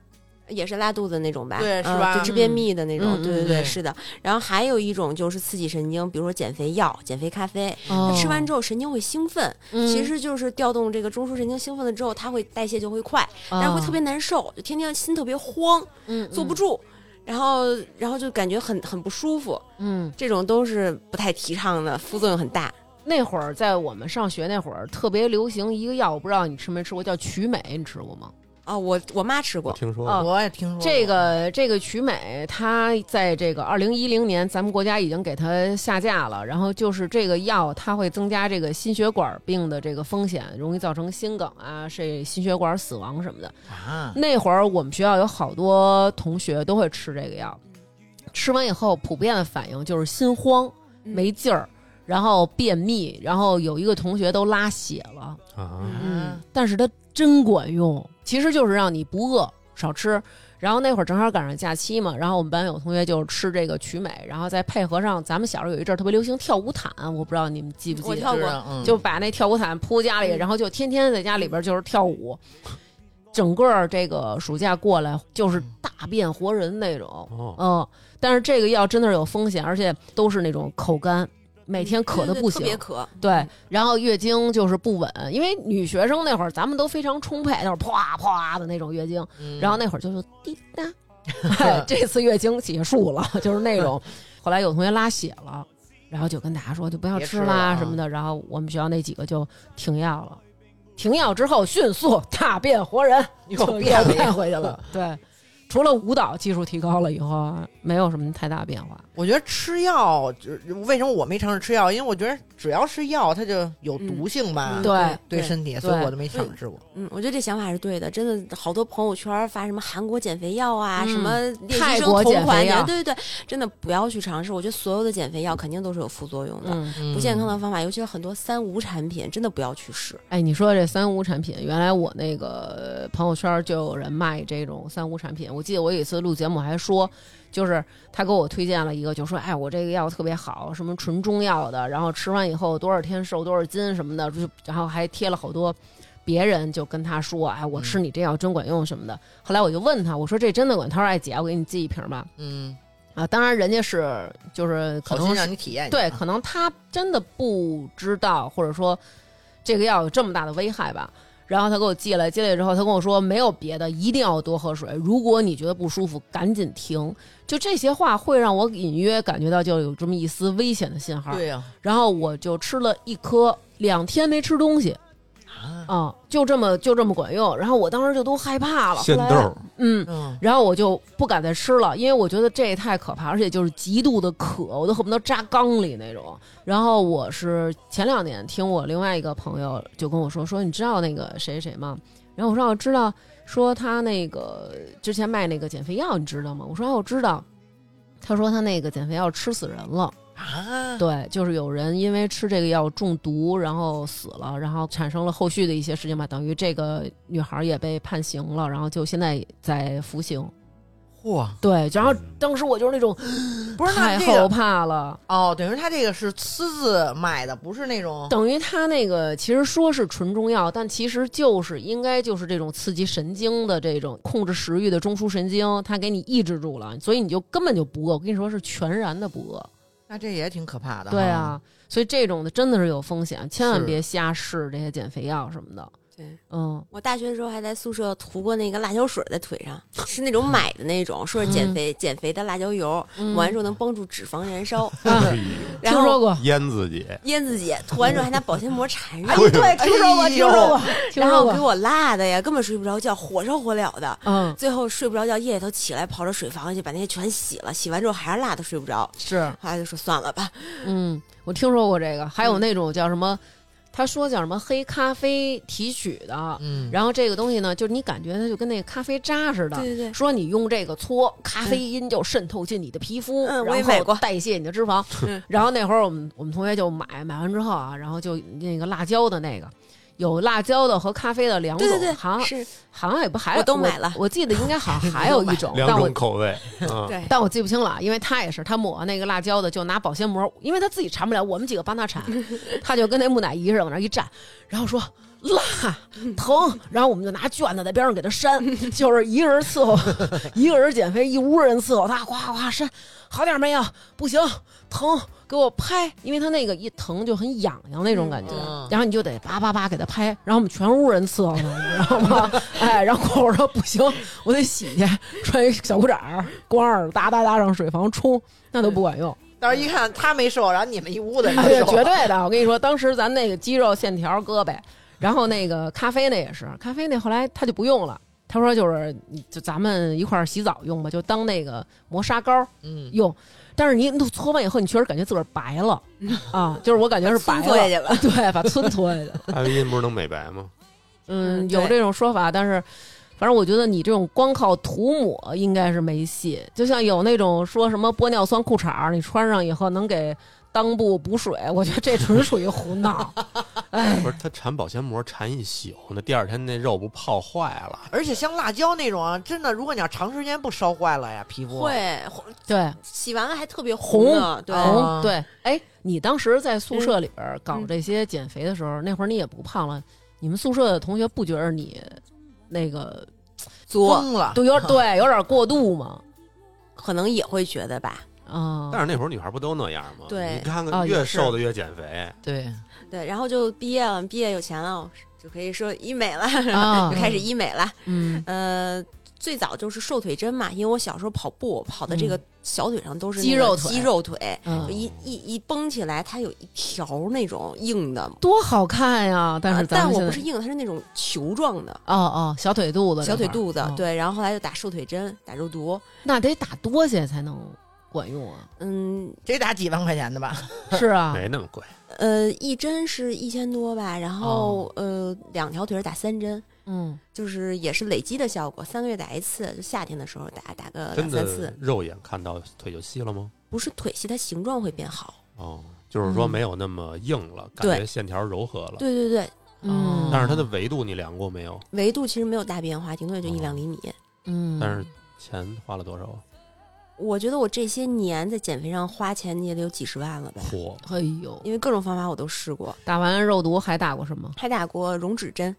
[SPEAKER 2] 也是拉肚子那种吧？
[SPEAKER 4] 对是
[SPEAKER 2] 嗯
[SPEAKER 4] 吧
[SPEAKER 2] 就吃便秘的那种。
[SPEAKER 3] 嗯
[SPEAKER 2] 对对，
[SPEAKER 3] 嗯
[SPEAKER 4] 对
[SPEAKER 2] 是的。然后还有一种就是刺激神经，比如说减肥药、减肥咖啡，它
[SPEAKER 3] 哦
[SPEAKER 2] 吃完之后神经会兴奋，
[SPEAKER 3] 嗯
[SPEAKER 2] 其实就是调动这个中枢神经兴奋了之后，它会代谢就会快，但是会特别难受，就天天心特别慌，
[SPEAKER 3] 哦嗯
[SPEAKER 2] 坐不，住。然后，然后就感觉很很不舒服，
[SPEAKER 3] 嗯，
[SPEAKER 2] 这种都是不太提倡的，副作用很大。
[SPEAKER 3] 那会儿在我们上学那会儿特别流行一个药，我不知道你吃没吃过，叫曲美，你吃过吗？
[SPEAKER 2] 啊、我我妈吃
[SPEAKER 1] 我
[SPEAKER 2] 过，
[SPEAKER 1] 听说
[SPEAKER 3] 啊
[SPEAKER 1] 过，
[SPEAKER 4] 我哦也听说过
[SPEAKER 3] 这个这个曲美，它在这个二零一零年，咱们国家已经给它下架了。然后就是这个药，它会增加这个心血管病的这个风险，容易造成心梗啊，是心血管死亡什么的。
[SPEAKER 2] 嗯
[SPEAKER 4] 啊，
[SPEAKER 3] 那会儿我们学校有好多同学都会吃这个药，吃完以后普遍的反应就是心慌、
[SPEAKER 2] 嗯
[SPEAKER 3] 没劲儿，然后便秘，然后有一个同学都拉血了。
[SPEAKER 1] 啊，
[SPEAKER 3] 嗯，但是它真管用，其实就是让你不饿，少吃。然后那会儿正好赶上假期嘛，然后我们班有同学就吃这个曲美，然后再配合上咱们小时候有一阵儿特别流行跳舞毯，我不知道你们记不记得？
[SPEAKER 2] 我跳过
[SPEAKER 4] 知道嗯
[SPEAKER 3] 就把那跳舞毯铺家里，
[SPEAKER 2] 嗯
[SPEAKER 3] 然后就天天在家里边就是跳舞。整个儿这个暑假过来就是大变活人那种，
[SPEAKER 1] 哦
[SPEAKER 3] 嗯，但是这个药真的是有风险，而且都是那种口干，每天渴
[SPEAKER 2] 对对
[SPEAKER 3] 的
[SPEAKER 2] 对
[SPEAKER 3] 不
[SPEAKER 2] 嗯
[SPEAKER 3] 行，
[SPEAKER 2] 特别渴。
[SPEAKER 3] 对，然后月经就是不稳，因为女学生那会儿咱们都非常充沛，就是啪啪的那种月经，
[SPEAKER 4] 嗯
[SPEAKER 3] 然后那会儿就是滴答， 哎这次月经结束了， 就是那 种。后来有同学拉血了，然后就跟大家说就不要
[SPEAKER 4] 别
[SPEAKER 3] 吃
[SPEAKER 4] 吃
[SPEAKER 3] 啦
[SPEAKER 4] 了啊
[SPEAKER 3] 什么的，然后我们学校那几个就停药了，停药之后迅速大变活人，
[SPEAKER 4] 又
[SPEAKER 3] 就又
[SPEAKER 4] 变了
[SPEAKER 3] 变回去了。对，除了舞蹈技术提高了以后啊，没有什么太大变化。
[SPEAKER 4] 我觉得吃药，就是为什么我没尝试吃药？因为我觉得只要是药，它就有毒性吧，
[SPEAKER 2] 嗯
[SPEAKER 3] 对
[SPEAKER 4] 对身体，所以
[SPEAKER 3] 对
[SPEAKER 4] 我都没尝试过。
[SPEAKER 2] 嗯，我觉得这想法是对的，真的好多朋友圈发什么韩国减肥药啊，
[SPEAKER 3] 嗯
[SPEAKER 2] 什么练习
[SPEAKER 3] 泰
[SPEAKER 2] 生
[SPEAKER 3] 国
[SPEAKER 2] 同
[SPEAKER 3] 减
[SPEAKER 2] 款
[SPEAKER 3] 肥药
[SPEAKER 2] 呀，对对对，真的不要去尝试。我觉得所有的减肥药肯定都是有副作用的，
[SPEAKER 3] 嗯，
[SPEAKER 2] 不健康的方法，尤其是很多三无产品，真的不要去试。
[SPEAKER 3] 哎，你说这三无产品，原来我那个朋友圈就有人卖这种三无产品。我记得我有一次录节目还说，就是他给我推荐了一个，就说哎，我这个药特别好，什么纯中药的，然后吃完以后多少天瘦多少斤什么的，就然后还贴了好多别人就跟他说，哎，我
[SPEAKER 4] 嗯
[SPEAKER 3] 吃你这药真管用什么的。后来我就问他，我说这真的管？他说哎姐，我给你寄一瓶吧。
[SPEAKER 4] 嗯，
[SPEAKER 3] 啊，当然人家是就是可
[SPEAKER 4] 好
[SPEAKER 3] 能
[SPEAKER 4] 心啊
[SPEAKER 3] 是
[SPEAKER 4] 让你体验一下嗯
[SPEAKER 3] 对，可能他真的不知道，或者说这个药有这么大的危害吧。然后他给我寄来，寄来之后，他跟我说没有别的，一定要多喝水。如果你觉得不舒服，赶紧停。就这些话会让我隐约感觉到就有这么一丝危险的信号。
[SPEAKER 4] 对呀
[SPEAKER 3] 然后我就吃了一颗，两天没吃东西
[SPEAKER 4] 啊，
[SPEAKER 3] 啊，就这么就这么管用。然后我当时就都害怕了，后
[SPEAKER 1] 鲜
[SPEAKER 3] 来
[SPEAKER 1] 豆儿，
[SPEAKER 3] 嗯，
[SPEAKER 4] 嗯，
[SPEAKER 3] 然后我就不敢再吃了，因为我觉得这也太可怕，而且就是极度的渴，我都恨不得扎缸里那种。然后我是前两年听我另外一个朋友就跟我说，说你知道那个谁谁吗？然后我说啊我知道，说他那个之前卖那个减肥药，你知道吗？我说啊我知道。他说他那个减肥药吃死人了，
[SPEAKER 4] 啊，
[SPEAKER 3] 对，就是有人因为吃这个药中毒，然后死了，然后产生了后续的一些事情吧，等于这个女孩也被判刑了，然后就现在在服刑。
[SPEAKER 4] 嚯，
[SPEAKER 3] 对，然后
[SPEAKER 1] 嗯
[SPEAKER 3] 当时我就是那种
[SPEAKER 4] 不是那
[SPEAKER 3] 太
[SPEAKER 4] 这
[SPEAKER 3] 后
[SPEAKER 4] 个
[SPEAKER 3] 怕了，
[SPEAKER 4] 哦，等于他这个是私自卖的，不是那种
[SPEAKER 3] 等于他那个其实说是纯中药，但其实就是应该就是这种刺激神经的这种控制食欲的中枢神经，它给你抑制住了，所以你就根本就不饿。我跟你说是全然的不饿，
[SPEAKER 4] 那这也挺可怕的。
[SPEAKER 3] 对，啊，所以这种的真的是有风险，千万
[SPEAKER 1] 是
[SPEAKER 3] 别瞎试这些减肥药什么的。
[SPEAKER 2] 对
[SPEAKER 3] 嗯，
[SPEAKER 2] 我大学的时候还在宿舍涂过那个辣椒水在腿上，是那种买的那种，说是减肥、减肥的辣椒油，
[SPEAKER 3] 嗯
[SPEAKER 2] 抹完之后能帮助脂肪燃 烧。
[SPEAKER 3] 啊听
[SPEAKER 2] 然后
[SPEAKER 3] 说过，
[SPEAKER 6] 腌自己，
[SPEAKER 2] 燕子姐涂完之后还拿保鲜膜缠上，
[SPEAKER 4] 对，听说过，听说过，
[SPEAKER 3] 哎听
[SPEAKER 2] 然
[SPEAKER 3] 说
[SPEAKER 2] 后给
[SPEAKER 3] 过，
[SPEAKER 2] 我辣的呀，根本睡不着觉，火烧火燎的。
[SPEAKER 3] 嗯，
[SPEAKER 2] 最后睡不着觉，夜里头起来跑到水房去把那些全洗了，洗完之后还是辣的睡不着，
[SPEAKER 3] 是，
[SPEAKER 2] 后来就说算了吧。
[SPEAKER 3] 嗯，我听说过这个，还有那种叫什么，他说叫什么黑咖啡提取的，
[SPEAKER 4] 嗯，
[SPEAKER 3] 然后这个东西呢，就是你感觉它就跟那个咖啡渣似的。
[SPEAKER 2] 对对
[SPEAKER 3] 说你用这个搓，咖啡因就渗透进你的皮肤，
[SPEAKER 2] 嗯我也
[SPEAKER 3] 然
[SPEAKER 2] 买
[SPEAKER 3] 后
[SPEAKER 2] 过
[SPEAKER 3] 代谢你的脂肪。
[SPEAKER 2] 嗯
[SPEAKER 3] 然后那会儿我们我们同学就买，买完之后啊，然后就那个辣椒的那个，有辣椒的和咖啡的两种，
[SPEAKER 2] 对对对
[SPEAKER 3] 好
[SPEAKER 2] 对，
[SPEAKER 3] 像
[SPEAKER 2] 是
[SPEAKER 3] 好像也不还
[SPEAKER 2] 我都买了
[SPEAKER 3] 我，我记得应该好像还有一 种，
[SPEAKER 1] 两
[SPEAKER 3] 但我
[SPEAKER 1] 种口味， 嗯，
[SPEAKER 2] 对
[SPEAKER 3] 但我记不清了，因为他也是，他抹那个辣椒的，就拿保鲜膜，因为他自己缠不了，我们几个帮他缠，他就跟那木乃伊似的往那儿一站，然后说辣疼，然后我们就拿卷子在边上给他扇，就是一个人伺候，一个人减肥，一屋人伺候他，哗哗扇，好点没有？不行，疼，给我拍，因为他那个一疼就很痒痒那种感觉，
[SPEAKER 4] 嗯
[SPEAKER 3] 然后你就得叭叭叭给他拍，然后我们全屋人伺候他，你知道吗？哎，然后我说不行，我得洗去，穿一小裤衩儿，光着哒哒哒上水房冲，那都不管用。
[SPEAKER 4] 到时候一看他没瘦，然后你们一屋子人
[SPEAKER 3] 哎 呀，
[SPEAKER 4] 瘦，
[SPEAKER 3] 绝 对的！我跟你说，当时咱那个鸡肉、线条、胳膊，然后那个咖啡那也是，咖啡那后来他就不用了。他说就是就咱们一块儿洗澡用吧，就当那个磨砂膏
[SPEAKER 4] 嗯，
[SPEAKER 3] 用。但是你你搓完以后，你确实感觉自个儿白了啊，就是我感觉是白
[SPEAKER 2] 把村搓下去
[SPEAKER 3] 了 对，把村搓下去了。
[SPEAKER 6] 咖啡因不是能美白吗？
[SPEAKER 3] 嗯，
[SPEAKER 2] 嗯
[SPEAKER 3] 有
[SPEAKER 2] 对
[SPEAKER 3] 这种说法，但是反正我觉得你这种光靠涂抹应该是没戏。就像有那种说什么玻尿酸裤衩儿，你穿上以后能给裆部补水，我觉得这纯属于胡闹。哎，
[SPEAKER 6] 不是，它缠保鲜膜缠一宿，那第二天那肉不泡坏了？
[SPEAKER 4] 而且像辣椒那种啊，真的，如果你要长时间不烧坏了呀，皮肤
[SPEAKER 2] 会
[SPEAKER 3] 对，
[SPEAKER 2] 洗完了还特别
[SPEAKER 3] 红
[SPEAKER 2] 呢，对，
[SPEAKER 3] 红对。哎，你当时在宿舍里边儿搞
[SPEAKER 2] 嗯
[SPEAKER 3] 这些减肥的时候，那会儿你也不胖了，你们宿舍的同学不觉得你那个
[SPEAKER 4] 疯
[SPEAKER 2] 啊
[SPEAKER 4] 了，
[SPEAKER 3] 对有对有点过度吗？
[SPEAKER 2] 可能也会觉得吧。
[SPEAKER 3] 啊、
[SPEAKER 6] 但是那会儿女孩不都那样吗？
[SPEAKER 2] 对
[SPEAKER 6] 你看
[SPEAKER 3] 哦
[SPEAKER 6] 看，
[SPEAKER 3] 也
[SPEAKER 6] 越
[SPEAKER 3] 是
[SPEAKER 6] 瘦的越减肥，
[SPEAKER 4] 对，
[SPEAKER 2] 对，然后就毕业了， 毕业有钱了，就可以说医美了，
[SPEAKER 3] 啊
[SPEAKER 2] 就开始医美了。
[SPEAKER 3] 嗯
[SPEAKER 2] 呃，最早就是瘦腿针嘛，因为我小时候跑步，跑的这个小腿上都是那个
[SPEAKER 3] 嗯肌肉腿
[SPEAKER 2] 肌肉腿
[SPEAKER 3] 嗯
[SPEAKER 2] 一一一绷起来，它有一条那种硬的，
[SPEAKER 3] 多好看呀！但
[SPEAKER 2] 啊
[SPEAKER 3] 是咱
[SPEAKER 2] 但
[SPEAKER 3] 们
[SPEAKER 2] 我
[SPEAKER 3] 现
[SPEAKER 2] 不
[SPEAKER 3] 在
[SPEAKER 2] 是硬的，它是那种球状的。
[SPEAKER 3] 哦哦，小腿肚子这块
[SPEAKER 2] 小
[SPEAKER 3] 儿，
[SPEAKER 2] 腿肚子
[SPEAKER 3] 哦，
[SPEAKER 2] 对，然后后来就打瘦腿针，打肉毒，
[SPEAKER 3] 那得打多些才能管用啊？
[SPEAKER 2] 嗯，
[SPEAKER 4] 得打几万块钱 的吧？
[SPEAKER 3] 是啊，
[SPEAKER 6] 没那么贵，
[SPEAKER 2] 呃，一针是一千多吧，然后、
[SPEAKER 3] 哦
[SPEAKER 2] 呃，两条腿儿打三针，
[SPEAKER 3] 嗯，
[SPEAKER 2] 就是也是累积的效果，三个月打一次，就夏天的时候打打个
[SPEAKER 6] 真
[SPEAKER 2] 两三次
[SPEAKER 6] 的，肉眼看到腿就细了吗？
[SPEAKER 2] 不是腿细，它形状会变好。
[SPEAKER 6] 哦，就是说
[SPEAKER 3] 嗯
[SPEAKER 6] 没有那么硬了，感
[SPEAKER 2] 对
[SPEAKER 6] 觉线条柔和了。
[SPEAKER 2] 对对对，
[SPEAKER 3] 嗯，
[SPEAKER 6] 但是它的维度你量过没有？
[SPEAKER 2] 维度其实没有大变化，顶多也就
[SPEAKER 4] 哦
[SPEAKER 2] 一两厘米。
[SPEAKER 3] 嗯，
[SPEAKER 6] 但是钱花了多少？
[SPEAKER 2] 我觉得我这些年在减肥上花钱也得有几十万了吧，
[SPEAKER 6] 嚯，
[SPEAKER 3] 哎呦，
[SPEAKER 2] 因为各种方法我都试过，
[SPEAKER 3] 打完肉毒还打过什么？
[SPEAKER 2] 还打过溶脂针。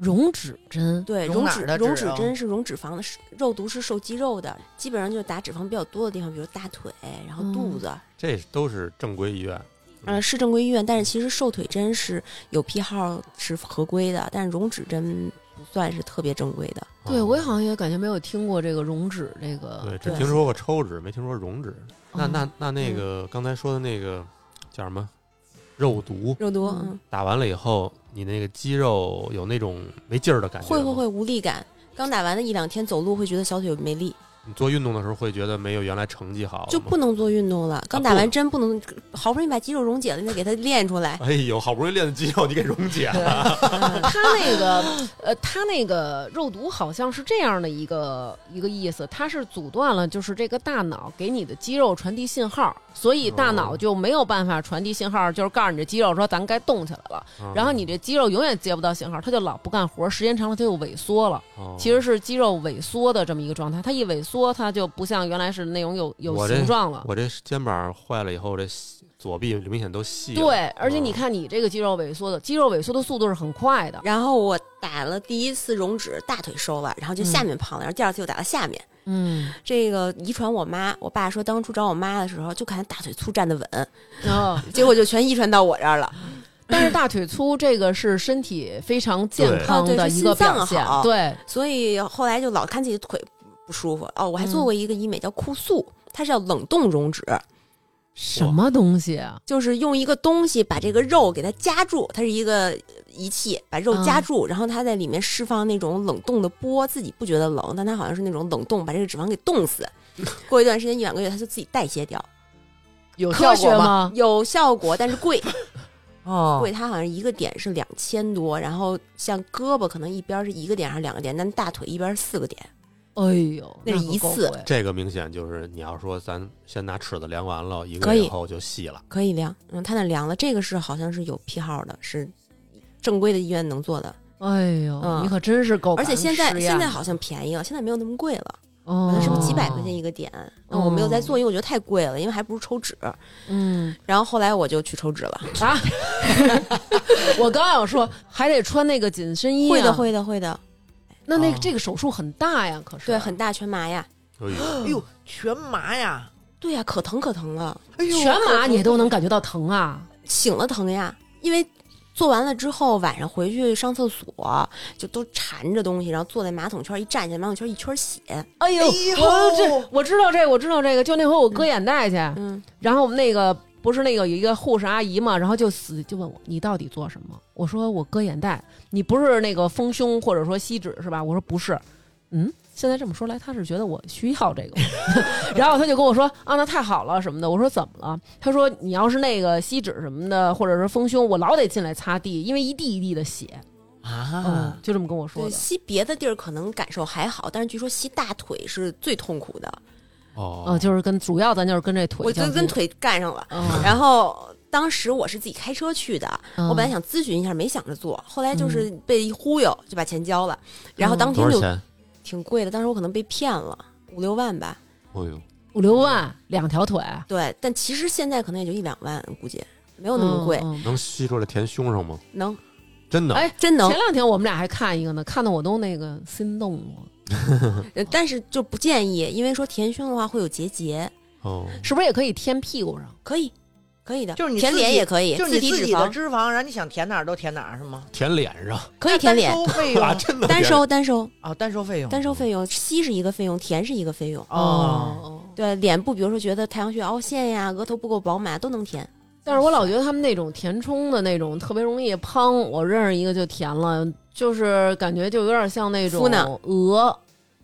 [SPEAKER 3] 溶脂针，
[SPEAKER 2] 对，
[SPEAKER 4] 溶
[SPEAKER 2] 溶
[SPEAKER 4] 哪
[SPEAKER 2] 脂
[SPEAKER 4] 儿的
[SPEAKER 2] 溶
[SPEAKER 4] 脂
[SPEAKER 2] 脂
[SPEAKER 4] 啊
[SPEAKER 2] 针是溶脂肪的，是肉毒是瘦肌肉的，基本上就是打脂肪比较多的地方，比如大腿，然后肚
[SPEAKER 3] 嗯
[SPEAKER 2] 子。
[SPEAKER 6] 这都是正规医院。
[SPEAKER 2] 呃，是正规医院，但是其实瘦腿针是有批号是合规的，但是溶脂针不算是特别正规的。
[SPEAKER 3] 对
[SPEAKER 6] 哦
[SPEAKER 3] 我也好像也感觉没有听过这个溶脂这
[SPEAKER 6] 对，
[SPEAKER 3] 个，
[SPEAKER 6] 只
[SPEAKER 2] 对
[SPEAKER 6] 听说过抽脂，没听说溶脂。那
[SPEAKER 3] 嗯
[SPEAKER 6] 那那那个刚才说的那个叫什么？肉毒
[SPEAKER 2] 肉毒，
[SPEAKER 3] 嗯
[SPEAKER 2] 嗯，
[SPEAKER 6] 打完了以后，你那个肌肉有那种没劲儿的感觉
[SPEAKER 2] 会会
[SPEAKER 6] 吗，
[SPEAKER 2] 会无力感。刚打完的一两天走路会觉得小腿没力，
[SPEAKER 6] 你做运动的时候会觉得没有原来成绩好了吗，
[SPEAKER 2] 就不能做运动了。刚
[SPEAKER 6] 啊
[SPEAKER 2] 打
[SPEAKER 6] 不
[SPEAKER 2] 完
[SPEAKER 6] 能
[SPEAKER 2] 针不能，好不容易把肌肉溶解了，你得给它练出来。
[SPEAKER 6] 哎呦，好不容易练的肌肉你给溶解了，
[SPEAKER 3] 他那个，呃，他那个肉毒好像是这样的一个一个意思，它是阻断了就是这个大脑给你的肌肉传递信号，所以大
[SPEAKER 6] 哦
[SPEAKER 3] 脑就没有办法传递信号，就是告诉你这肌肉说咱该动起来了，
[SPEAKER 6] 嗯啊
[SPEAKER 3] 然后你这肌肉永远接不到信号，它就老不干活，时间长了它就萎缩了，
[SPEAKER 6] 哦
[SPEAKER 3] 其实是肌肉萎缩的这么一个状态，它一萎缩，它就不像原来是那种有有
[SPEAKER 6] 我这
[SPEAKER 3] 形状了。
[SPEAKER 6] 我这肩膀坏了以后，这左臂明显都细了。
[SPEAKER 3] 对，而且你
[SPEAKER 6] 嗯
[SPEAKER 3] 看你这个肌肉萎缩的，肌肉萎缩的速度是很快
[SPEAKER 6] 啊
[SPEAKER 3] 的，
[SPEAKER 2] 然后我打了第一次溶脂，大腿瘦了，然后就下面胖了，然后第二次又打了下面。
[SPEAKER 3] 嗯，
[SPEAKER 2] 这个遗传我妈，我爸说当初找我妈的时候就看她大腿粗站得稳，
[SPEAKER 3] 哦，
[SPEAKER 2] 结果就全遗传到我这儿了。
[SPEAKER 3] 但是大腿粗这个是身体非常健 康
[SPEAKER 2] 对
[SPEAKER 3] 的
[SPEAKER 2] 啊对
[SPEAKER 3] 一个表
[SPEAKER 2] 是心
[SPEAKER 3] 现
[SPEAKER 2] 脏，好
[SPEAKER 3] 对，
[SPEAKER 2] 所以后来就老看自己腿不舒服。哦，我还做过一个医美叫酷素，它是要冷冻溶脂，
[SPEAKER 3] 什么东西啊？
[SPEAKER 2] 就是用一个东西把这个肉给它夹住，它是一个仪器把肉夹住，然后它在里面释放那种冷冻的波，自己不觉得冷，但它好像是那种冷冻把这个脂肪给冻死。过一段时间一两个月，它就自己代谢掉，
[SPEAKER 4] 有
[SPEAKER 3] 科学
[SPEAKER 4] 吗？
[SPEAKER 3] 吗？
[SPEAKER 2] 有效果，但是贵
[SPEAKER 4] 哦
[SPEAKER 2] 贵。，它好像一个点是两千多，然后像胳膊可能一边是一个点还是两个点，但大腿一边是四个点。
[SPEAKER 3] 哎呦，
[SPEAKER 2] 那是一
[SPEAKER 3] 可够
[SPEAKER 2] 次
[SPEAKER 3] 贵
[SPEAKER 6] 这个明显就是你要说咱先拿尺子量完了，一个
[SPEAKER 2] 可
[SPEAKER 6] 月
[SPEAKER 2] 以
[SPEAKER 6] 以后就细了。
[SPEAKER 2] 可以量，嗯，他那量了，这个是好像是有批号的，是正规的医院能做的，
[SPEAKER 3] 哎呦，
[SPEAKER 2] 嗯
[SPEAKER 3] 你可真是够
[SPEAKER 2] 而
[SPEAKER 3] 敢
[SPEAKER 2] 且
[SPEAKER 3] 实
[SPEAKER 2] 现
[SPEAKER 3] 验的，
[SPEAKER 2] 在现在好像便宜了，现在没有那么贵了，好
[SPEAKER 3] 哦，
[SPEAKER 2] 像是不是几百块钱一个点？那我没有在做，因为我觉得太贵了，因为还不如抽脂。
[SPEAKER 3] 嗯
[SPEAKER 2] 然后后来我就去抽脂了，
[SPEAKER 3] 啊，我刚想说还得穿那个紧身衣，啊
[SPEAKER 2] 会的，。会的，会的，
[SPEAKER 3] 那那个
[SPEAKER 6] 哦
[SPEAKER 3] 这个手术很大呀，可是
[SPEAKER 2] 对，
[SPEAKER 3] 啊
[SPEAKER 2] 很大全麻呀，
[SPEAKER 6] 哎 呦
[SPEAKER 4] 哎呦，全麻呀！
[SPEAKER 2] 对呀，可疼可疼了，
[SPEAKER 4] 哎呦，
[SPEAKER 3] 全
[SPEAKER 4] 可
[SPEAKER 3] 麻你都能感觉到疼啊！
[SPEAKER 2] 醒了疼呀，因为。做完了之后，晚上回去上厕所就都缠着东西，然后坐在马桶圈一站起来，马桶圈一圈血。
[SPEAKER 3] 哎呦，
[SPEAKER 4] 哎呦
[SPEAKER 3] 我这我知道这个我知道这个，就那回我割眼袋去，
[SPEAKER 2] 嗯，
[SPEAKER 3] 然后我们那个不是那个有一个护士阿姨嘛，然后就死就问我你到底做什么？我说我割眼袋，你不是那个丰胸或者说吸脂是吧？我说不是，嗯，现在这么说来，她是觉得我需要这个， 然后她就跟我说啊，那太好了什么的。我说怎么了？她说你要是那个吸脂什么的，或者是丰胸，我老得进来擦地，因为一地一地的血，嗯
[SPEAKER 4] 啊，，
[SPEAKER 3] 就这么跟我说
[SPEAKER 2] 对，
[SPEAKER 3] 的。
[SPEAKER 2] 吸别的地儿可能感受还好，但是据说吸大腿是最痛苦的。
[SPEAKER 3] 嗯，
[SPEAKER 6] 哦，
[SPEAKER 3] 就是跟主要咱就是跟这腿，
[SPEAKER 2] 我就跟，腿干上了。
[SPEAKER 3] 嗯、
[SPEAKER 2] 然后当时我是自己开车去的，
[SPEAKER 3] 嗯
[SPEAKER 2] 我本来想咨询一下，没想着做，后来
[SPEAKER 4] 嗯
[SPEAKER 2] 就是被一忽悠就把钱交了，然后当
[SPEAKER 6] 多
[SPEAKER 2] 天
[SPEAKER 6] 少
[SPEAKER 2] 就
[SPEAKER 6] 钱？哎
[SPEAKER 2] 挺贵的，当时我可能被骗了五六万吧，
[SPEAKER 6] 哦呦，
[SPEAKER 3] 五六万两条腿，
[SPEAKER 2] 对，但其实现在可能也就一两万，估计没有那么贵，
[SPEAKER 3] 嗯嗯
[SPEAKER 6] 能吸出来填胸上吗？
[SPEAKER 2] 能
[SPEAKER 6] 真的？
[SPEAKER 3] 哎
[SPEAKER 2] 真能
[SPEAKER 3] 前，两天我们俩还看一个呢，看的我都那个心动了。
[SPEAKER 2] 呃但是就不建议，因为说填胸的话会有结节，
[SPEAKER 6] 哦，
[SPEAKER 3] 是不是也可以添屁股上？
[SPEAKER 2] 可以可以的，
[SPEAKER 4] 就是你
[SPEAKER 2] 填
[SPEAKER 4] 自
[SPEAKER 2] 脸
[SPEAKER 4] 己
[SPEAKER 2] 也可以，
[SPEAKER 4] 就是你
[SPEAKER 2] 体
[SPEAKER 4] 自
[SPEAKER 2] 脂
[SPEAKER 4] 己的
[SPEAKER 2] 肪
[SPEAKER 4] 脂肪，然后你想填哪儿都填哪儿是吗？
[SPEAKER 6] 舔脸上，
[SPEAKER 2] 可以填脸，
[SPEAKER 4] 那单收费
[SPEAKER 6] 啊，
[SPEAKER 4] 用
[SPEAKER 6] 真的
[SPEAKER 2] 哎单
[SPEAKER 6] 舔
[SPEAKER 2] 收单收
[SPEAKER 4] 啊，单收费用
[SPEAKER 2] 单收费用，吸是一个费用，填是一个费用。
[SPEAKER 3] 嗯
[SPEAKER 4] 哦，
[SPEAKER 2] 对，脸部比如说觉得太阳穴凹陷呀，额头不够饱满都能填。
[SPEAKER 3] 但是我老觉得他们那种填充的那种特别容易胖，我认识一个就填了，就是感觉就有点像那种
[SPEAKER 2] 敷呢
[SPEAKER 3] 鹅。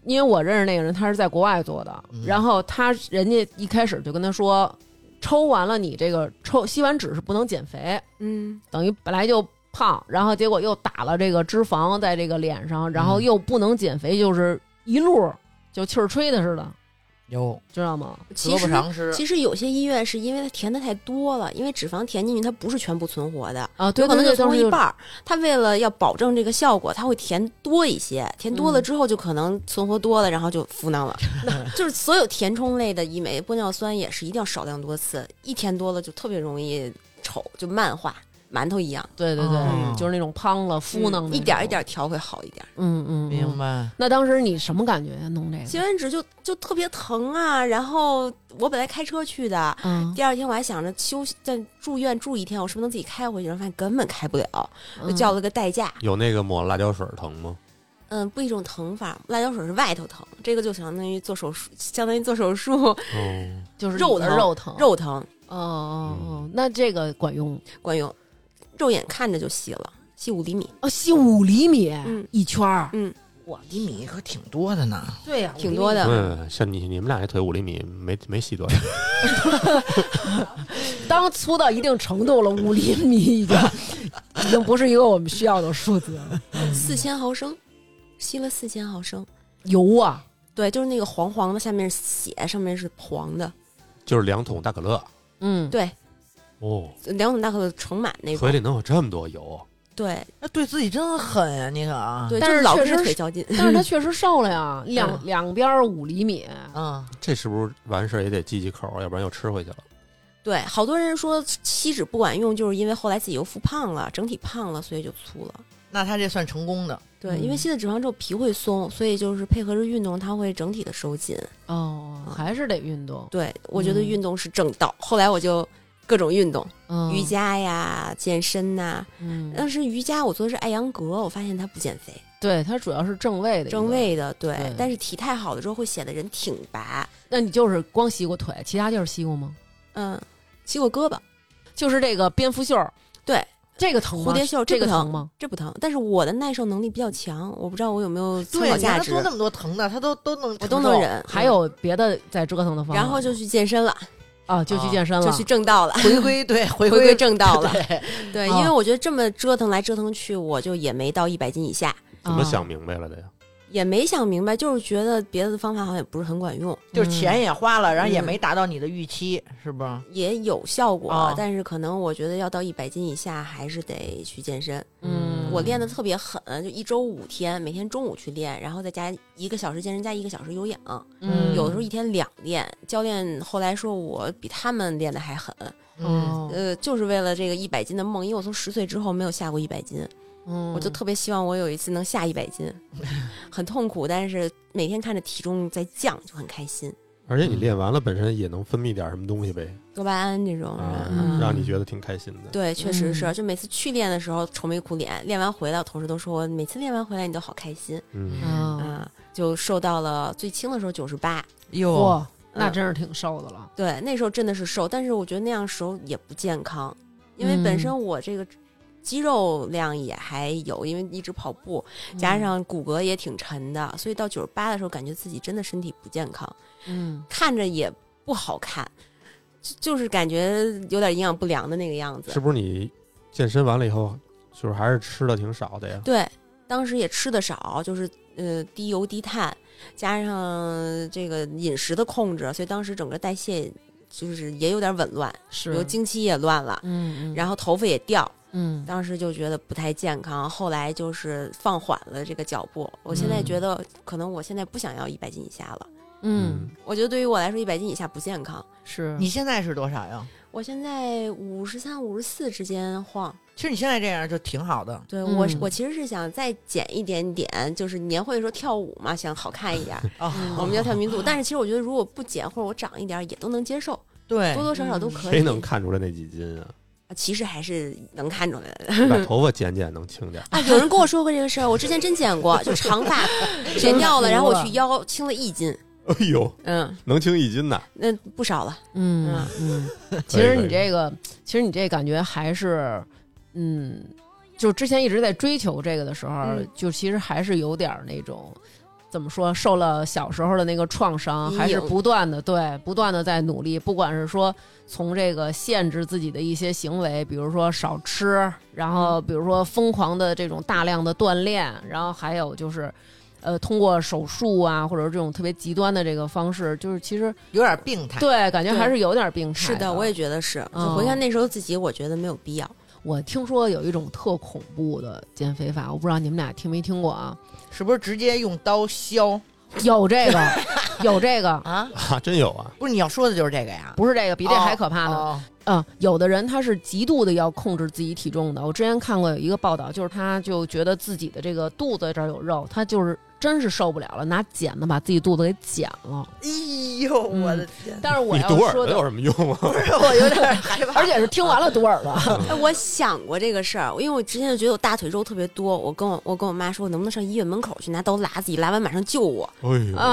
[SPEAKER 3] 因为我认识那个人，他是在国外做的，
[SPEAKER 4] 嗯
[SPEAKER 3] 然后他人家一开始就跟他说，抽完了你这个抽吸完脂是不能减肥，
[SPEAKER 2] 嗯，
[SPEAKER 3] 等于本来就胖，然后结果又打了这个脂肪在这个脸上，然
[SPEAKER 4] 嗯
[SPEAKER 3] 后又不能减肥，就是一路就气儿吹的似的，
[SPEAKER 4] 有
[SPEAKER 3] 知道吗？
[SPEAKER 4] 得
[SPEAKER 2] 其
[SPEAKER 4] 不
[SPEAKER 2] 实
[SPEAKER 4] 偿失。
[SPEAKER 2] 其实有些医院是因为它填的太多了，因为脂肪填进去它不是全部存活的，
[SPEAKER 3] 啊，对，
[SPEAKER 2] 有可能就
[SPEAKER 3] 对对
[SPEAKER 2] 存
[SPEAKER 3] 当
[SPEAKER 2] 活
[SPEAKER 3] 时
[SPEAKER 2] 一
[SPEAKER 3] 就
[SPEAKER 2] 半儿。它为了要保证这个效果，它会填多一些，填多了
[SPEAKER 3] 嗯
[SPEAKER 2] 之后就可能存活多了，然后就敷囊了。就是所有填充类的医美，玻尿酸也是一定要少量多次，一填多了就特别容易丑，就漫画馒头一样，
[SPEAKER 3] 对对对，
[SPEAKER 4] 哦
[SPEAKER 3] 就是那种胖了敷弄、
[SPEAKER 2] 嗯一点儿一点儿，调会好一点。
[SPEAKER 3] 嗯嗯，嗯
[SPEAKER 4] 明。白，
[SPEAKER 3] 那当时你什么感觉呀？弄这
[SPEAKER 2] 吸
[SPEAKER 3] 个？
[SPEAKER 2] 完脂就就特别疼啊，然后我本来开车去的，
[SPEAKER 3] 嗯，
[SPEAKER 2] 第二天我还想着休息，在住院住一天，我是不是能自己开回去？然后发现根本开不了，就
[SPEAKER 3] 嗯
[SPEAKER 2] 呃叫了个代驾。
[SPEAKER 6] 有那个抹辣椒水疼吗？
[SPEAKER 2] 嗯，不一种疼法，辣椒水是外头疼，这个就相当于做手术，相当于做手术
[SPEAKER 6] 哦，
[SPEAKER 3] 就是
[SPEAKER 2] 肉
[SPEAKER 3] 的
[SPEAKER 2] 疼
[SPEAKER 3] 肉 疼
[SPEAKER 2] 肉疼
[SPEAKER 3] 哦哦哦
[SPEAKER 6] 嗯，
[SPEAKER 3] 那这个管用
[SPEAKER 2] 管用，肉眼看着就细了，细五厘米，
[SPEAKER 3] 哦，细五厘米
[SPEAKER 2] 嗯
[SPEAKER 3] 一圈儿。
[SPEAKER 2] 嗯，
[SPEAKER 4] 我厘米可挺多的呢。
[SPEAKER 3] 对呀，
[SPEAKER 2] 挺多的。
[SPEAKER 6] 嗯，像你你们俩这腿五厘米没没细多少，
[SPEAKER 3] 当粗到一定程度了，五厘米已经已经不是一个我们需要的数字了。
[SPEAKER 2] 四千毫升，吸了四千毫升，
[SPEAKER 3] 油啊，
[SPEAKER 2] 对，就是那个黄黄的，下面是血，上面是黄的，
[SPEAKER 6] 就是两桶大可乐
[SPEAKER 3] 嗯，
[SPEAKER 2] 对，
[SPEAKER 6] 哦，
[SPEAKER 2] 两桶大可乐盛满那
[SPEAKER 6] 腿
[SPEAKER 2] 种，
[SPEAKER 6] 里能有这么多油，啊
[SPEAKER 2] 对
[SPEAKER 4] 那对自己真狠呀、你可啊，
[SPEAKER 2] 对，
[SPEAKER 3] 啊但
[SPEAKER 2] 就是老
[SPEAKER 3] 确
[SPEAKER 2] 是
[SPEAKER 3] 实
[SPEAKER 2] 腿
[SPEAKER 3] 是
[SPEAKER 2] 较劲。
[SPEAKER 3] 但是它确实瘦了呀，两两边儿五厘米，
[SPEAKER 4] 嗯，
[SPEAKER 6] 这是不是完事儿也得忌忌口儿，要不然又吃回去了？
[SPEAKER 2] 对，好多人说吸脂不管用，就是因为后来自己又复胖了，整体胖了，所以就粗了。
[SPEAKER 4] 那他这算成功的。
[SPEAKER 2] 对，因为
[SPEAKER 3] 嗯
[SPEAKER 2] 吸了脂肪之后皮会松，所以就是配合着运动，它会整体的收紧。
[SPEAKER 3] 哦，还是得运动。
[SPEAKER 2] 嗯对，我觉得
[SPEAKER 3] 嗯
[SPEAKER 2] 运动是正道。后来我就各种运动，
[SPEAKER 3] 嗯
[SPEAKER 2] 瑜，伽呀、健身呐、
[SPEAKER 3] 嗯，
[SPEAKER 2] 但是瑜伽我做的是艾扬格，我发现它不减肥，
[SPEAKER 3] 对，它主要是正位的一个
[SPEAKER 2] 正。位的。对，
[SPEAKER 3] 对
[SPEAKER 2] 但是体态好了之后会显得人挺拔。
[SPEAKER 3] 那你就是光吸过腿，其他地儿吸过吗？
[SPEAKER 2] 嗯，吸过胳膊，
[SPEAKER 3] 就是这个蝙蝠袖儿，
[SPEAKER 2] 对，
[SPEAKER 3] 这个疼吗？
[SPEAKER 2] 蝴蝶袖儿
[SPEAKER 3] 这
[SPEAKER 2] 这
[SPEAKER 3] 个
[SPEAKER 2] 不疼
[SPEAKER 3] 疼吗？
[SPEAKER 2] 这不疼，但是我的耐受能力比较强，我不知道我有没有参考
[SPEAKER 4] 对，你看
[SPEAKER 2] 价
[SPEAKER 4] 他
[SPEAKER 2] 值
[SPEAKER 4] 做。那么多疼的，他都都能，
[SPEAKER 2] 我都能。忍，
[SPEAKER 3] 还有别的在折腾的方法吗？
[SPEAKER 2] 然后就去健身了，
[SPEAKER 3] 啊，就去
[SPEAKER 4] 啊
[SPEAKER 3] 健身了，
[SPEAKER 2] 就去正道了，
[SPEAKER 4] 回归对回
[SPEAKER 2] 回归正道了。
[SPEAKER 4] 对，
[SPEAKER 2] 对，
[SPEAKER 3] 哦
[SPEAKER 2] 因为我觉得这么折腾来折腾去，我就也没到一百斤以下，
[SPEAKER 6] 怎么想明白了的呀？
[SPEAKER 2] 也没想明白，就是觉得别的方法好像也不是很管用，
[SPEAKER 4] 就是钱也花了，然后也
[SPEAKER 2] 嗯
[SPEAKER 4] 没达到你的预期，是不？
[SPEAKER 2] 也有效果，
[SPEAKER 4] 哦
[SPEAKER 2] 但是可能我觉得要到一百斤以下还是得去健身。
[SPEAKER 3] 嗯，
[SPEAKER 2] 我练的特别狠，就一周五天，每天中午去练，然后再加一个小时健身加一个小时有氧，
[SPEAKER 3] 嗯
[SPEAKER 2] 有的时候一天两练。教练后来说我比他们练的还狠，
[SPEAKER 4] 嗯，
[SPEAKER 3] 哦
[SPEAKER 2] 呃，就是为了这个一百斤的梦，因为我从十岁之后没有下过一百斤。
[SPEAKER 3] 嗯
[SPEAKER 2] 我就特别希望我有一次能下一百 斤，很痛苦，但是每天看着体重在降就很开心。
[SPEAKER 6] 而且你练完了，本身也能分泌点什么东西呗，
[SPEAKER 2] 多巴胺这种，
[SPEAKER 6] 啊
[SPEAKER 2] 嗯，
[SPEAKER 6] 让你觉得挺开心的。
[SPEAKER 2] 对，确实是。
[SPEAKER 3] 嗯
[SPEAKER 2] 就每次去练的时候愁眉苦脸，练完回来，我同事都说我每次练完回来你都好开心
[SPEAKER 6] 嗯，
[SPEAKER 3] 啊，
[SPEAKER 2] 啊，就瘦到了最轻的时候九十八。
[SPEAKER 4] 哟，
[SPEAKER 3] 哇，那
[SPEAKER 2] 嗯
[SPEAKER 3] 真是挺瘦的了。
[SPEAKER 2] 对，那时候真的是瘦，但是我觉得那样时候也不健康，因为本
[SPEAKER 6] 嗯
[SPEAKER 2] 身我这个肌肉量也还有，因为一直跑步，
[SPEAKER 6] 嗯
[SPEAKER 2] 加上骨骼也挺沉的，所以到九十八的时候，感觉自己真的身体不健康。
[SPEAKER 3] 嗯，
[SPEAKER 2] 看着也不好看，就就是感觉有点营养不良的那个样
[SPEAKER 6] 是
[SPEAKER 2] 子。
[SPEAKER 6] 不是你健身完了以后，就是还是吃的挺少的呀？
[SPEAKER 2] 对，当时也吃的少，就是呃低油低碳，加上这个饮食的控制，所以当时整个代谢就是也有点紊乱，比
[SPEAKER 3] 是
[SPEAKER 2] 如经期也乱了，
[SPEAKER 3] 嗯嗯，
[SPEAKER 2] 然后头发也掉，
[SPEAKER 3] 嗯
[SPEAKER 2] 当时就觉得不太健康。后来就是放缓了这个脚步，我现在
[SPEAKER 3] 嗯
[SPEAKER 2] 觉得可能我现在不想要一百斤以下了。
[SPEAKER 3] 嗯
[SPEAKER 2] 我觉得对于我来说，一百斤以下不健康。
[SPEAKER 3] 是
[SPEAKER 2] 嗯
[SPEAKER 4] 你现在是多少呀？
[SPEAKER 2] 我现在五十三、五十四之间晃，
[SPEAKER 4] 其实你现在这样就挺好的，
[SPEAKER 2] 对我是，
[SPEAKER 3] 嗯
[SPEAKER 2] 我其实是想再减一点点，就是年会的时候跳舞 嘛，想好看一点儿。
[SPEAKER 4] 哦
[SPEAKER 2] 我们要跳民族，但是其实我觉得如果不减或者我长一点儿也都能接受。
[SPEAKER 4] 对
[SPEAKER 2] 多多少少都可以。
[SPEAKER 6] 嗯谁能看出来那几斤啊？
[SPEAKER 2] 啊其实还是能看出来的。
[SPEAKER 6] 把头发剪剪能轻点儿。
[SPEAKER 2] 啊，有人跟我说过这个事儿，我之前真剪过，就长 发剪掉了，然后我去腰轻了一斤，
[SPEAKER 6] 哎呦，
[SPEAKER 2] 嗯，
[SPEAKER 6] 能轻一斤呐！
[SPEAKER 2] 那不少了。
[SPEAKER 3] 嗯嗯，其实你这个，其实你这感觉还是，嗯，就之前一直在追求这个的时候，
[SPEAKER 2] 嗯
[SPEAKER 3] 就其实还是有点儿那种。怎么说？受了小时候的那个创伤，
[SPEAKER 2] 阴影
[SPEAKER 3] 还是不断的对，不断的在努力。不管是说从这个限制自己的一些行为，比如说少吃，然后
[SPEAKER 2] 嗯
[SPEAKER 3] 比如说疯狂的这种大量的锻炼，然后还有就是，呃，通过手术啊，或者这种特别极端的这个方式，就是其实
[SPEAKER 4] 有点病态。
[SPEAKER 3] 对，感觉
[SPEAKER 2] 对
[SPEAKER 3] 还哎是有点病态。
[SPEAKER 2] 是的，我也觉得是。
[SPEAKER 3] 嗯
[SPEAKER 2] 就回看那时候自己，我觉得没有必要。
[SPEAKER 6] 嗯
[SPEAKER 3] 我听说有一种特恐怖的减肥法，我不知道你们俩听没听过啊？
[SPEAKER 4] 是不是直接用刀削
[SPEAKER 3] 有这 个，有这个，
[SPEAKER 4] 啊？
[SPEAKER 6] 啊，真有啊！
[SPEAKER 4] 不是你要说的就是这个呀？
[SPEAKER 3] 不是这个，比这还可怕呢。
[SPEAKER 4] 哦
[SPEAKER 3] 嗯，有的人他是极度的要控制自己体重的。我之前看过有一个报道，就是他就觉得自己的这个肚子这儿有肉，他就是真是受不了了，拿剪子把自己肚子给剪了。
[SPEAKER 4] 哎呦，
[SPEAKER 3] 嗯
[SPEAKER 4] 我的天！
[SPEAKER 3] 但是我
[SPEAKER 6] 你
[SPEAKER 3] 要
[SPEAKER 6] 堵耳
[SPEAKER 3] 说
[SPEAKER 6] 朵有
[SPEAKER 3] 的，
[SPEAKER 6] 什么用啊？
[SPEAKER 4] 我有点害 怕。
[SPEAKER 3] 而且是听完了堵耳朵。
[SPEAKER 2] 哎，我想过这个事儿，因为我之前就觉得我大腿肉特别多，我跟我我跟我妈说，我能不能上医院门口去拿刀剌自己，剌完马上救我
[SPEAKER 6] 哎呦，你
[SPEAKER 3] 啊！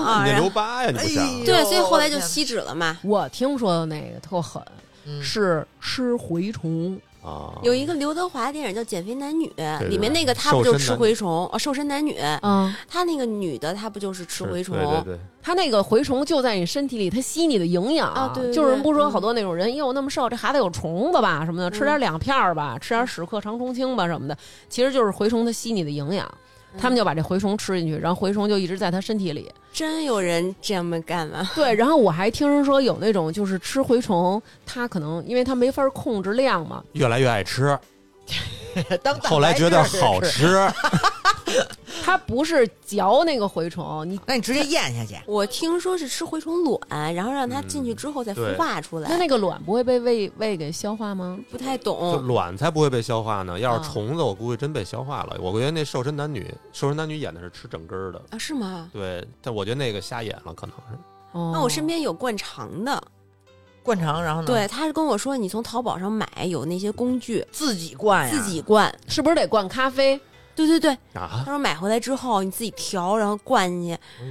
[SPEAKER 2] 啊？
[SPEAKER 6] 那
[SPEAKER 2] 然后
[SPEAKER 6] 留疤呀？你不
[SPEAKER 4] 哎
[SPEAKER 6] 想
[SPEAKER 4] 呦
[SPEAKER 2] 对，所以后来
[SPEAKER 4] 我
[SPEAKER 2] 就
[SPEAKER 4] 的天
[SPEAKER 2] 吸脂了嘛。
[SPEAKER 3] 我听说的那个特狠，
[SPEAKER 4] 嗯
[SPEAKER 3] 是吃蛔虫。
[SPEAKER 6] 啊？
[SPEAKER 2] 有一个刘德华的电影叫《减肥男女》，
[SPEAKER 6] 对
[SPEAKER 2] 里面那个他
[SPEAKER 6] 瘦
[SPEAKER 2] 不就
[SPEAKER 6] 身
[SPEAKER 2] 吃
[SPEAKER 6] 男女
[SPEAKER 2] 蛔虫？哦，瘦身男女，
[SPEAKER 3] 嗯，
[SPEAKER 2] 他那个女的，她不就是
[SPEAKER 6] 是
[SPEAKER 2] 吃蛔虫？
[SPEAKER 6] 对对对，
[SPEAKER 3] 它那个蛔虫就在你身体里，它吸你的营养。
[SPEAKER 2] 啊对对
[SPEAKER 3] 就是人
[SPEAKER 2] 对
[SPEAKER 3] 不说
[SPEAKER 2] 嗯
[SPEAKER 3] 好多那种人，哟、那么瘦，这孩子有虫子吧什么的，吃点
[SPEAKER 2] 嗯
[SPEAKER 3] 两片儿吧，吃点屎壳长虫清吧什么的，其实就是蛔虫它吸你的营养。
[SPEAKER 2] 嗯
[SPEAKER 3] 他们就把这蛔虫吃进去，然后蛔虫就一直在他身体里。
[SPEAKER 2] 真有人这么干吗？
[SPEAKER 3] 对， 然后我还听人说有那种就是吃蛔虫，它可能因为它没法控制量 嘛，
[SPEAKER 6] 越来越爱吃，
[SPEAKER 4] 当蛋白
[SPEAKER 6] 后来觉得
[SPEAKER 4] 质
[SPEAKER 6] 好
[SPEAKER 4] 吃，
[SPEAKER 6] 吃，
[SPEAKER 3] 它不是嚼那个蛔虫， 你
[SPEAKER 4] 那你直接咽下去。
[SPEAKER 2] 我听说是吃蛔虫卵，然后让
[SPEAKER 6] 嗯
[SPEAKER 2] 它进去之后再孵化出来。
[SPEAKER 3] 那那个卵不会被胃胃给消化吗？
[SPEAKER 2] 不太
[SPEAKER 6] 就
[SPEAKER 2] 懂，
[SPEAKER 6] 卵才不会被消化呢。要
[SPEAKER 3] 啊
[SPEAKER 6] 是虫子，我估计真被消化了。我觉得那瘦身男女，瘦身男女演的是吃整根儿的，
[SPEAKER 2] 啊？是吗？
[SPEAKER 6] 对，但我觉得那个瞎演了，可能是。
[SPEAKER 3] 哦，嗯
[SPEAKER 2] 那我身边有灌肠的，
[SPEAKER 4] 灌肠，然后呢？，
[SPEAKER 2] 对，他是跟我说你从淘宝上买有那些工具，
[SPEAKER 4] 自己灌
[SPEAKER 6] 哎
[SPEAKER 4] 呀，
[SPEAKER 2] 自己灌。
[SPEAKER 3] 哦是不是得灌咖啡？
[SPEAKER 2] 对对对，他
[SPEAKER 6] 啊，
[SPEAKER 2] 说买回来之后你自己调，然后灌进
[SPEAKER 6] 哎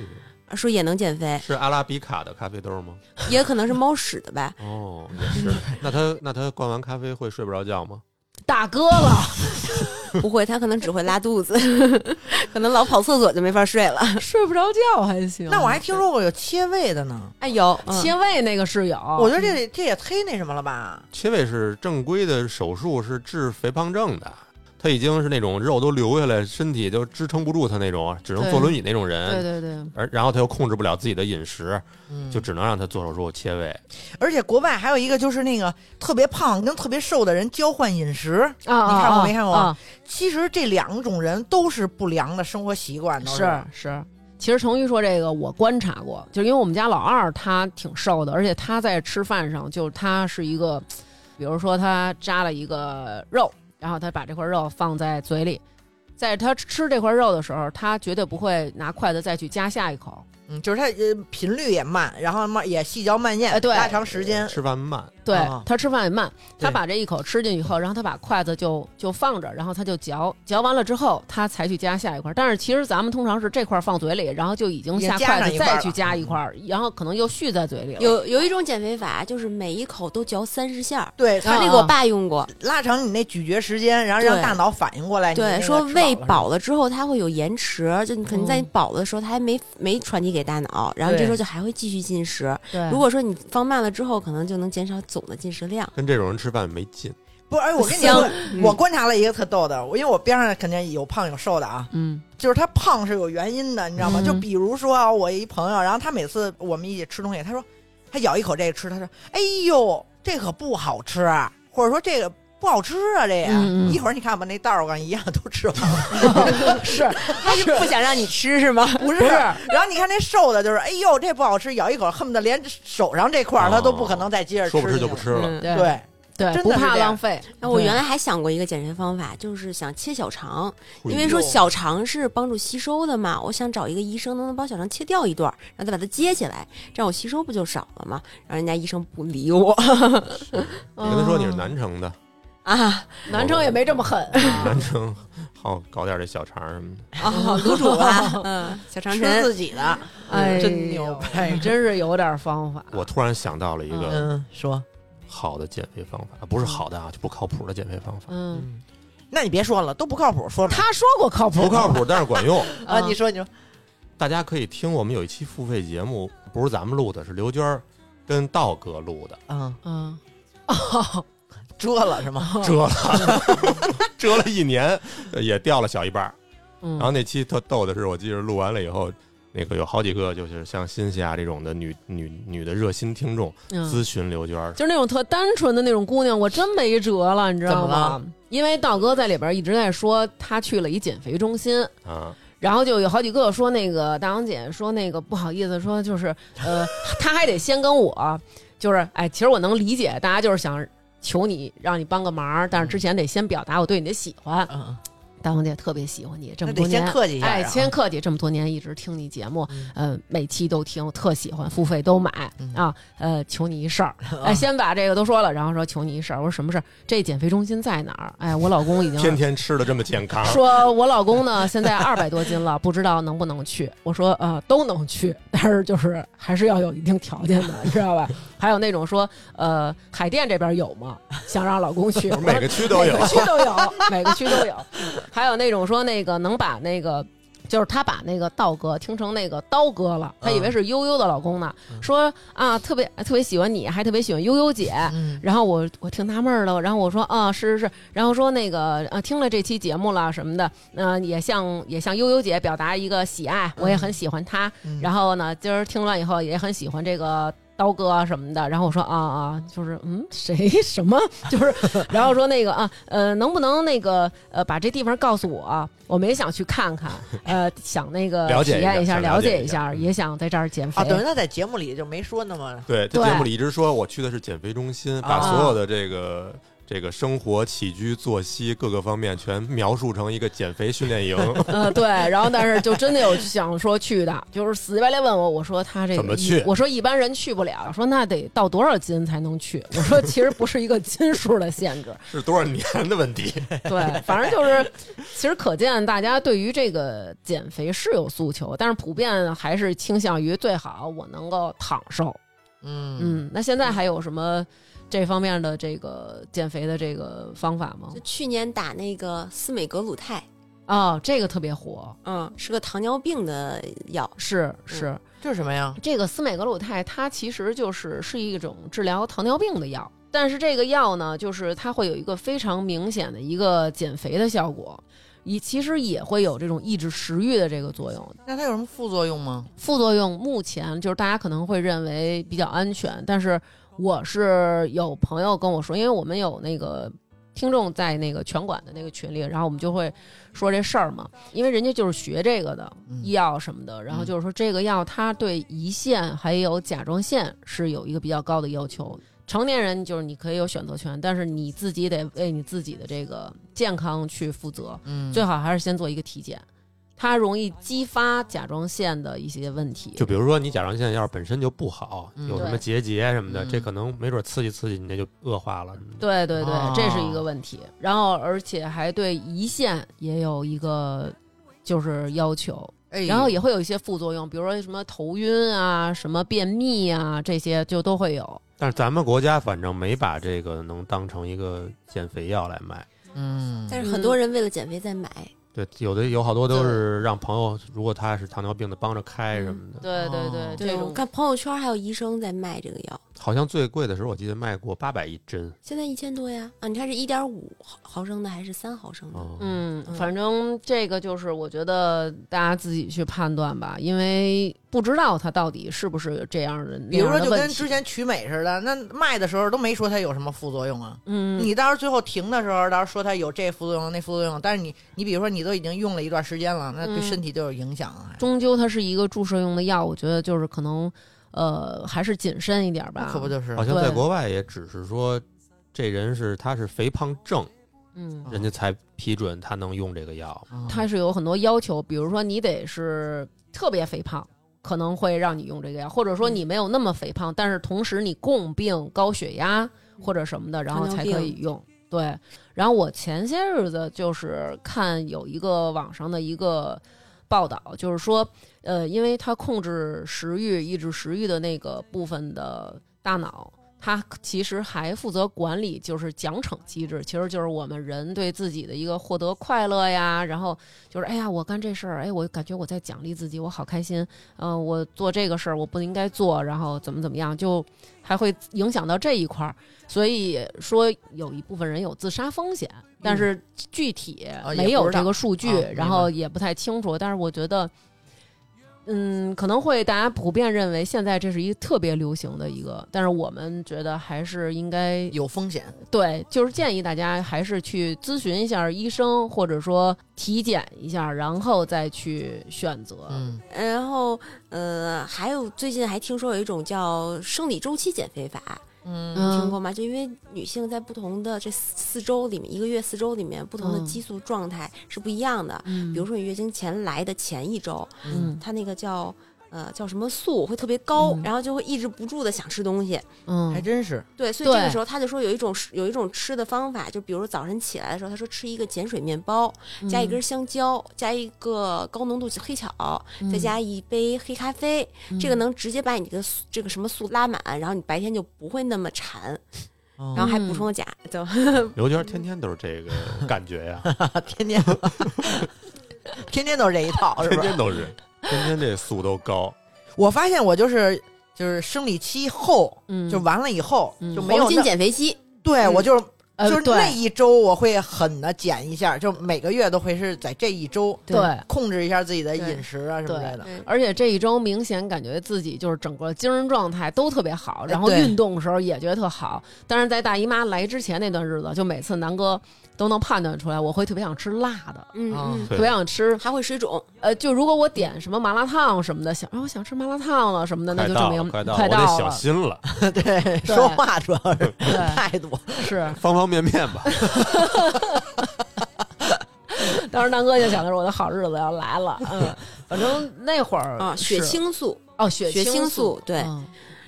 [SPEAKER 2] 去，说也能减肥，
[SPEAKER 6] 是阿拉比卡的咖啡豆吗？。
[SPEAKER 2] 也可能是猫屎的吧
[SPEAKER 6] 哦，也是。那他那他灌完咖啡会睡不着觉吗？
[SPEAKER 3] 大哥了，
[SPEAKER 2] 不会，他可能只会拉肚子， 可能老跑厕所就没法睡了。
[SPEAKER 3] 睡不着觉还行。
[SPEAKER 4] 那我还听说过有切胃的呢。
[SPEAKER 2] 哎，有
[SPEAKER 3] 切胃那个是有，
[SPEAKER 4] 嗯
[SPEAKER 2] 哦
[SPEAKER 4] 我觉得这这也忒那什么了吧？
[SPEAKER 6] 切胃是正规的手术，是治肥胖症的。他已经是那种肉都流下来，身体就支撑不住他那种，啊只能
[SPEAKER 3] 对
[SPEAKER 6] 坐轮椅那种
[SPEAKER 1] 嗯
[SPEAKER 3] 对
[SPEAKER 6] 人。
[SPEAKER 3] 对对，
[SPEAKER 6] 而然后他又控制不了自己的饮食，
[SPEAKER 4] 嗯，
[SPEAKER 6] 就只能让他做手术切胃。
[SPEAKER 4] 而且国外还有一个就是那个特别胖跟特别瘦的人交换饮食，
[SPEAKER 3] 啊啊，
[SPEAKER 4] 你看过没
[SPEAKER 3] 啊
[SPEAKER 4] 看过
[SPEAKER 3] 啊
[SPEAKER 4] 其实这两种人都是不良的生活习惯，都
[SPEAKER 3] 是是。其实程昱说这个我观察过，就因为我们家老二他挺瘦的，而且他在吃饭上就是他是一个，比如说他扎了一个肉，然后他把这块肉放在嘴里，在他吃这块肉的时候，他绝对不会拿筷子再去夹下一口，
[SPEAKER 4] 嗯，就是他呃频率也慢，然后嘛也细嚼慢咽，
[SPEAKER 2] 呃
[SPEAKER 3] 哎对
[SPEAKER 4] 拉长时间，
[SPEAKER 6] 吃饭慢，
[SPEAKER 3] 对、
[SPEAKER 4] 啊
[SPEAKER 3] 他吃饭也慢，他
[SPEAKER 4] 对
[SPEAKER 3] 把这一口吃进去以后，然后他把筷子就就放着，然后他就嚼，嚼完了之后他才去夹下一块儿。但是其实咱们通常是这块儿放嘴里，然后就已经
[SPEAKER 4] 已经
[SPEAKER 3] 下
[SPEAKER 4] 夹
[SPEAKER 3] 筷
[SPEAKER 4] 上
[SPEAKER 3] 子
[SPEAKER 4] 一块儿
[SPEAKER 3] 再
[SPEAKER 4] 了
[SPEAKER 3] 去夹一块儿，然后可能又续在嘴里了。
[SPEAKER 2] 有有一种减肥法，就是每一口都嚼三十下儿。
[SPEAKER 4] 对
[SPEAKER 3] 啊
[SPEAKER 4] 他
[SPEAKER 2] 他那个我爸用过，
[SPEAKER 4] 拉长你那咀嚼时间，然后让
[SPEAKER 2] 对
[SPEAKER 4] 大脑反应过来，你那
[SPEAKER 2] 对，
[SPEAKER 4] 个
[SPEAKER 2] 说
[SPEAKER 4] 吃
[SPEAKER 2] 胃
[SPEAKER 4] 了是吧
[SPEAKER 2] 饱了之后它会有延迟，就你可能在你
[SPEAKER 3] 嗯
[SPEAKER 2] 饱的时候它还没没传递给大脑，然后这时候就还会继续进食。
[SPEAKER 3] 对
[SPEAKER 2] 如果说你放慢了之后，可能就能减少总的进食量。
[SPEAKER 6] 跟这种人吃饭没劲。
[SPEAKER 4] 不是，哎，我跟你
[SPEAKER 2] 香
[SPEAKER 4] 说，
[SPEAKER 3] 嗯
[SPEAKER 4] 我观察了一个特逗的，我因为我边上肯定有胖有瘦的啊，
[SPEAKER 3] 嗯
[SPEAKER 4] 就是他胖是有原因的，你知道吗？
[SPEAKER 3] 嗯
[SPEAKER 4] 就比如说啊，我一朋友，然后他每次我们一起吃东西，他说他咬一口这个吃，他说哎呦这可不好吃，啊，或者说这个。不好吃啊，这也、
[SPEAKER 3] 嗯嗯
[SPEAKER 4] 一会儿你看吧，那袋儿我跟一样都吃完了，
[SPEAKER 3] 是
[SPEAKER 2] 他 是 不想让你吃 是吗？
[SPEAKER 4] 不是？然后你看那瘦的，就是哎呦哦这不好吃，咬一口恨不得连手上这块儿他都不可能再接着吃，
[SPEAKER 6] 说不吃就不。吃了。
[SPEAKER 2] 嗯
[SPEAKER 3] 对
[SPEAKER 4] 对，
[SPEAKER 3] 对，
[SPEAKER 4] 真的
[SPEAKER 3] 不
[SPEAKER 4] 是
[SPEAKER 3] 怕
[SPEAKER 4] 这样
[SPEAKER 3] 浪费。
[SPEAKER 2] 那哎我
[SPEAKER 3] 对
[SPEAKER 2] 原来还想过一个减肥方法，就是想切小肠，
[SPEAKER 1] 会
[SPEAKER 2] 因为说小肠是帮助吸收的嘛，我想找一个医生能不能帮小肠切掉一段儿，然后再把它接起来，这样我吸收不就少了嘛？然后人家医生不理我
[SPEAKER 1] 你跟他说你是
[SPEAKER 3] 哦
[SPEAKER 1] 南城的，
[SPEAKER 2] 啊
[SPEAKER 3] 南城也没这么狠，
[SPEAKER 1] 南城好搞点这小肠什么的。
[SPEAKER 2] 啊，卤煮吧，嗯，小肠
[SPEAKER 4] 吃
[SPEAKER 2] 陈，
[SPEAKER 4] 自己的，
[SPEAKER 3] 哎，
[SPEAKER 4] 真牛掰
[SPEAKER 3] 你真是有点方法。
[SPEAKER 1] 我突然想到了一个
[SPEAKER 4] 嗯，说，
[SPEAKER 1] 好的减肥方法，不是好的啊，就不靠谱的减肥 方法，
[SPEAKER 3] 嗯，
[SPEAKER 4] 那你别说了，都不靠谱，说吧
[SPEAKER 3] 他说过靠谱，
[SPEAKER 1] 不靠谱但是管用。
[SPEAKER 4] 啊，
[SPEAKER 3] 嗯
[SPEAKER 4] 你说你说，
[SPEAKER 1] 大家可以听我们有一期付费节目，不是咱们录的，是刘娟儿跟道哥录的，
[SPEAKER 4] 嗯，
[SPEAKER 3] 嗯，哦，
[SPEAKER 4] 遮了是
[SPEAKER 3] 嗯
[SPEAKER 4] 吗？嗯
[SPEAKER 1] 折了折了一年，呃也掉了小一半儿。
[SPEAKER 3] 嗯
[SPEAKER 1] 然后那期特逗的是，我记着录完了以后，那个有好几个就是像新霞这种的女女女的热心听众
[SPEAKER 3] 嗯
[SPEAKER 1] 咨询刘娟儿，
[SPEAKER 3] 就是那种特单纯的那种姑娘，我真没辙了，你知道
[SPEAKER 4] 怎么
[SPEAKER 3] 吗？因为道哥在里边一直在说他去了一减肥中心，
[SPEAKER 1] 啊，
[SPEAKER 3] 然后就有好几个说那个大王姐说那个不好意思说就是呃，他还得先跟我就是哎，其实我能理解，大家就是想求你让你帮个忙，但是之前得先表达我对你的喜欢。
[SPEAKER 4] 嗯，
[SPEAKER 3] 大王姐特别喜欢你，这
[SPEAKER 4] 那
[SPEAKER 3] 么
[SPEAKER 4] 得
[SPEAKER 3] 多年
[SPEAKER 4] 先客气一下啊，
[SPEAKER 3] 哎，先客气，这么多年一直听你节目，
[SPEAKER 4] 嗯
[SPEAKER 3] 呃，每期都听，我特喜欢，付费都买
[SPEAKER 4] 嗯
[SPEAKER 3] 啊，呃，求你一事儿，
[SPEAKER 4] 啊
[SPEAKER 3] 哎，先把这个都说了，然后说求你一事儿，我说什么事儿？这减肥中心在哪儿？哎，我老公已经
[SPEAKER 1] 天天吃的这么健康，
[SPEAKER 3] 说我老公呢，现在二百多斤了，不知道能不能去。我说呃，都能去，但是就是还是要有一定条件的，你知道吧？还有那种说呃，海淀这边有吗？想让老 公去，
[SPEAKER 1] 不是每个区都有嗯
[SPEAKER 3] 每个区 都有，每个区都有。还有那种说那个能把那个。就是他把那个道哥听成那个刀哥了，他以
[SPEAKER 1] 嗯
[SPEAKER 3] 为是悠悠的老公呢，说啊特别特别喜欢你，还特别喜欢悠悠姐，
[SPEAKER 4] 嗯，
[SPEAKER 3] 然后我我挺纳闷儿的，然后我说啊，是是是，然后说那个啊，听了这期节目了什么的，嗯、也向也向悠悠姐表达一个喜爱，我也很喜欢她。
[SPEAKER 4] 嗯
[SPEAKER 3] 然后呢，今儿听完以后也很喜欢这个刀哥什么的。然后我说啊啊，就是嗯，谁什么 就是， 然后说那个啊呃，能不能那个呃把这地方告诉我？我们也想去看看，呃，想那个
[SPEAKER 1] 了解
[SPEAKER 3] 体
[SPEAKER 1] 一下
[SPEAKER 3] 验下，
[SPEAKER 1] 想了
[SPEAKER 3] 了
[SPEAKER 1] 解
[SPEAKER 3] 解
[SPEAKER 1] 一
[SPEAKER 3] 下，
[SPEAKER 1] 下嗯
[SPEAKER 3] 也想在这儿减肥。
[SPEAKER 4] 啊，等于他在节目里就没说那么，
[SPEAKER 1] 对，这
[SPEAKER 3] 对
[SPEAKER 1] 节目里一直说我去的是减肥中心，把
[SPEAKER 4] 啊
[SPEAKER 1] 所有的这个这个生活起居、作息各个方面全描述成一个减肥训练 营，
[SPEAKER 3] 嗯，对，然后但是就真的有想说去的，就是死乞白赖问我，我说他这个
[SPEAKER 1] 怎么
[SPEAKER 3] 一
[SPEAKER 1] 去
[SPEAKER 3] 我说一般人去不了，说那得到多少斤才能去？我说其实不是一个斤数的限 制，
[SPEAKER 1] 是多少年的问题？
[SPEAKER 3] 对，反正就是其实可见大家对于这个减肥是有诉求，但是普遍还是倾向于最好我能够躺瘦。
[SPEAKER 4] 嗯
[SPEAKER 3] 嗯，那现在还有什么这方面的这个减肥的这个方法吗
[SPEAKER 2] 就？去年打那个司美格鲁肽，
[SPEAKER 3] 哦，这个特别火，
[SPEAKER 2] 嗯，是个糖尿病的药，
[SPEAKER 3] 是是。
[SPEAKER 4] 这是什么呀？
[SPEAKER 3] 这个司美格鲁肽，它其实就是是一种治疗糖尿病的药，但是这个药呢，就是它会有一个非常明显的一个减肥的效果，也其实也会有这种抑制食欲的这个作用。
[SPEAKER 4] 那它有什么副作用吗？
[SPEAKER 3] 副作用目前就是大家可能会认为比较安全，但是我是有朋友跟我说，因为我们有那个听众在那个拳馆的那个群里，然后我们就会说这事儿嘛，因为人家就是学这个的
[SPEAKER 4] 嗯
[SPEAKER 3] 医药什么的，然后就是说这个药它对胰腺还有甲状腺是有一个比较高的要求。成年人就是你可以有选择权，但是你自己得为你自己的这个健康去负责。
[SPEAKER 4] 嗯，
[SPEAKER 3] 最好还是先做一个体检，它容易激发甲状腺的一些问题。
[SPEAKER 1] 就比如说你甲状腺要是本身就不好，
[SPEAKER 4] 嗯
[SPEAKER 1] 有什么结节什么的，
[SPEAKER 4] 对
[SPEAKER 1] 这可能没准刺激刺激你那就恶化了。
[SPEAKER 3] 对对对，
[SPEAKER 4] 哦
[SPEAKER 3] 这是一个问题。然后，而且还对胰腺也有一个就是要求，
[SPEAKER 4] 哎，
[SPEAKER 3] 然后也会有一些副作用，比如说什么头晕啊、什么便秘啊，这些就都会
[SPEAKER 4] 哦
[SPEAKER 3] 有。
[SPEAKER 1] 但是咱们国家反正没把这个能当成一个减肥药来卖。
[SPEAKER 4] 嗯，
[SPEAKER 2] 但是很多人为了减肥在买，
[SPEAKER 1] 对，有的有好多都是让朋友，如果他是糖尿病的，帮着开什么的。
[SPEAKER 3] 对对嗯对，
[SPEAKER 4] 哦
[SPEAKER 3] 这
[SPEAKER 2] 对我
[SPEAKER 3] 种
[SPEAKER 2] 看朋友圈还有医生在卖这个药，
[SPEAKER 1] 好像最贵的时候，我记得卖过八百一针。
[SPEAKER 2] 现在一千多呀，啊，你看是一点五毫毫升的还是三毫升的？
[SPEAKER 1] 哦，
[SPEAKER 3] 嗯，
[SPEAKER 2] 嗯
[SPEAKER 3] 反正这个就是我觉得大家自己去判断吧，因为不知道它到底是不是这样的。
[SPEAKER 4] 比如
[SPEAKER 3] 那
[SPEAKER 4] 说
[SPEAKER 3] 样的
[SPEAKER 4] 就
[SPEAKER 3] 问
[SPEAKER 4] 跟
[SPEAKER 3] 题
[SPEAKER 4] 之前曲美似的，那卖的时候都没说它有什么副作用啊。
[SPEAKER 3] 嗯，
[SPEAKER 4] 你到时候最后停的时候，到时候说它有这副作用那副作用，但是你你比如说你都已经用了一段时间了，那对
[SPEAKER 3] 嗯
[SPEAKER 4] 身体就有影响啊。
[SPEAKER 3] 终究它是一个注射用的药，我觉得就是可能，呃，还是谨慎一点
[SPEAKER 4] 那
[SPEAKER 3] 吧。
[SPEAKER 4] 可不就是
[SPEAKER 1] 好像在
[SPEAKER 3] 对
[SPEAKER 1] 国外也只是说
[SPEAKER 6] 这人是他是肥胖症，
[SPEAKER 3] 嗯，
[SPEAKER 6] 人家才批准他能用这个药。
[SPEAKER 4] 啊
[SPEAKER 3] 它是有很多要求，比如说你得是特别肥胖，可能会让你用这个药，或者说你没有那么肥胖，但是同时你共病高血压或者什么的，然后才可以用。对，然后我前些日子就是看有一个网上的一个报道，就是说，呃，因为它控制食欲、抑制食欲的那个部分的大脑，它其实还负责管理，就是奖惩机制，其实就是我们人对自己的一个获得快乐呀，然后就是哎呀，我干这事儿，哎，我感觉我在奖励自己，我好开心，嗯、我做这个事儿我不应该做，然后怎么怎么样，就还会影响到这一块儿，所以说有一部分人有自杀风险，但是具体
[SPEAKER 4] 啊也
[SPEAKER 3] 没
[SPEAKER 4] 不
[SPEAKER 3] 有
[SPEAKER 4] 知道
[SPEAKER 3] 这个数据，
[SPEAKER 4] 啊明白
[SPEAKER 3] 然后也不太清楚，但是我觉得。嗯，可能会大家普遍认为现在这是一个特别流行的一个，但是我们觉得还是应该
[SPEAKER 4] 有风险，
[SPEAKER 3] 对，就是建议大家还是去咨询一下医生，或者说体检一下，然后再去选择。
[SPEAKER 4] 嗯，
[SPEAKER 2] 然后呃，还有最近还听说有一种叫生理周期减肥法，
[SPEAKER 4] 嗯
[SPEAKER 2] 你听
[SPEAKER 3] 嗯
[SPEAKER 2] 过吗？就因为女性在不同的这四四周里面，一个月四周里面，不同的
[SPEAKER 3] 嗯
[SPEAKER 2] 激素状态是不一样的。
[SPEAKER 3] 嗯，
[SPEAKER 2] 比如说你月经前来的前一周，
[SPEAKER 3] 嗯
[SPEAKER 2] 它那个叫呃叫什么素会特别高，
[SPEAKER 3] 嗯
[SPEAKER 2] 然后就会抑制不住的想吃东西。
[SPEAKER 3] 嗯，
[SPEAKER 4] 还真是，
[SPEAKER 2] 对，所以这个
[SPEAKER 3] 对
[SPEAKER 2] 时候他就说有一种有一种吃的方法，就比如早晨起来的时候，他说吃一个碱水面包，加一根香蕉，加一个高浓度黑巧，
[SPEAKER 3] 嗯，
[SPEAKER 2] 再加一杯黑咖啡，
[SPEAKER 3] 嗯
[SPEAKER 2] 这个能直接把你的素这个什么素拉满，然后你白天就不会那么馋，然后还补充了钾，嗯就
[SPEAKER 6] 刘娟天天都是这个感觉呀，
[SPEAKER 3] 嗯
[SPEAKER 4] 天 天天天都是这一 套，哦是
[SPEAKER 6] 天
[SPEAKER 4] 不是？
[SPEAKER 6] 天都是，天天这速都高。
[SPEAKER 4] 我发现我就是就是生理期后
[SPEAKER 3] 嗯
[SPEAKER 4] 就完了以后
[SPEAKER 3] 嗯
[SPEAKER 4] 就没有
[SPEAKER 2] 黄金
[SPEAKER 4] 那，
[SPEAKER 2] 减肥期。
[SPEAKER 4] 对
[SPEAKER 2] 嗯
[SPEAKER 4] 我就是
[SPEAKER 3] 呃
[SPEAKER 4] 就是那
[SPEAKER 3] 对
[SPEAKER 4] 一周我会狠的减一下，就每个月都会是在这一周
[SPEAKER 3] 对。
[SPEAKER 4] 控制一下自己的
[SPEAKER 3] 对
[SPEAKER 4] 饮食啊什么之类的。
[SPEAKER 2] 对，嗯
[SPEAKER 3] 而且这一周明显感觉自己就是整个精神状态都特别好，然后
[SPEAKER 4] 哎对
[SPEAKER 3] 运动的时候也觉得特好。但是在大姨妈来之前那段日子，就每次南哥都能判断出来，我会特别想吃辣的，
[SPEAKER 2] 嗯
[SPEAKER 4] 啊
[SPEAKER 2] 嗯，
[SPEAKER 3] 特
[SPEAKER 6] 对
[SPEAKER 3] 别想吃
[SPEAKER 2] 还会水肿，
[SPEAKER 3] 呃，就如果我点什么麻辣烫什么的，想啊，我想吃麻辣烫了什么的，那
[SPEAKER 6] 快
[SPEAKER 3] 就
[SPEAKER 6] 到
[SPEAKER 3] 证
[SPEAKER 6] 了，
[SPEAKER 3] 明
[SPEAKER 6] 快
[SPEAKER 3] 快
[SPEAKER 6] 到
[SPEAKER 3] 到
[SPEAKER 6] 了，我得小
[SPEAKER 3] 了，
[SPEAKER 6] 心 了，
[SPEAKER 4] 对，
[SPEAKER 3] 嗯对
[SPEAKER 4] 说话主要是
[SPEAKER 3] 对，
[SPEAKER 4] 态度。
[SPEAKER 3] 是。
[SPEAKER 6] 方方面面
[SPEAKER 3] 啊
[SPEAKER 6] 吧。
[SPEAKER 3] 当时南哥就想的是我的好日子要来了，嗯， 反正那会儿
[SPEAKER 2] 啊，血
[SPEAKER 3] 呃是
[SPEAKER 2] 清素，
[SPEAKER 3] 哦血
[SPEAKER 2] 血
[SPEAKER 3] 清
[SPEAKER 2] 清素对
[SPEAKER 3] 嗯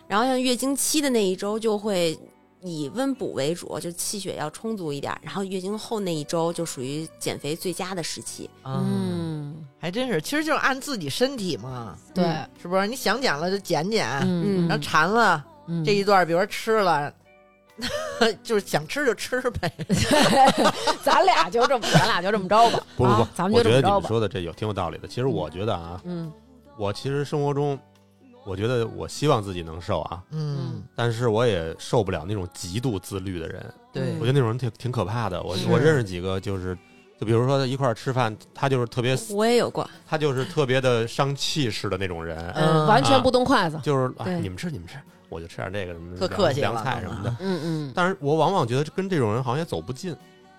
[SPEAKER 2] 然后像月经期的那一周就会以温补为主，就气血要充足一点。然后月经后那一周就属于减肥最佳的时期。
[SPEAKER 3] 嗯，
[SPEAKER 4] 啊还真是，其实就是按自己身体嘛，嗯
[SPEAKER 3] 对，
[SPEAKER 4] 是不是？你想减了就减减，
[SPEAKER 3] 嗯
[SPEAKER 4] 然后馋了
[SPEAKER 3] 嗯
[SPEAKER 4] 这一段，比如说吃了， 就是想吃就吃呗。
[SPEAKER 3] 咱俩就这么，咱俩就这么着吧，
[SPEAKER 6] 不不不
[SPEAKER 3] 啊，咱们
[SPEAKER 6] 我
[SPEAKER 3] 就
[SPEAKER 6] 觉得你
[SPEAKER 3] 这么着
[SPEAKER 6] 们
[SPEAKER 3] 吧，
[SPEAKER 6] 说的这有挺有道理的。其实我觉得啊，
[SPEAKER 3] 嗯
[SPEAKER 6] 我其实生活中，我觉得我希望自己能瘦啊，
[SPEAKER 4] 嗯，
[SPEAKER 6] 但是我也受不了那种极度自律的人。
[SPEAKER 4] 对
[SPEAKER 3] 嗯
[SPEAKER 6] 我觉得那种人挺挺可怕的。我
[SPEAKER 4] 是
[SPEAKER 6] 我认识几个就是。就比如说一块儿吃饭，他就是特别，
[SPEAKER 3] 嗯
[SPEAKER 2] 我也有过，
[SPEAKER 6] 他就是特别的伤气势的那种人，
[SPEAKER 3] 嗯，
[SPEAKER 4] 嗯
[SPEAKER 3] 完
[SPEAKER 6] 啊
[SPEAKER 3] 全不动筷子，
[SPEAKER 6] 就是、哎、
[SPEAKER 2] 对
[SPEAKER 6] 你们吃你们吃，我就吃点这个什么
[SPEAKER 4] 特客气了
[SPEAKER 6] 凉凉菜什么的。
[SPEAKER 3] 嗯嗯
[SPEAKER 6] 但是我往往觉得跟这种人好像也走不近，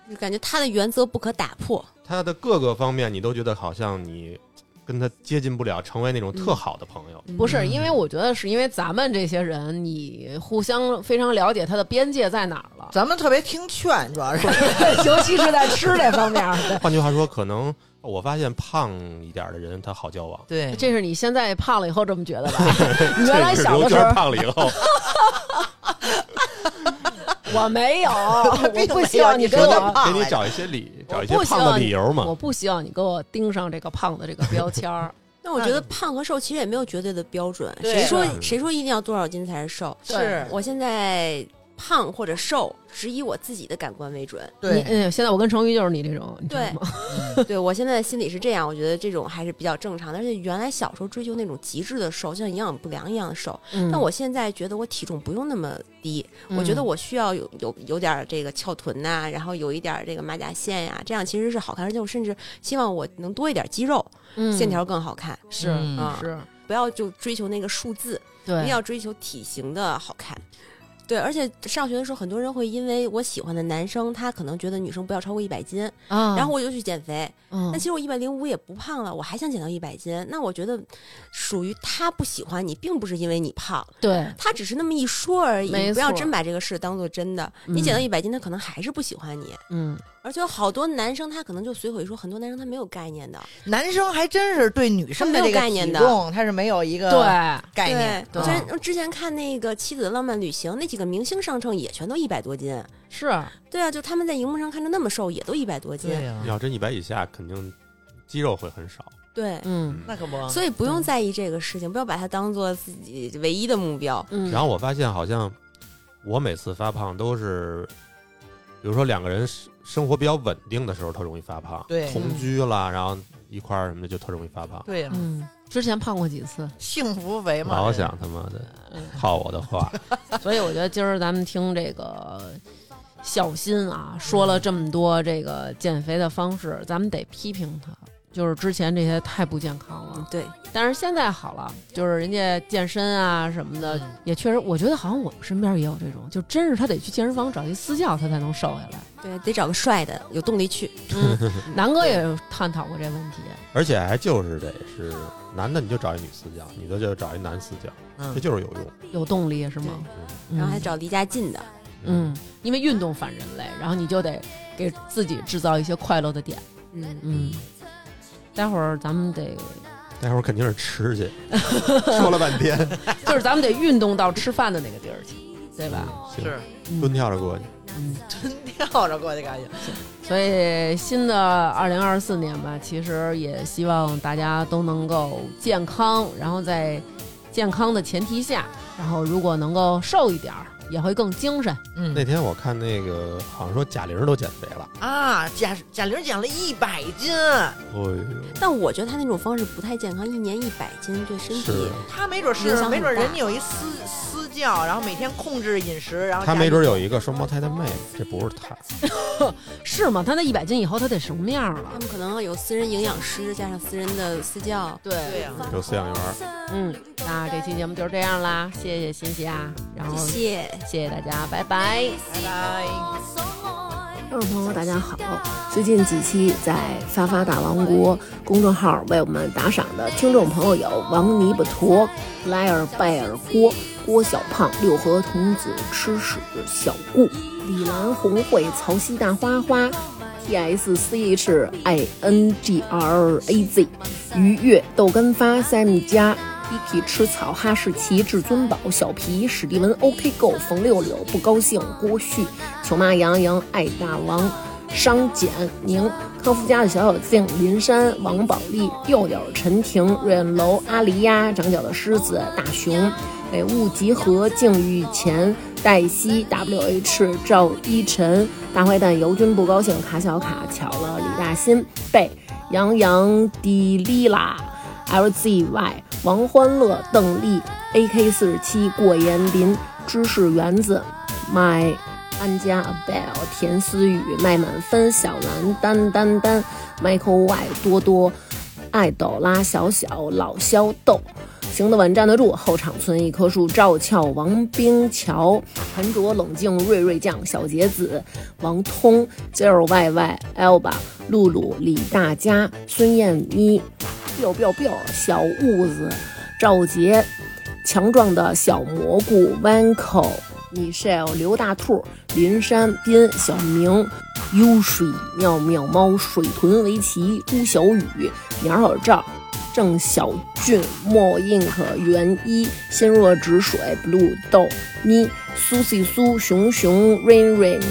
[SPEAKER 2] 就感觉他的原则不可打破。
[SPEAKER 6] 他的各个方面你都觉得好像你跟他接近不了，成为那种特好的朋 友。
[SPEAKER 3] 不是，因为我觉得是因为咱们这些人，你互相非常了解他的边界在哪儿 了，
[SPEAKER 4] 咱们特别听劝，主要是
[SPEAKER 3] 尤其是在吃这方面儿，对
[SPEAKER 6] 换句话说，可能呃我发现胖一点的人他好交往。
[SPEAKER 4] 对
[SPEAKER 3] 这是你现在胖了以后这么觉得吧？你 原来
[SPEAKER 6] 这是
[SPEAKER 3] 小
[SPEAKER 6] 刘
[SPEAKER 3] 的时
[SPEAKER 6] 娟
[SPEAKER 3] 候
[SPEAKER 6] 胖了以 后，
[SPEAKER 3] 我没有，我
[SPEAKER 4] 并没
[SPEAKER 3] 不
[SPEAKER 4] 有
[SPEAKER 3] 希望你
[SPEAKER 4] 你
[SPEAKER 3] 跟
[SPEAKER 4] 说的
[SPEAKER 3] 我，
[SPEAKER 4] 胖
[SPEAKER 6] 给你
[SPEAKER 4] 了
[SPEAKER 6] 找一些理，
[SPEAKER 3] 我
[SPEAKER 6] 找一些
[SPEAKER 3] 不希
[SPEAKER 6] 胖的
[SPEAKER 3] 望你
[SPEAKER 6] 理由嘛
[SPEAKER 3] 我。不希望你给我盯上这个胖的这个标签儿。
[SPEAKER 2] 那我觉得胖和瘦其实也没有绝对的标准，
[SPEAKER 4] 对
[SPEAKER 2] 谁说
[SPEAKER 6] 嗯
[SPEAKER 2] 谁说一定要多少斤才是瘦？
[SPEAKER 4] 是
[SPEAKER 2] 我现在胖或者瘦，只以我自己的感官为准。
[SPEAKER 3] 你
[SPEAKER 4] 对，
[SPEAKER 3] 嗯，现在我跟成瑜就是你这种，你知道
[SPEAKER 2] 对
[SPEAKER 3] 吗？
[SPEAKER 2] 对我现在的心里是这样，我觉得这种还是比较正常的。而且原来小时候追求那种极致的瘦，就像营养不良一样的瘦，
[SPEAKER 3] 嗯嗯
[SPEAKER 2] 但我现在觉得我体重不用那么低，我觉得我需要有有有点儿这个翘臀呐、然后有一点儿这个马甲线呀、这样其实是好看，而且我甚至希望我能多一点肌肉，
[SPEAKER 3] 嗯
[SPEAKER 2] 线条更好看。
[SPEAKER 3] 是
[SPEAKER 4] 嗯
[SPEAKER 2] 啊
[SPEAKER 3] 是，
[SPEAKER 2] 不要就追求那个数字，一定
[SPEAKER 3] 对
[SPEAKER 2] 要追求体型的好看。对，而且上学的时候，很多人会因为我喜欢的男生，他可能觉得女生不要超过一百斤，
[SPEAKER 3] 啊
[SPEAKER 2] 然后我就去减肥。
[SPEAKER 3] 嗯
[SPEAKER 2] 那其实我一百零五也不胖了，我还想减到一百斤。那我觉得，属于他不喜欢你，并不是因为你胖，
[SPEAKER 3] 对，
[SPEAKER 2] 他只是那么一说而已。
[SPEAKER 3] 没
[SPEAKER 2] 你不要
[SPEAKER 3] 错
[SPEAKER 2] 真把这个事当做真的。
[SPEAKER 3] 嗯
[SPEAKER 2] 你减到一百斤，他可能还是不喜欢你。
[SPEAKER 3] 嗯，
[SPEAKER 2] 而且有好多男生，他可能就随口一说，很多男生他没有概念的，
[SPEAKER 4] 男生还真是对女生的
[SPEAKER 2] 他没有
[SPEAKER 4] 这个
[SPEAKER 2] 概念
[SPEAKER 4] 体
[SPEAKER 2] 的
[SPEAKER 4] 重，他是没有一个
[SPEAKER 3] 对，
[SPEAKER 4] 概念。嗯
[SPEAKER 2] 对，
[SPEAKER 3] 对
[SPEAKER 2] 虽然之前看那个《妻子的浪漫旅行》，那几个明星上秤也全都一百多斤。
[SPEAKER 3] 是
[SPEAKER 2] 对啊，就他们在荧幕上看着那么瘦，也都一百多斤。
[SPEAKER 4] 呀
[SPEAKER 6] 要真一百以下，肯定肌肉会很少。
[SPEAKER 2] 对，
[SPEAKER 3] 嗯
[SPEAKER 4] 那可不。
[SPEAKER 2] 所以不用在意这个事情，不要把它当做自己唯一的目标。
[SPEAKER 3] 嗯，
[SPEAKER 6] 然后我发现好像我每次发胖都是，比如说两个人生生活比较稳定的时候，特容易发胖。
[SPEAKER 4] 对
[SPEAKER 6] 同居了，然后一块儿什么的就特容易发胖。
[SPEAKER 4] 对呀，
[SPEAKER 3] 嗯，之前胖过几次，
[SPEAKER 4] 幸福肥嘛，
[SPEAKER 6] 老
[SPEAKER 4] 这
[SPEAKER 6] 想他妈的套我的话，
[SPEAKER 3] 所以我觉得今儿咱们听这个小新啊，说了这么多这个减肥的方式，咱们得批评他，就是之前这些太不健康了
[SPEAKER 2] 嗯。，对，
[SPEAKER 3] 但是现在好了，就是人家健身啊什么的，也确实，我觉得好像我们身边也有这种，就真是他得去健身房找一私教，他才能瘦下来。
[SPEAKER 2] 对，得找个帅的，有动力去。
[SPEAKER 3] 嗯，南哥也探讨过这问题，
[SPEAKER 6] 而且还就是得是男的你就找一女私教，女的就找一男私教，
[SPEAKER 4] 嗯
[SPEAKER 6] 这就是有用。
[SPEAKER 3] 有动力是吗？嗯
[SPEAKER 2] 然后还找离家近的。
[SPEAKER 3] 嗯，因为运动反人类，然后你就得给自己制造一些快乐的点。
[SPEAKER 2] 嗯，
[SPEAKER 3] 嗯，待会儿咱们得，
[SPEAKER 6] 待会儿肯定是吃去，说了半天，
[SPEAKER 3] 就是咱们得运动到吃饭的那个地儿去，对吧？
[SPEAKER 6] 嗯行，
[SPEAKER 4] 是
[SPEAKER 6] 蹲跳着过去。
[SPEAKER 3] 嗯，
[SPEAKER 4] 真跳着过去感觉。
[SPEAKER 3] 所以新的二零二四年吧，其实也希望大家都能够健康，然后在健康的前提下，然后如果能够瘦一点儿，也会更精神。
[SPEAKER 4] 嗯
[SPEAKER 6] 那天我看那个好像说贾玲都减肥了，
[SPEAKER 4] 啊，贾贾玲减了一百斤，
[SPEAKER 6] 哎呦。
[SPEAKER 2] 但我觉得他那种方式不太健康，一年一百斤对身体
[SPEAKER 6] 是。
[SPEAKER 4] 她没准
[SPEAKER 2] 影
[SPEAKER 4] 是
[SPEAKER 2] 响很
[SPEAKER 4] 没准人
[SPEAKER 2] 大
[SPEAKER 4] 家有一私私教，然后每天控制饮食，然后
[SPEAKER 6] 他
[SPEAKER 4] 贾
[SPEAKER 6] 没准
[SPEAKER 4] 玲
[SPEAKER 6] 有一个双胞胎的妹妹，这不是他。
[SPEAKER 3] 是吗？他那一百斤以后，他得什么样
[SPEAKER 2] 他
[SPEAKER 3] 了？
[SPEAKER 2] 们可能有私人营养师，加上私人的私教。
[SPEAKER 3] 对
[SPEAKER 4] 对呀、
[SPEAKER 6] 有饲养员儿。
[SPEAKER 3] 嗯，那这期节目就是这样啦，谢谢欣欣啊，然后
[SPEAKER 2] 谢谢。
[SPEAKER 3] 谢谢大家，拜拜。
[SPEAKER 4] 拜拜。
[SPEAKER 7] 听众朋友，大家好！最近几期在发发大王国公众号为我们打赏的听众朋友有王尼巴陀、莱尔拜尔郭、郭小胖、六合童子、吃屎、小顾、李兰红会、曹溪大花花、T S C H I N G R A Z、愉悦、豆干发、Sam 家、Kiki 吃草、哈士奇、至尊宝、小皮、史蒂文、OK Go、冯六六、不高兴、郭旭、球妈杨洋、爱大王、商简宁、康夫家的小小静、林珊、王宝利、右柳、陈婷、瑞恩楼、阿狸呀、长角的狮子、大熊、北雾集合、静玉前、黛西、W H、赵一晨、大坏蛋、尤军不高兴、卡小卡、巧了、李大新、贝、杨洋、迪丽啦。LZY、王欢乐、邓丽、AK 四十七、过延林、知识园子、My 安家 Abel、田思雨、麦满分、小兰、丹丹丹、Michael Y、多多、爱豆拉、小小、老肖豆。行得稳，站得住。后场村一棵树，赵俏、王冰桥、谭卓、冷静、瑞瑞酱、小杰子、王通、Zero YY、Elba、露露、李大家、孙燕妮、biu biu biu 小痦子、赵杰、强壮的小蘑菇、Vanco、Michelle、刘大兔、林山斌、小明、U 水、妙妙猫、水豚围棋、朱小雨、鸟小赵。郑小俊、莫 ink、袁一、心若止水、blue 豆、妮、苏西苏、熊熊、rain rain、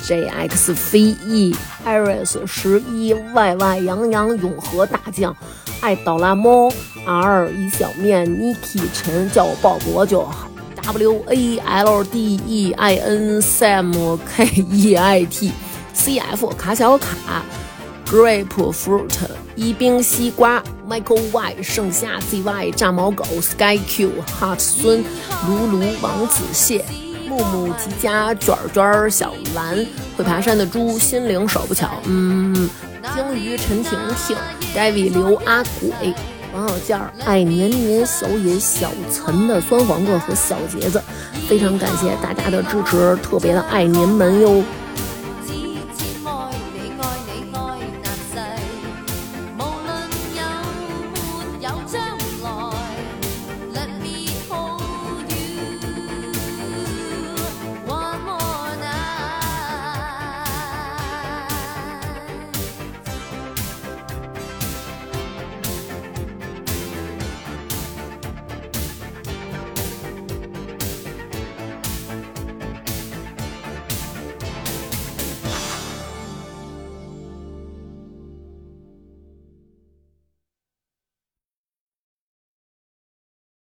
[SPEAKER 7] JX 飞翼、iris E 十一、yy 杨洋、永和大将、爱倒拉猫、R 一小面、Niki 陈叫我鲍勃就好。W A L D E I N Sam K E I T C F 卡小卡，Grape Fruit 一冰西瓜，Michael Y 盛夏 Z Y 炸毛狗，Sky Q Hot 孙，卢卢王子蟹。木木吉家卷儿卷儿小蓝会爬山的猪心灵手不巧，嗯，鲸鱼陈婷婷，David 刘阿鬼，王小贱儿爱年年小野小岑的酸黄瓜和小杰子，非常感谢大家的支持，特别的爱您们哟。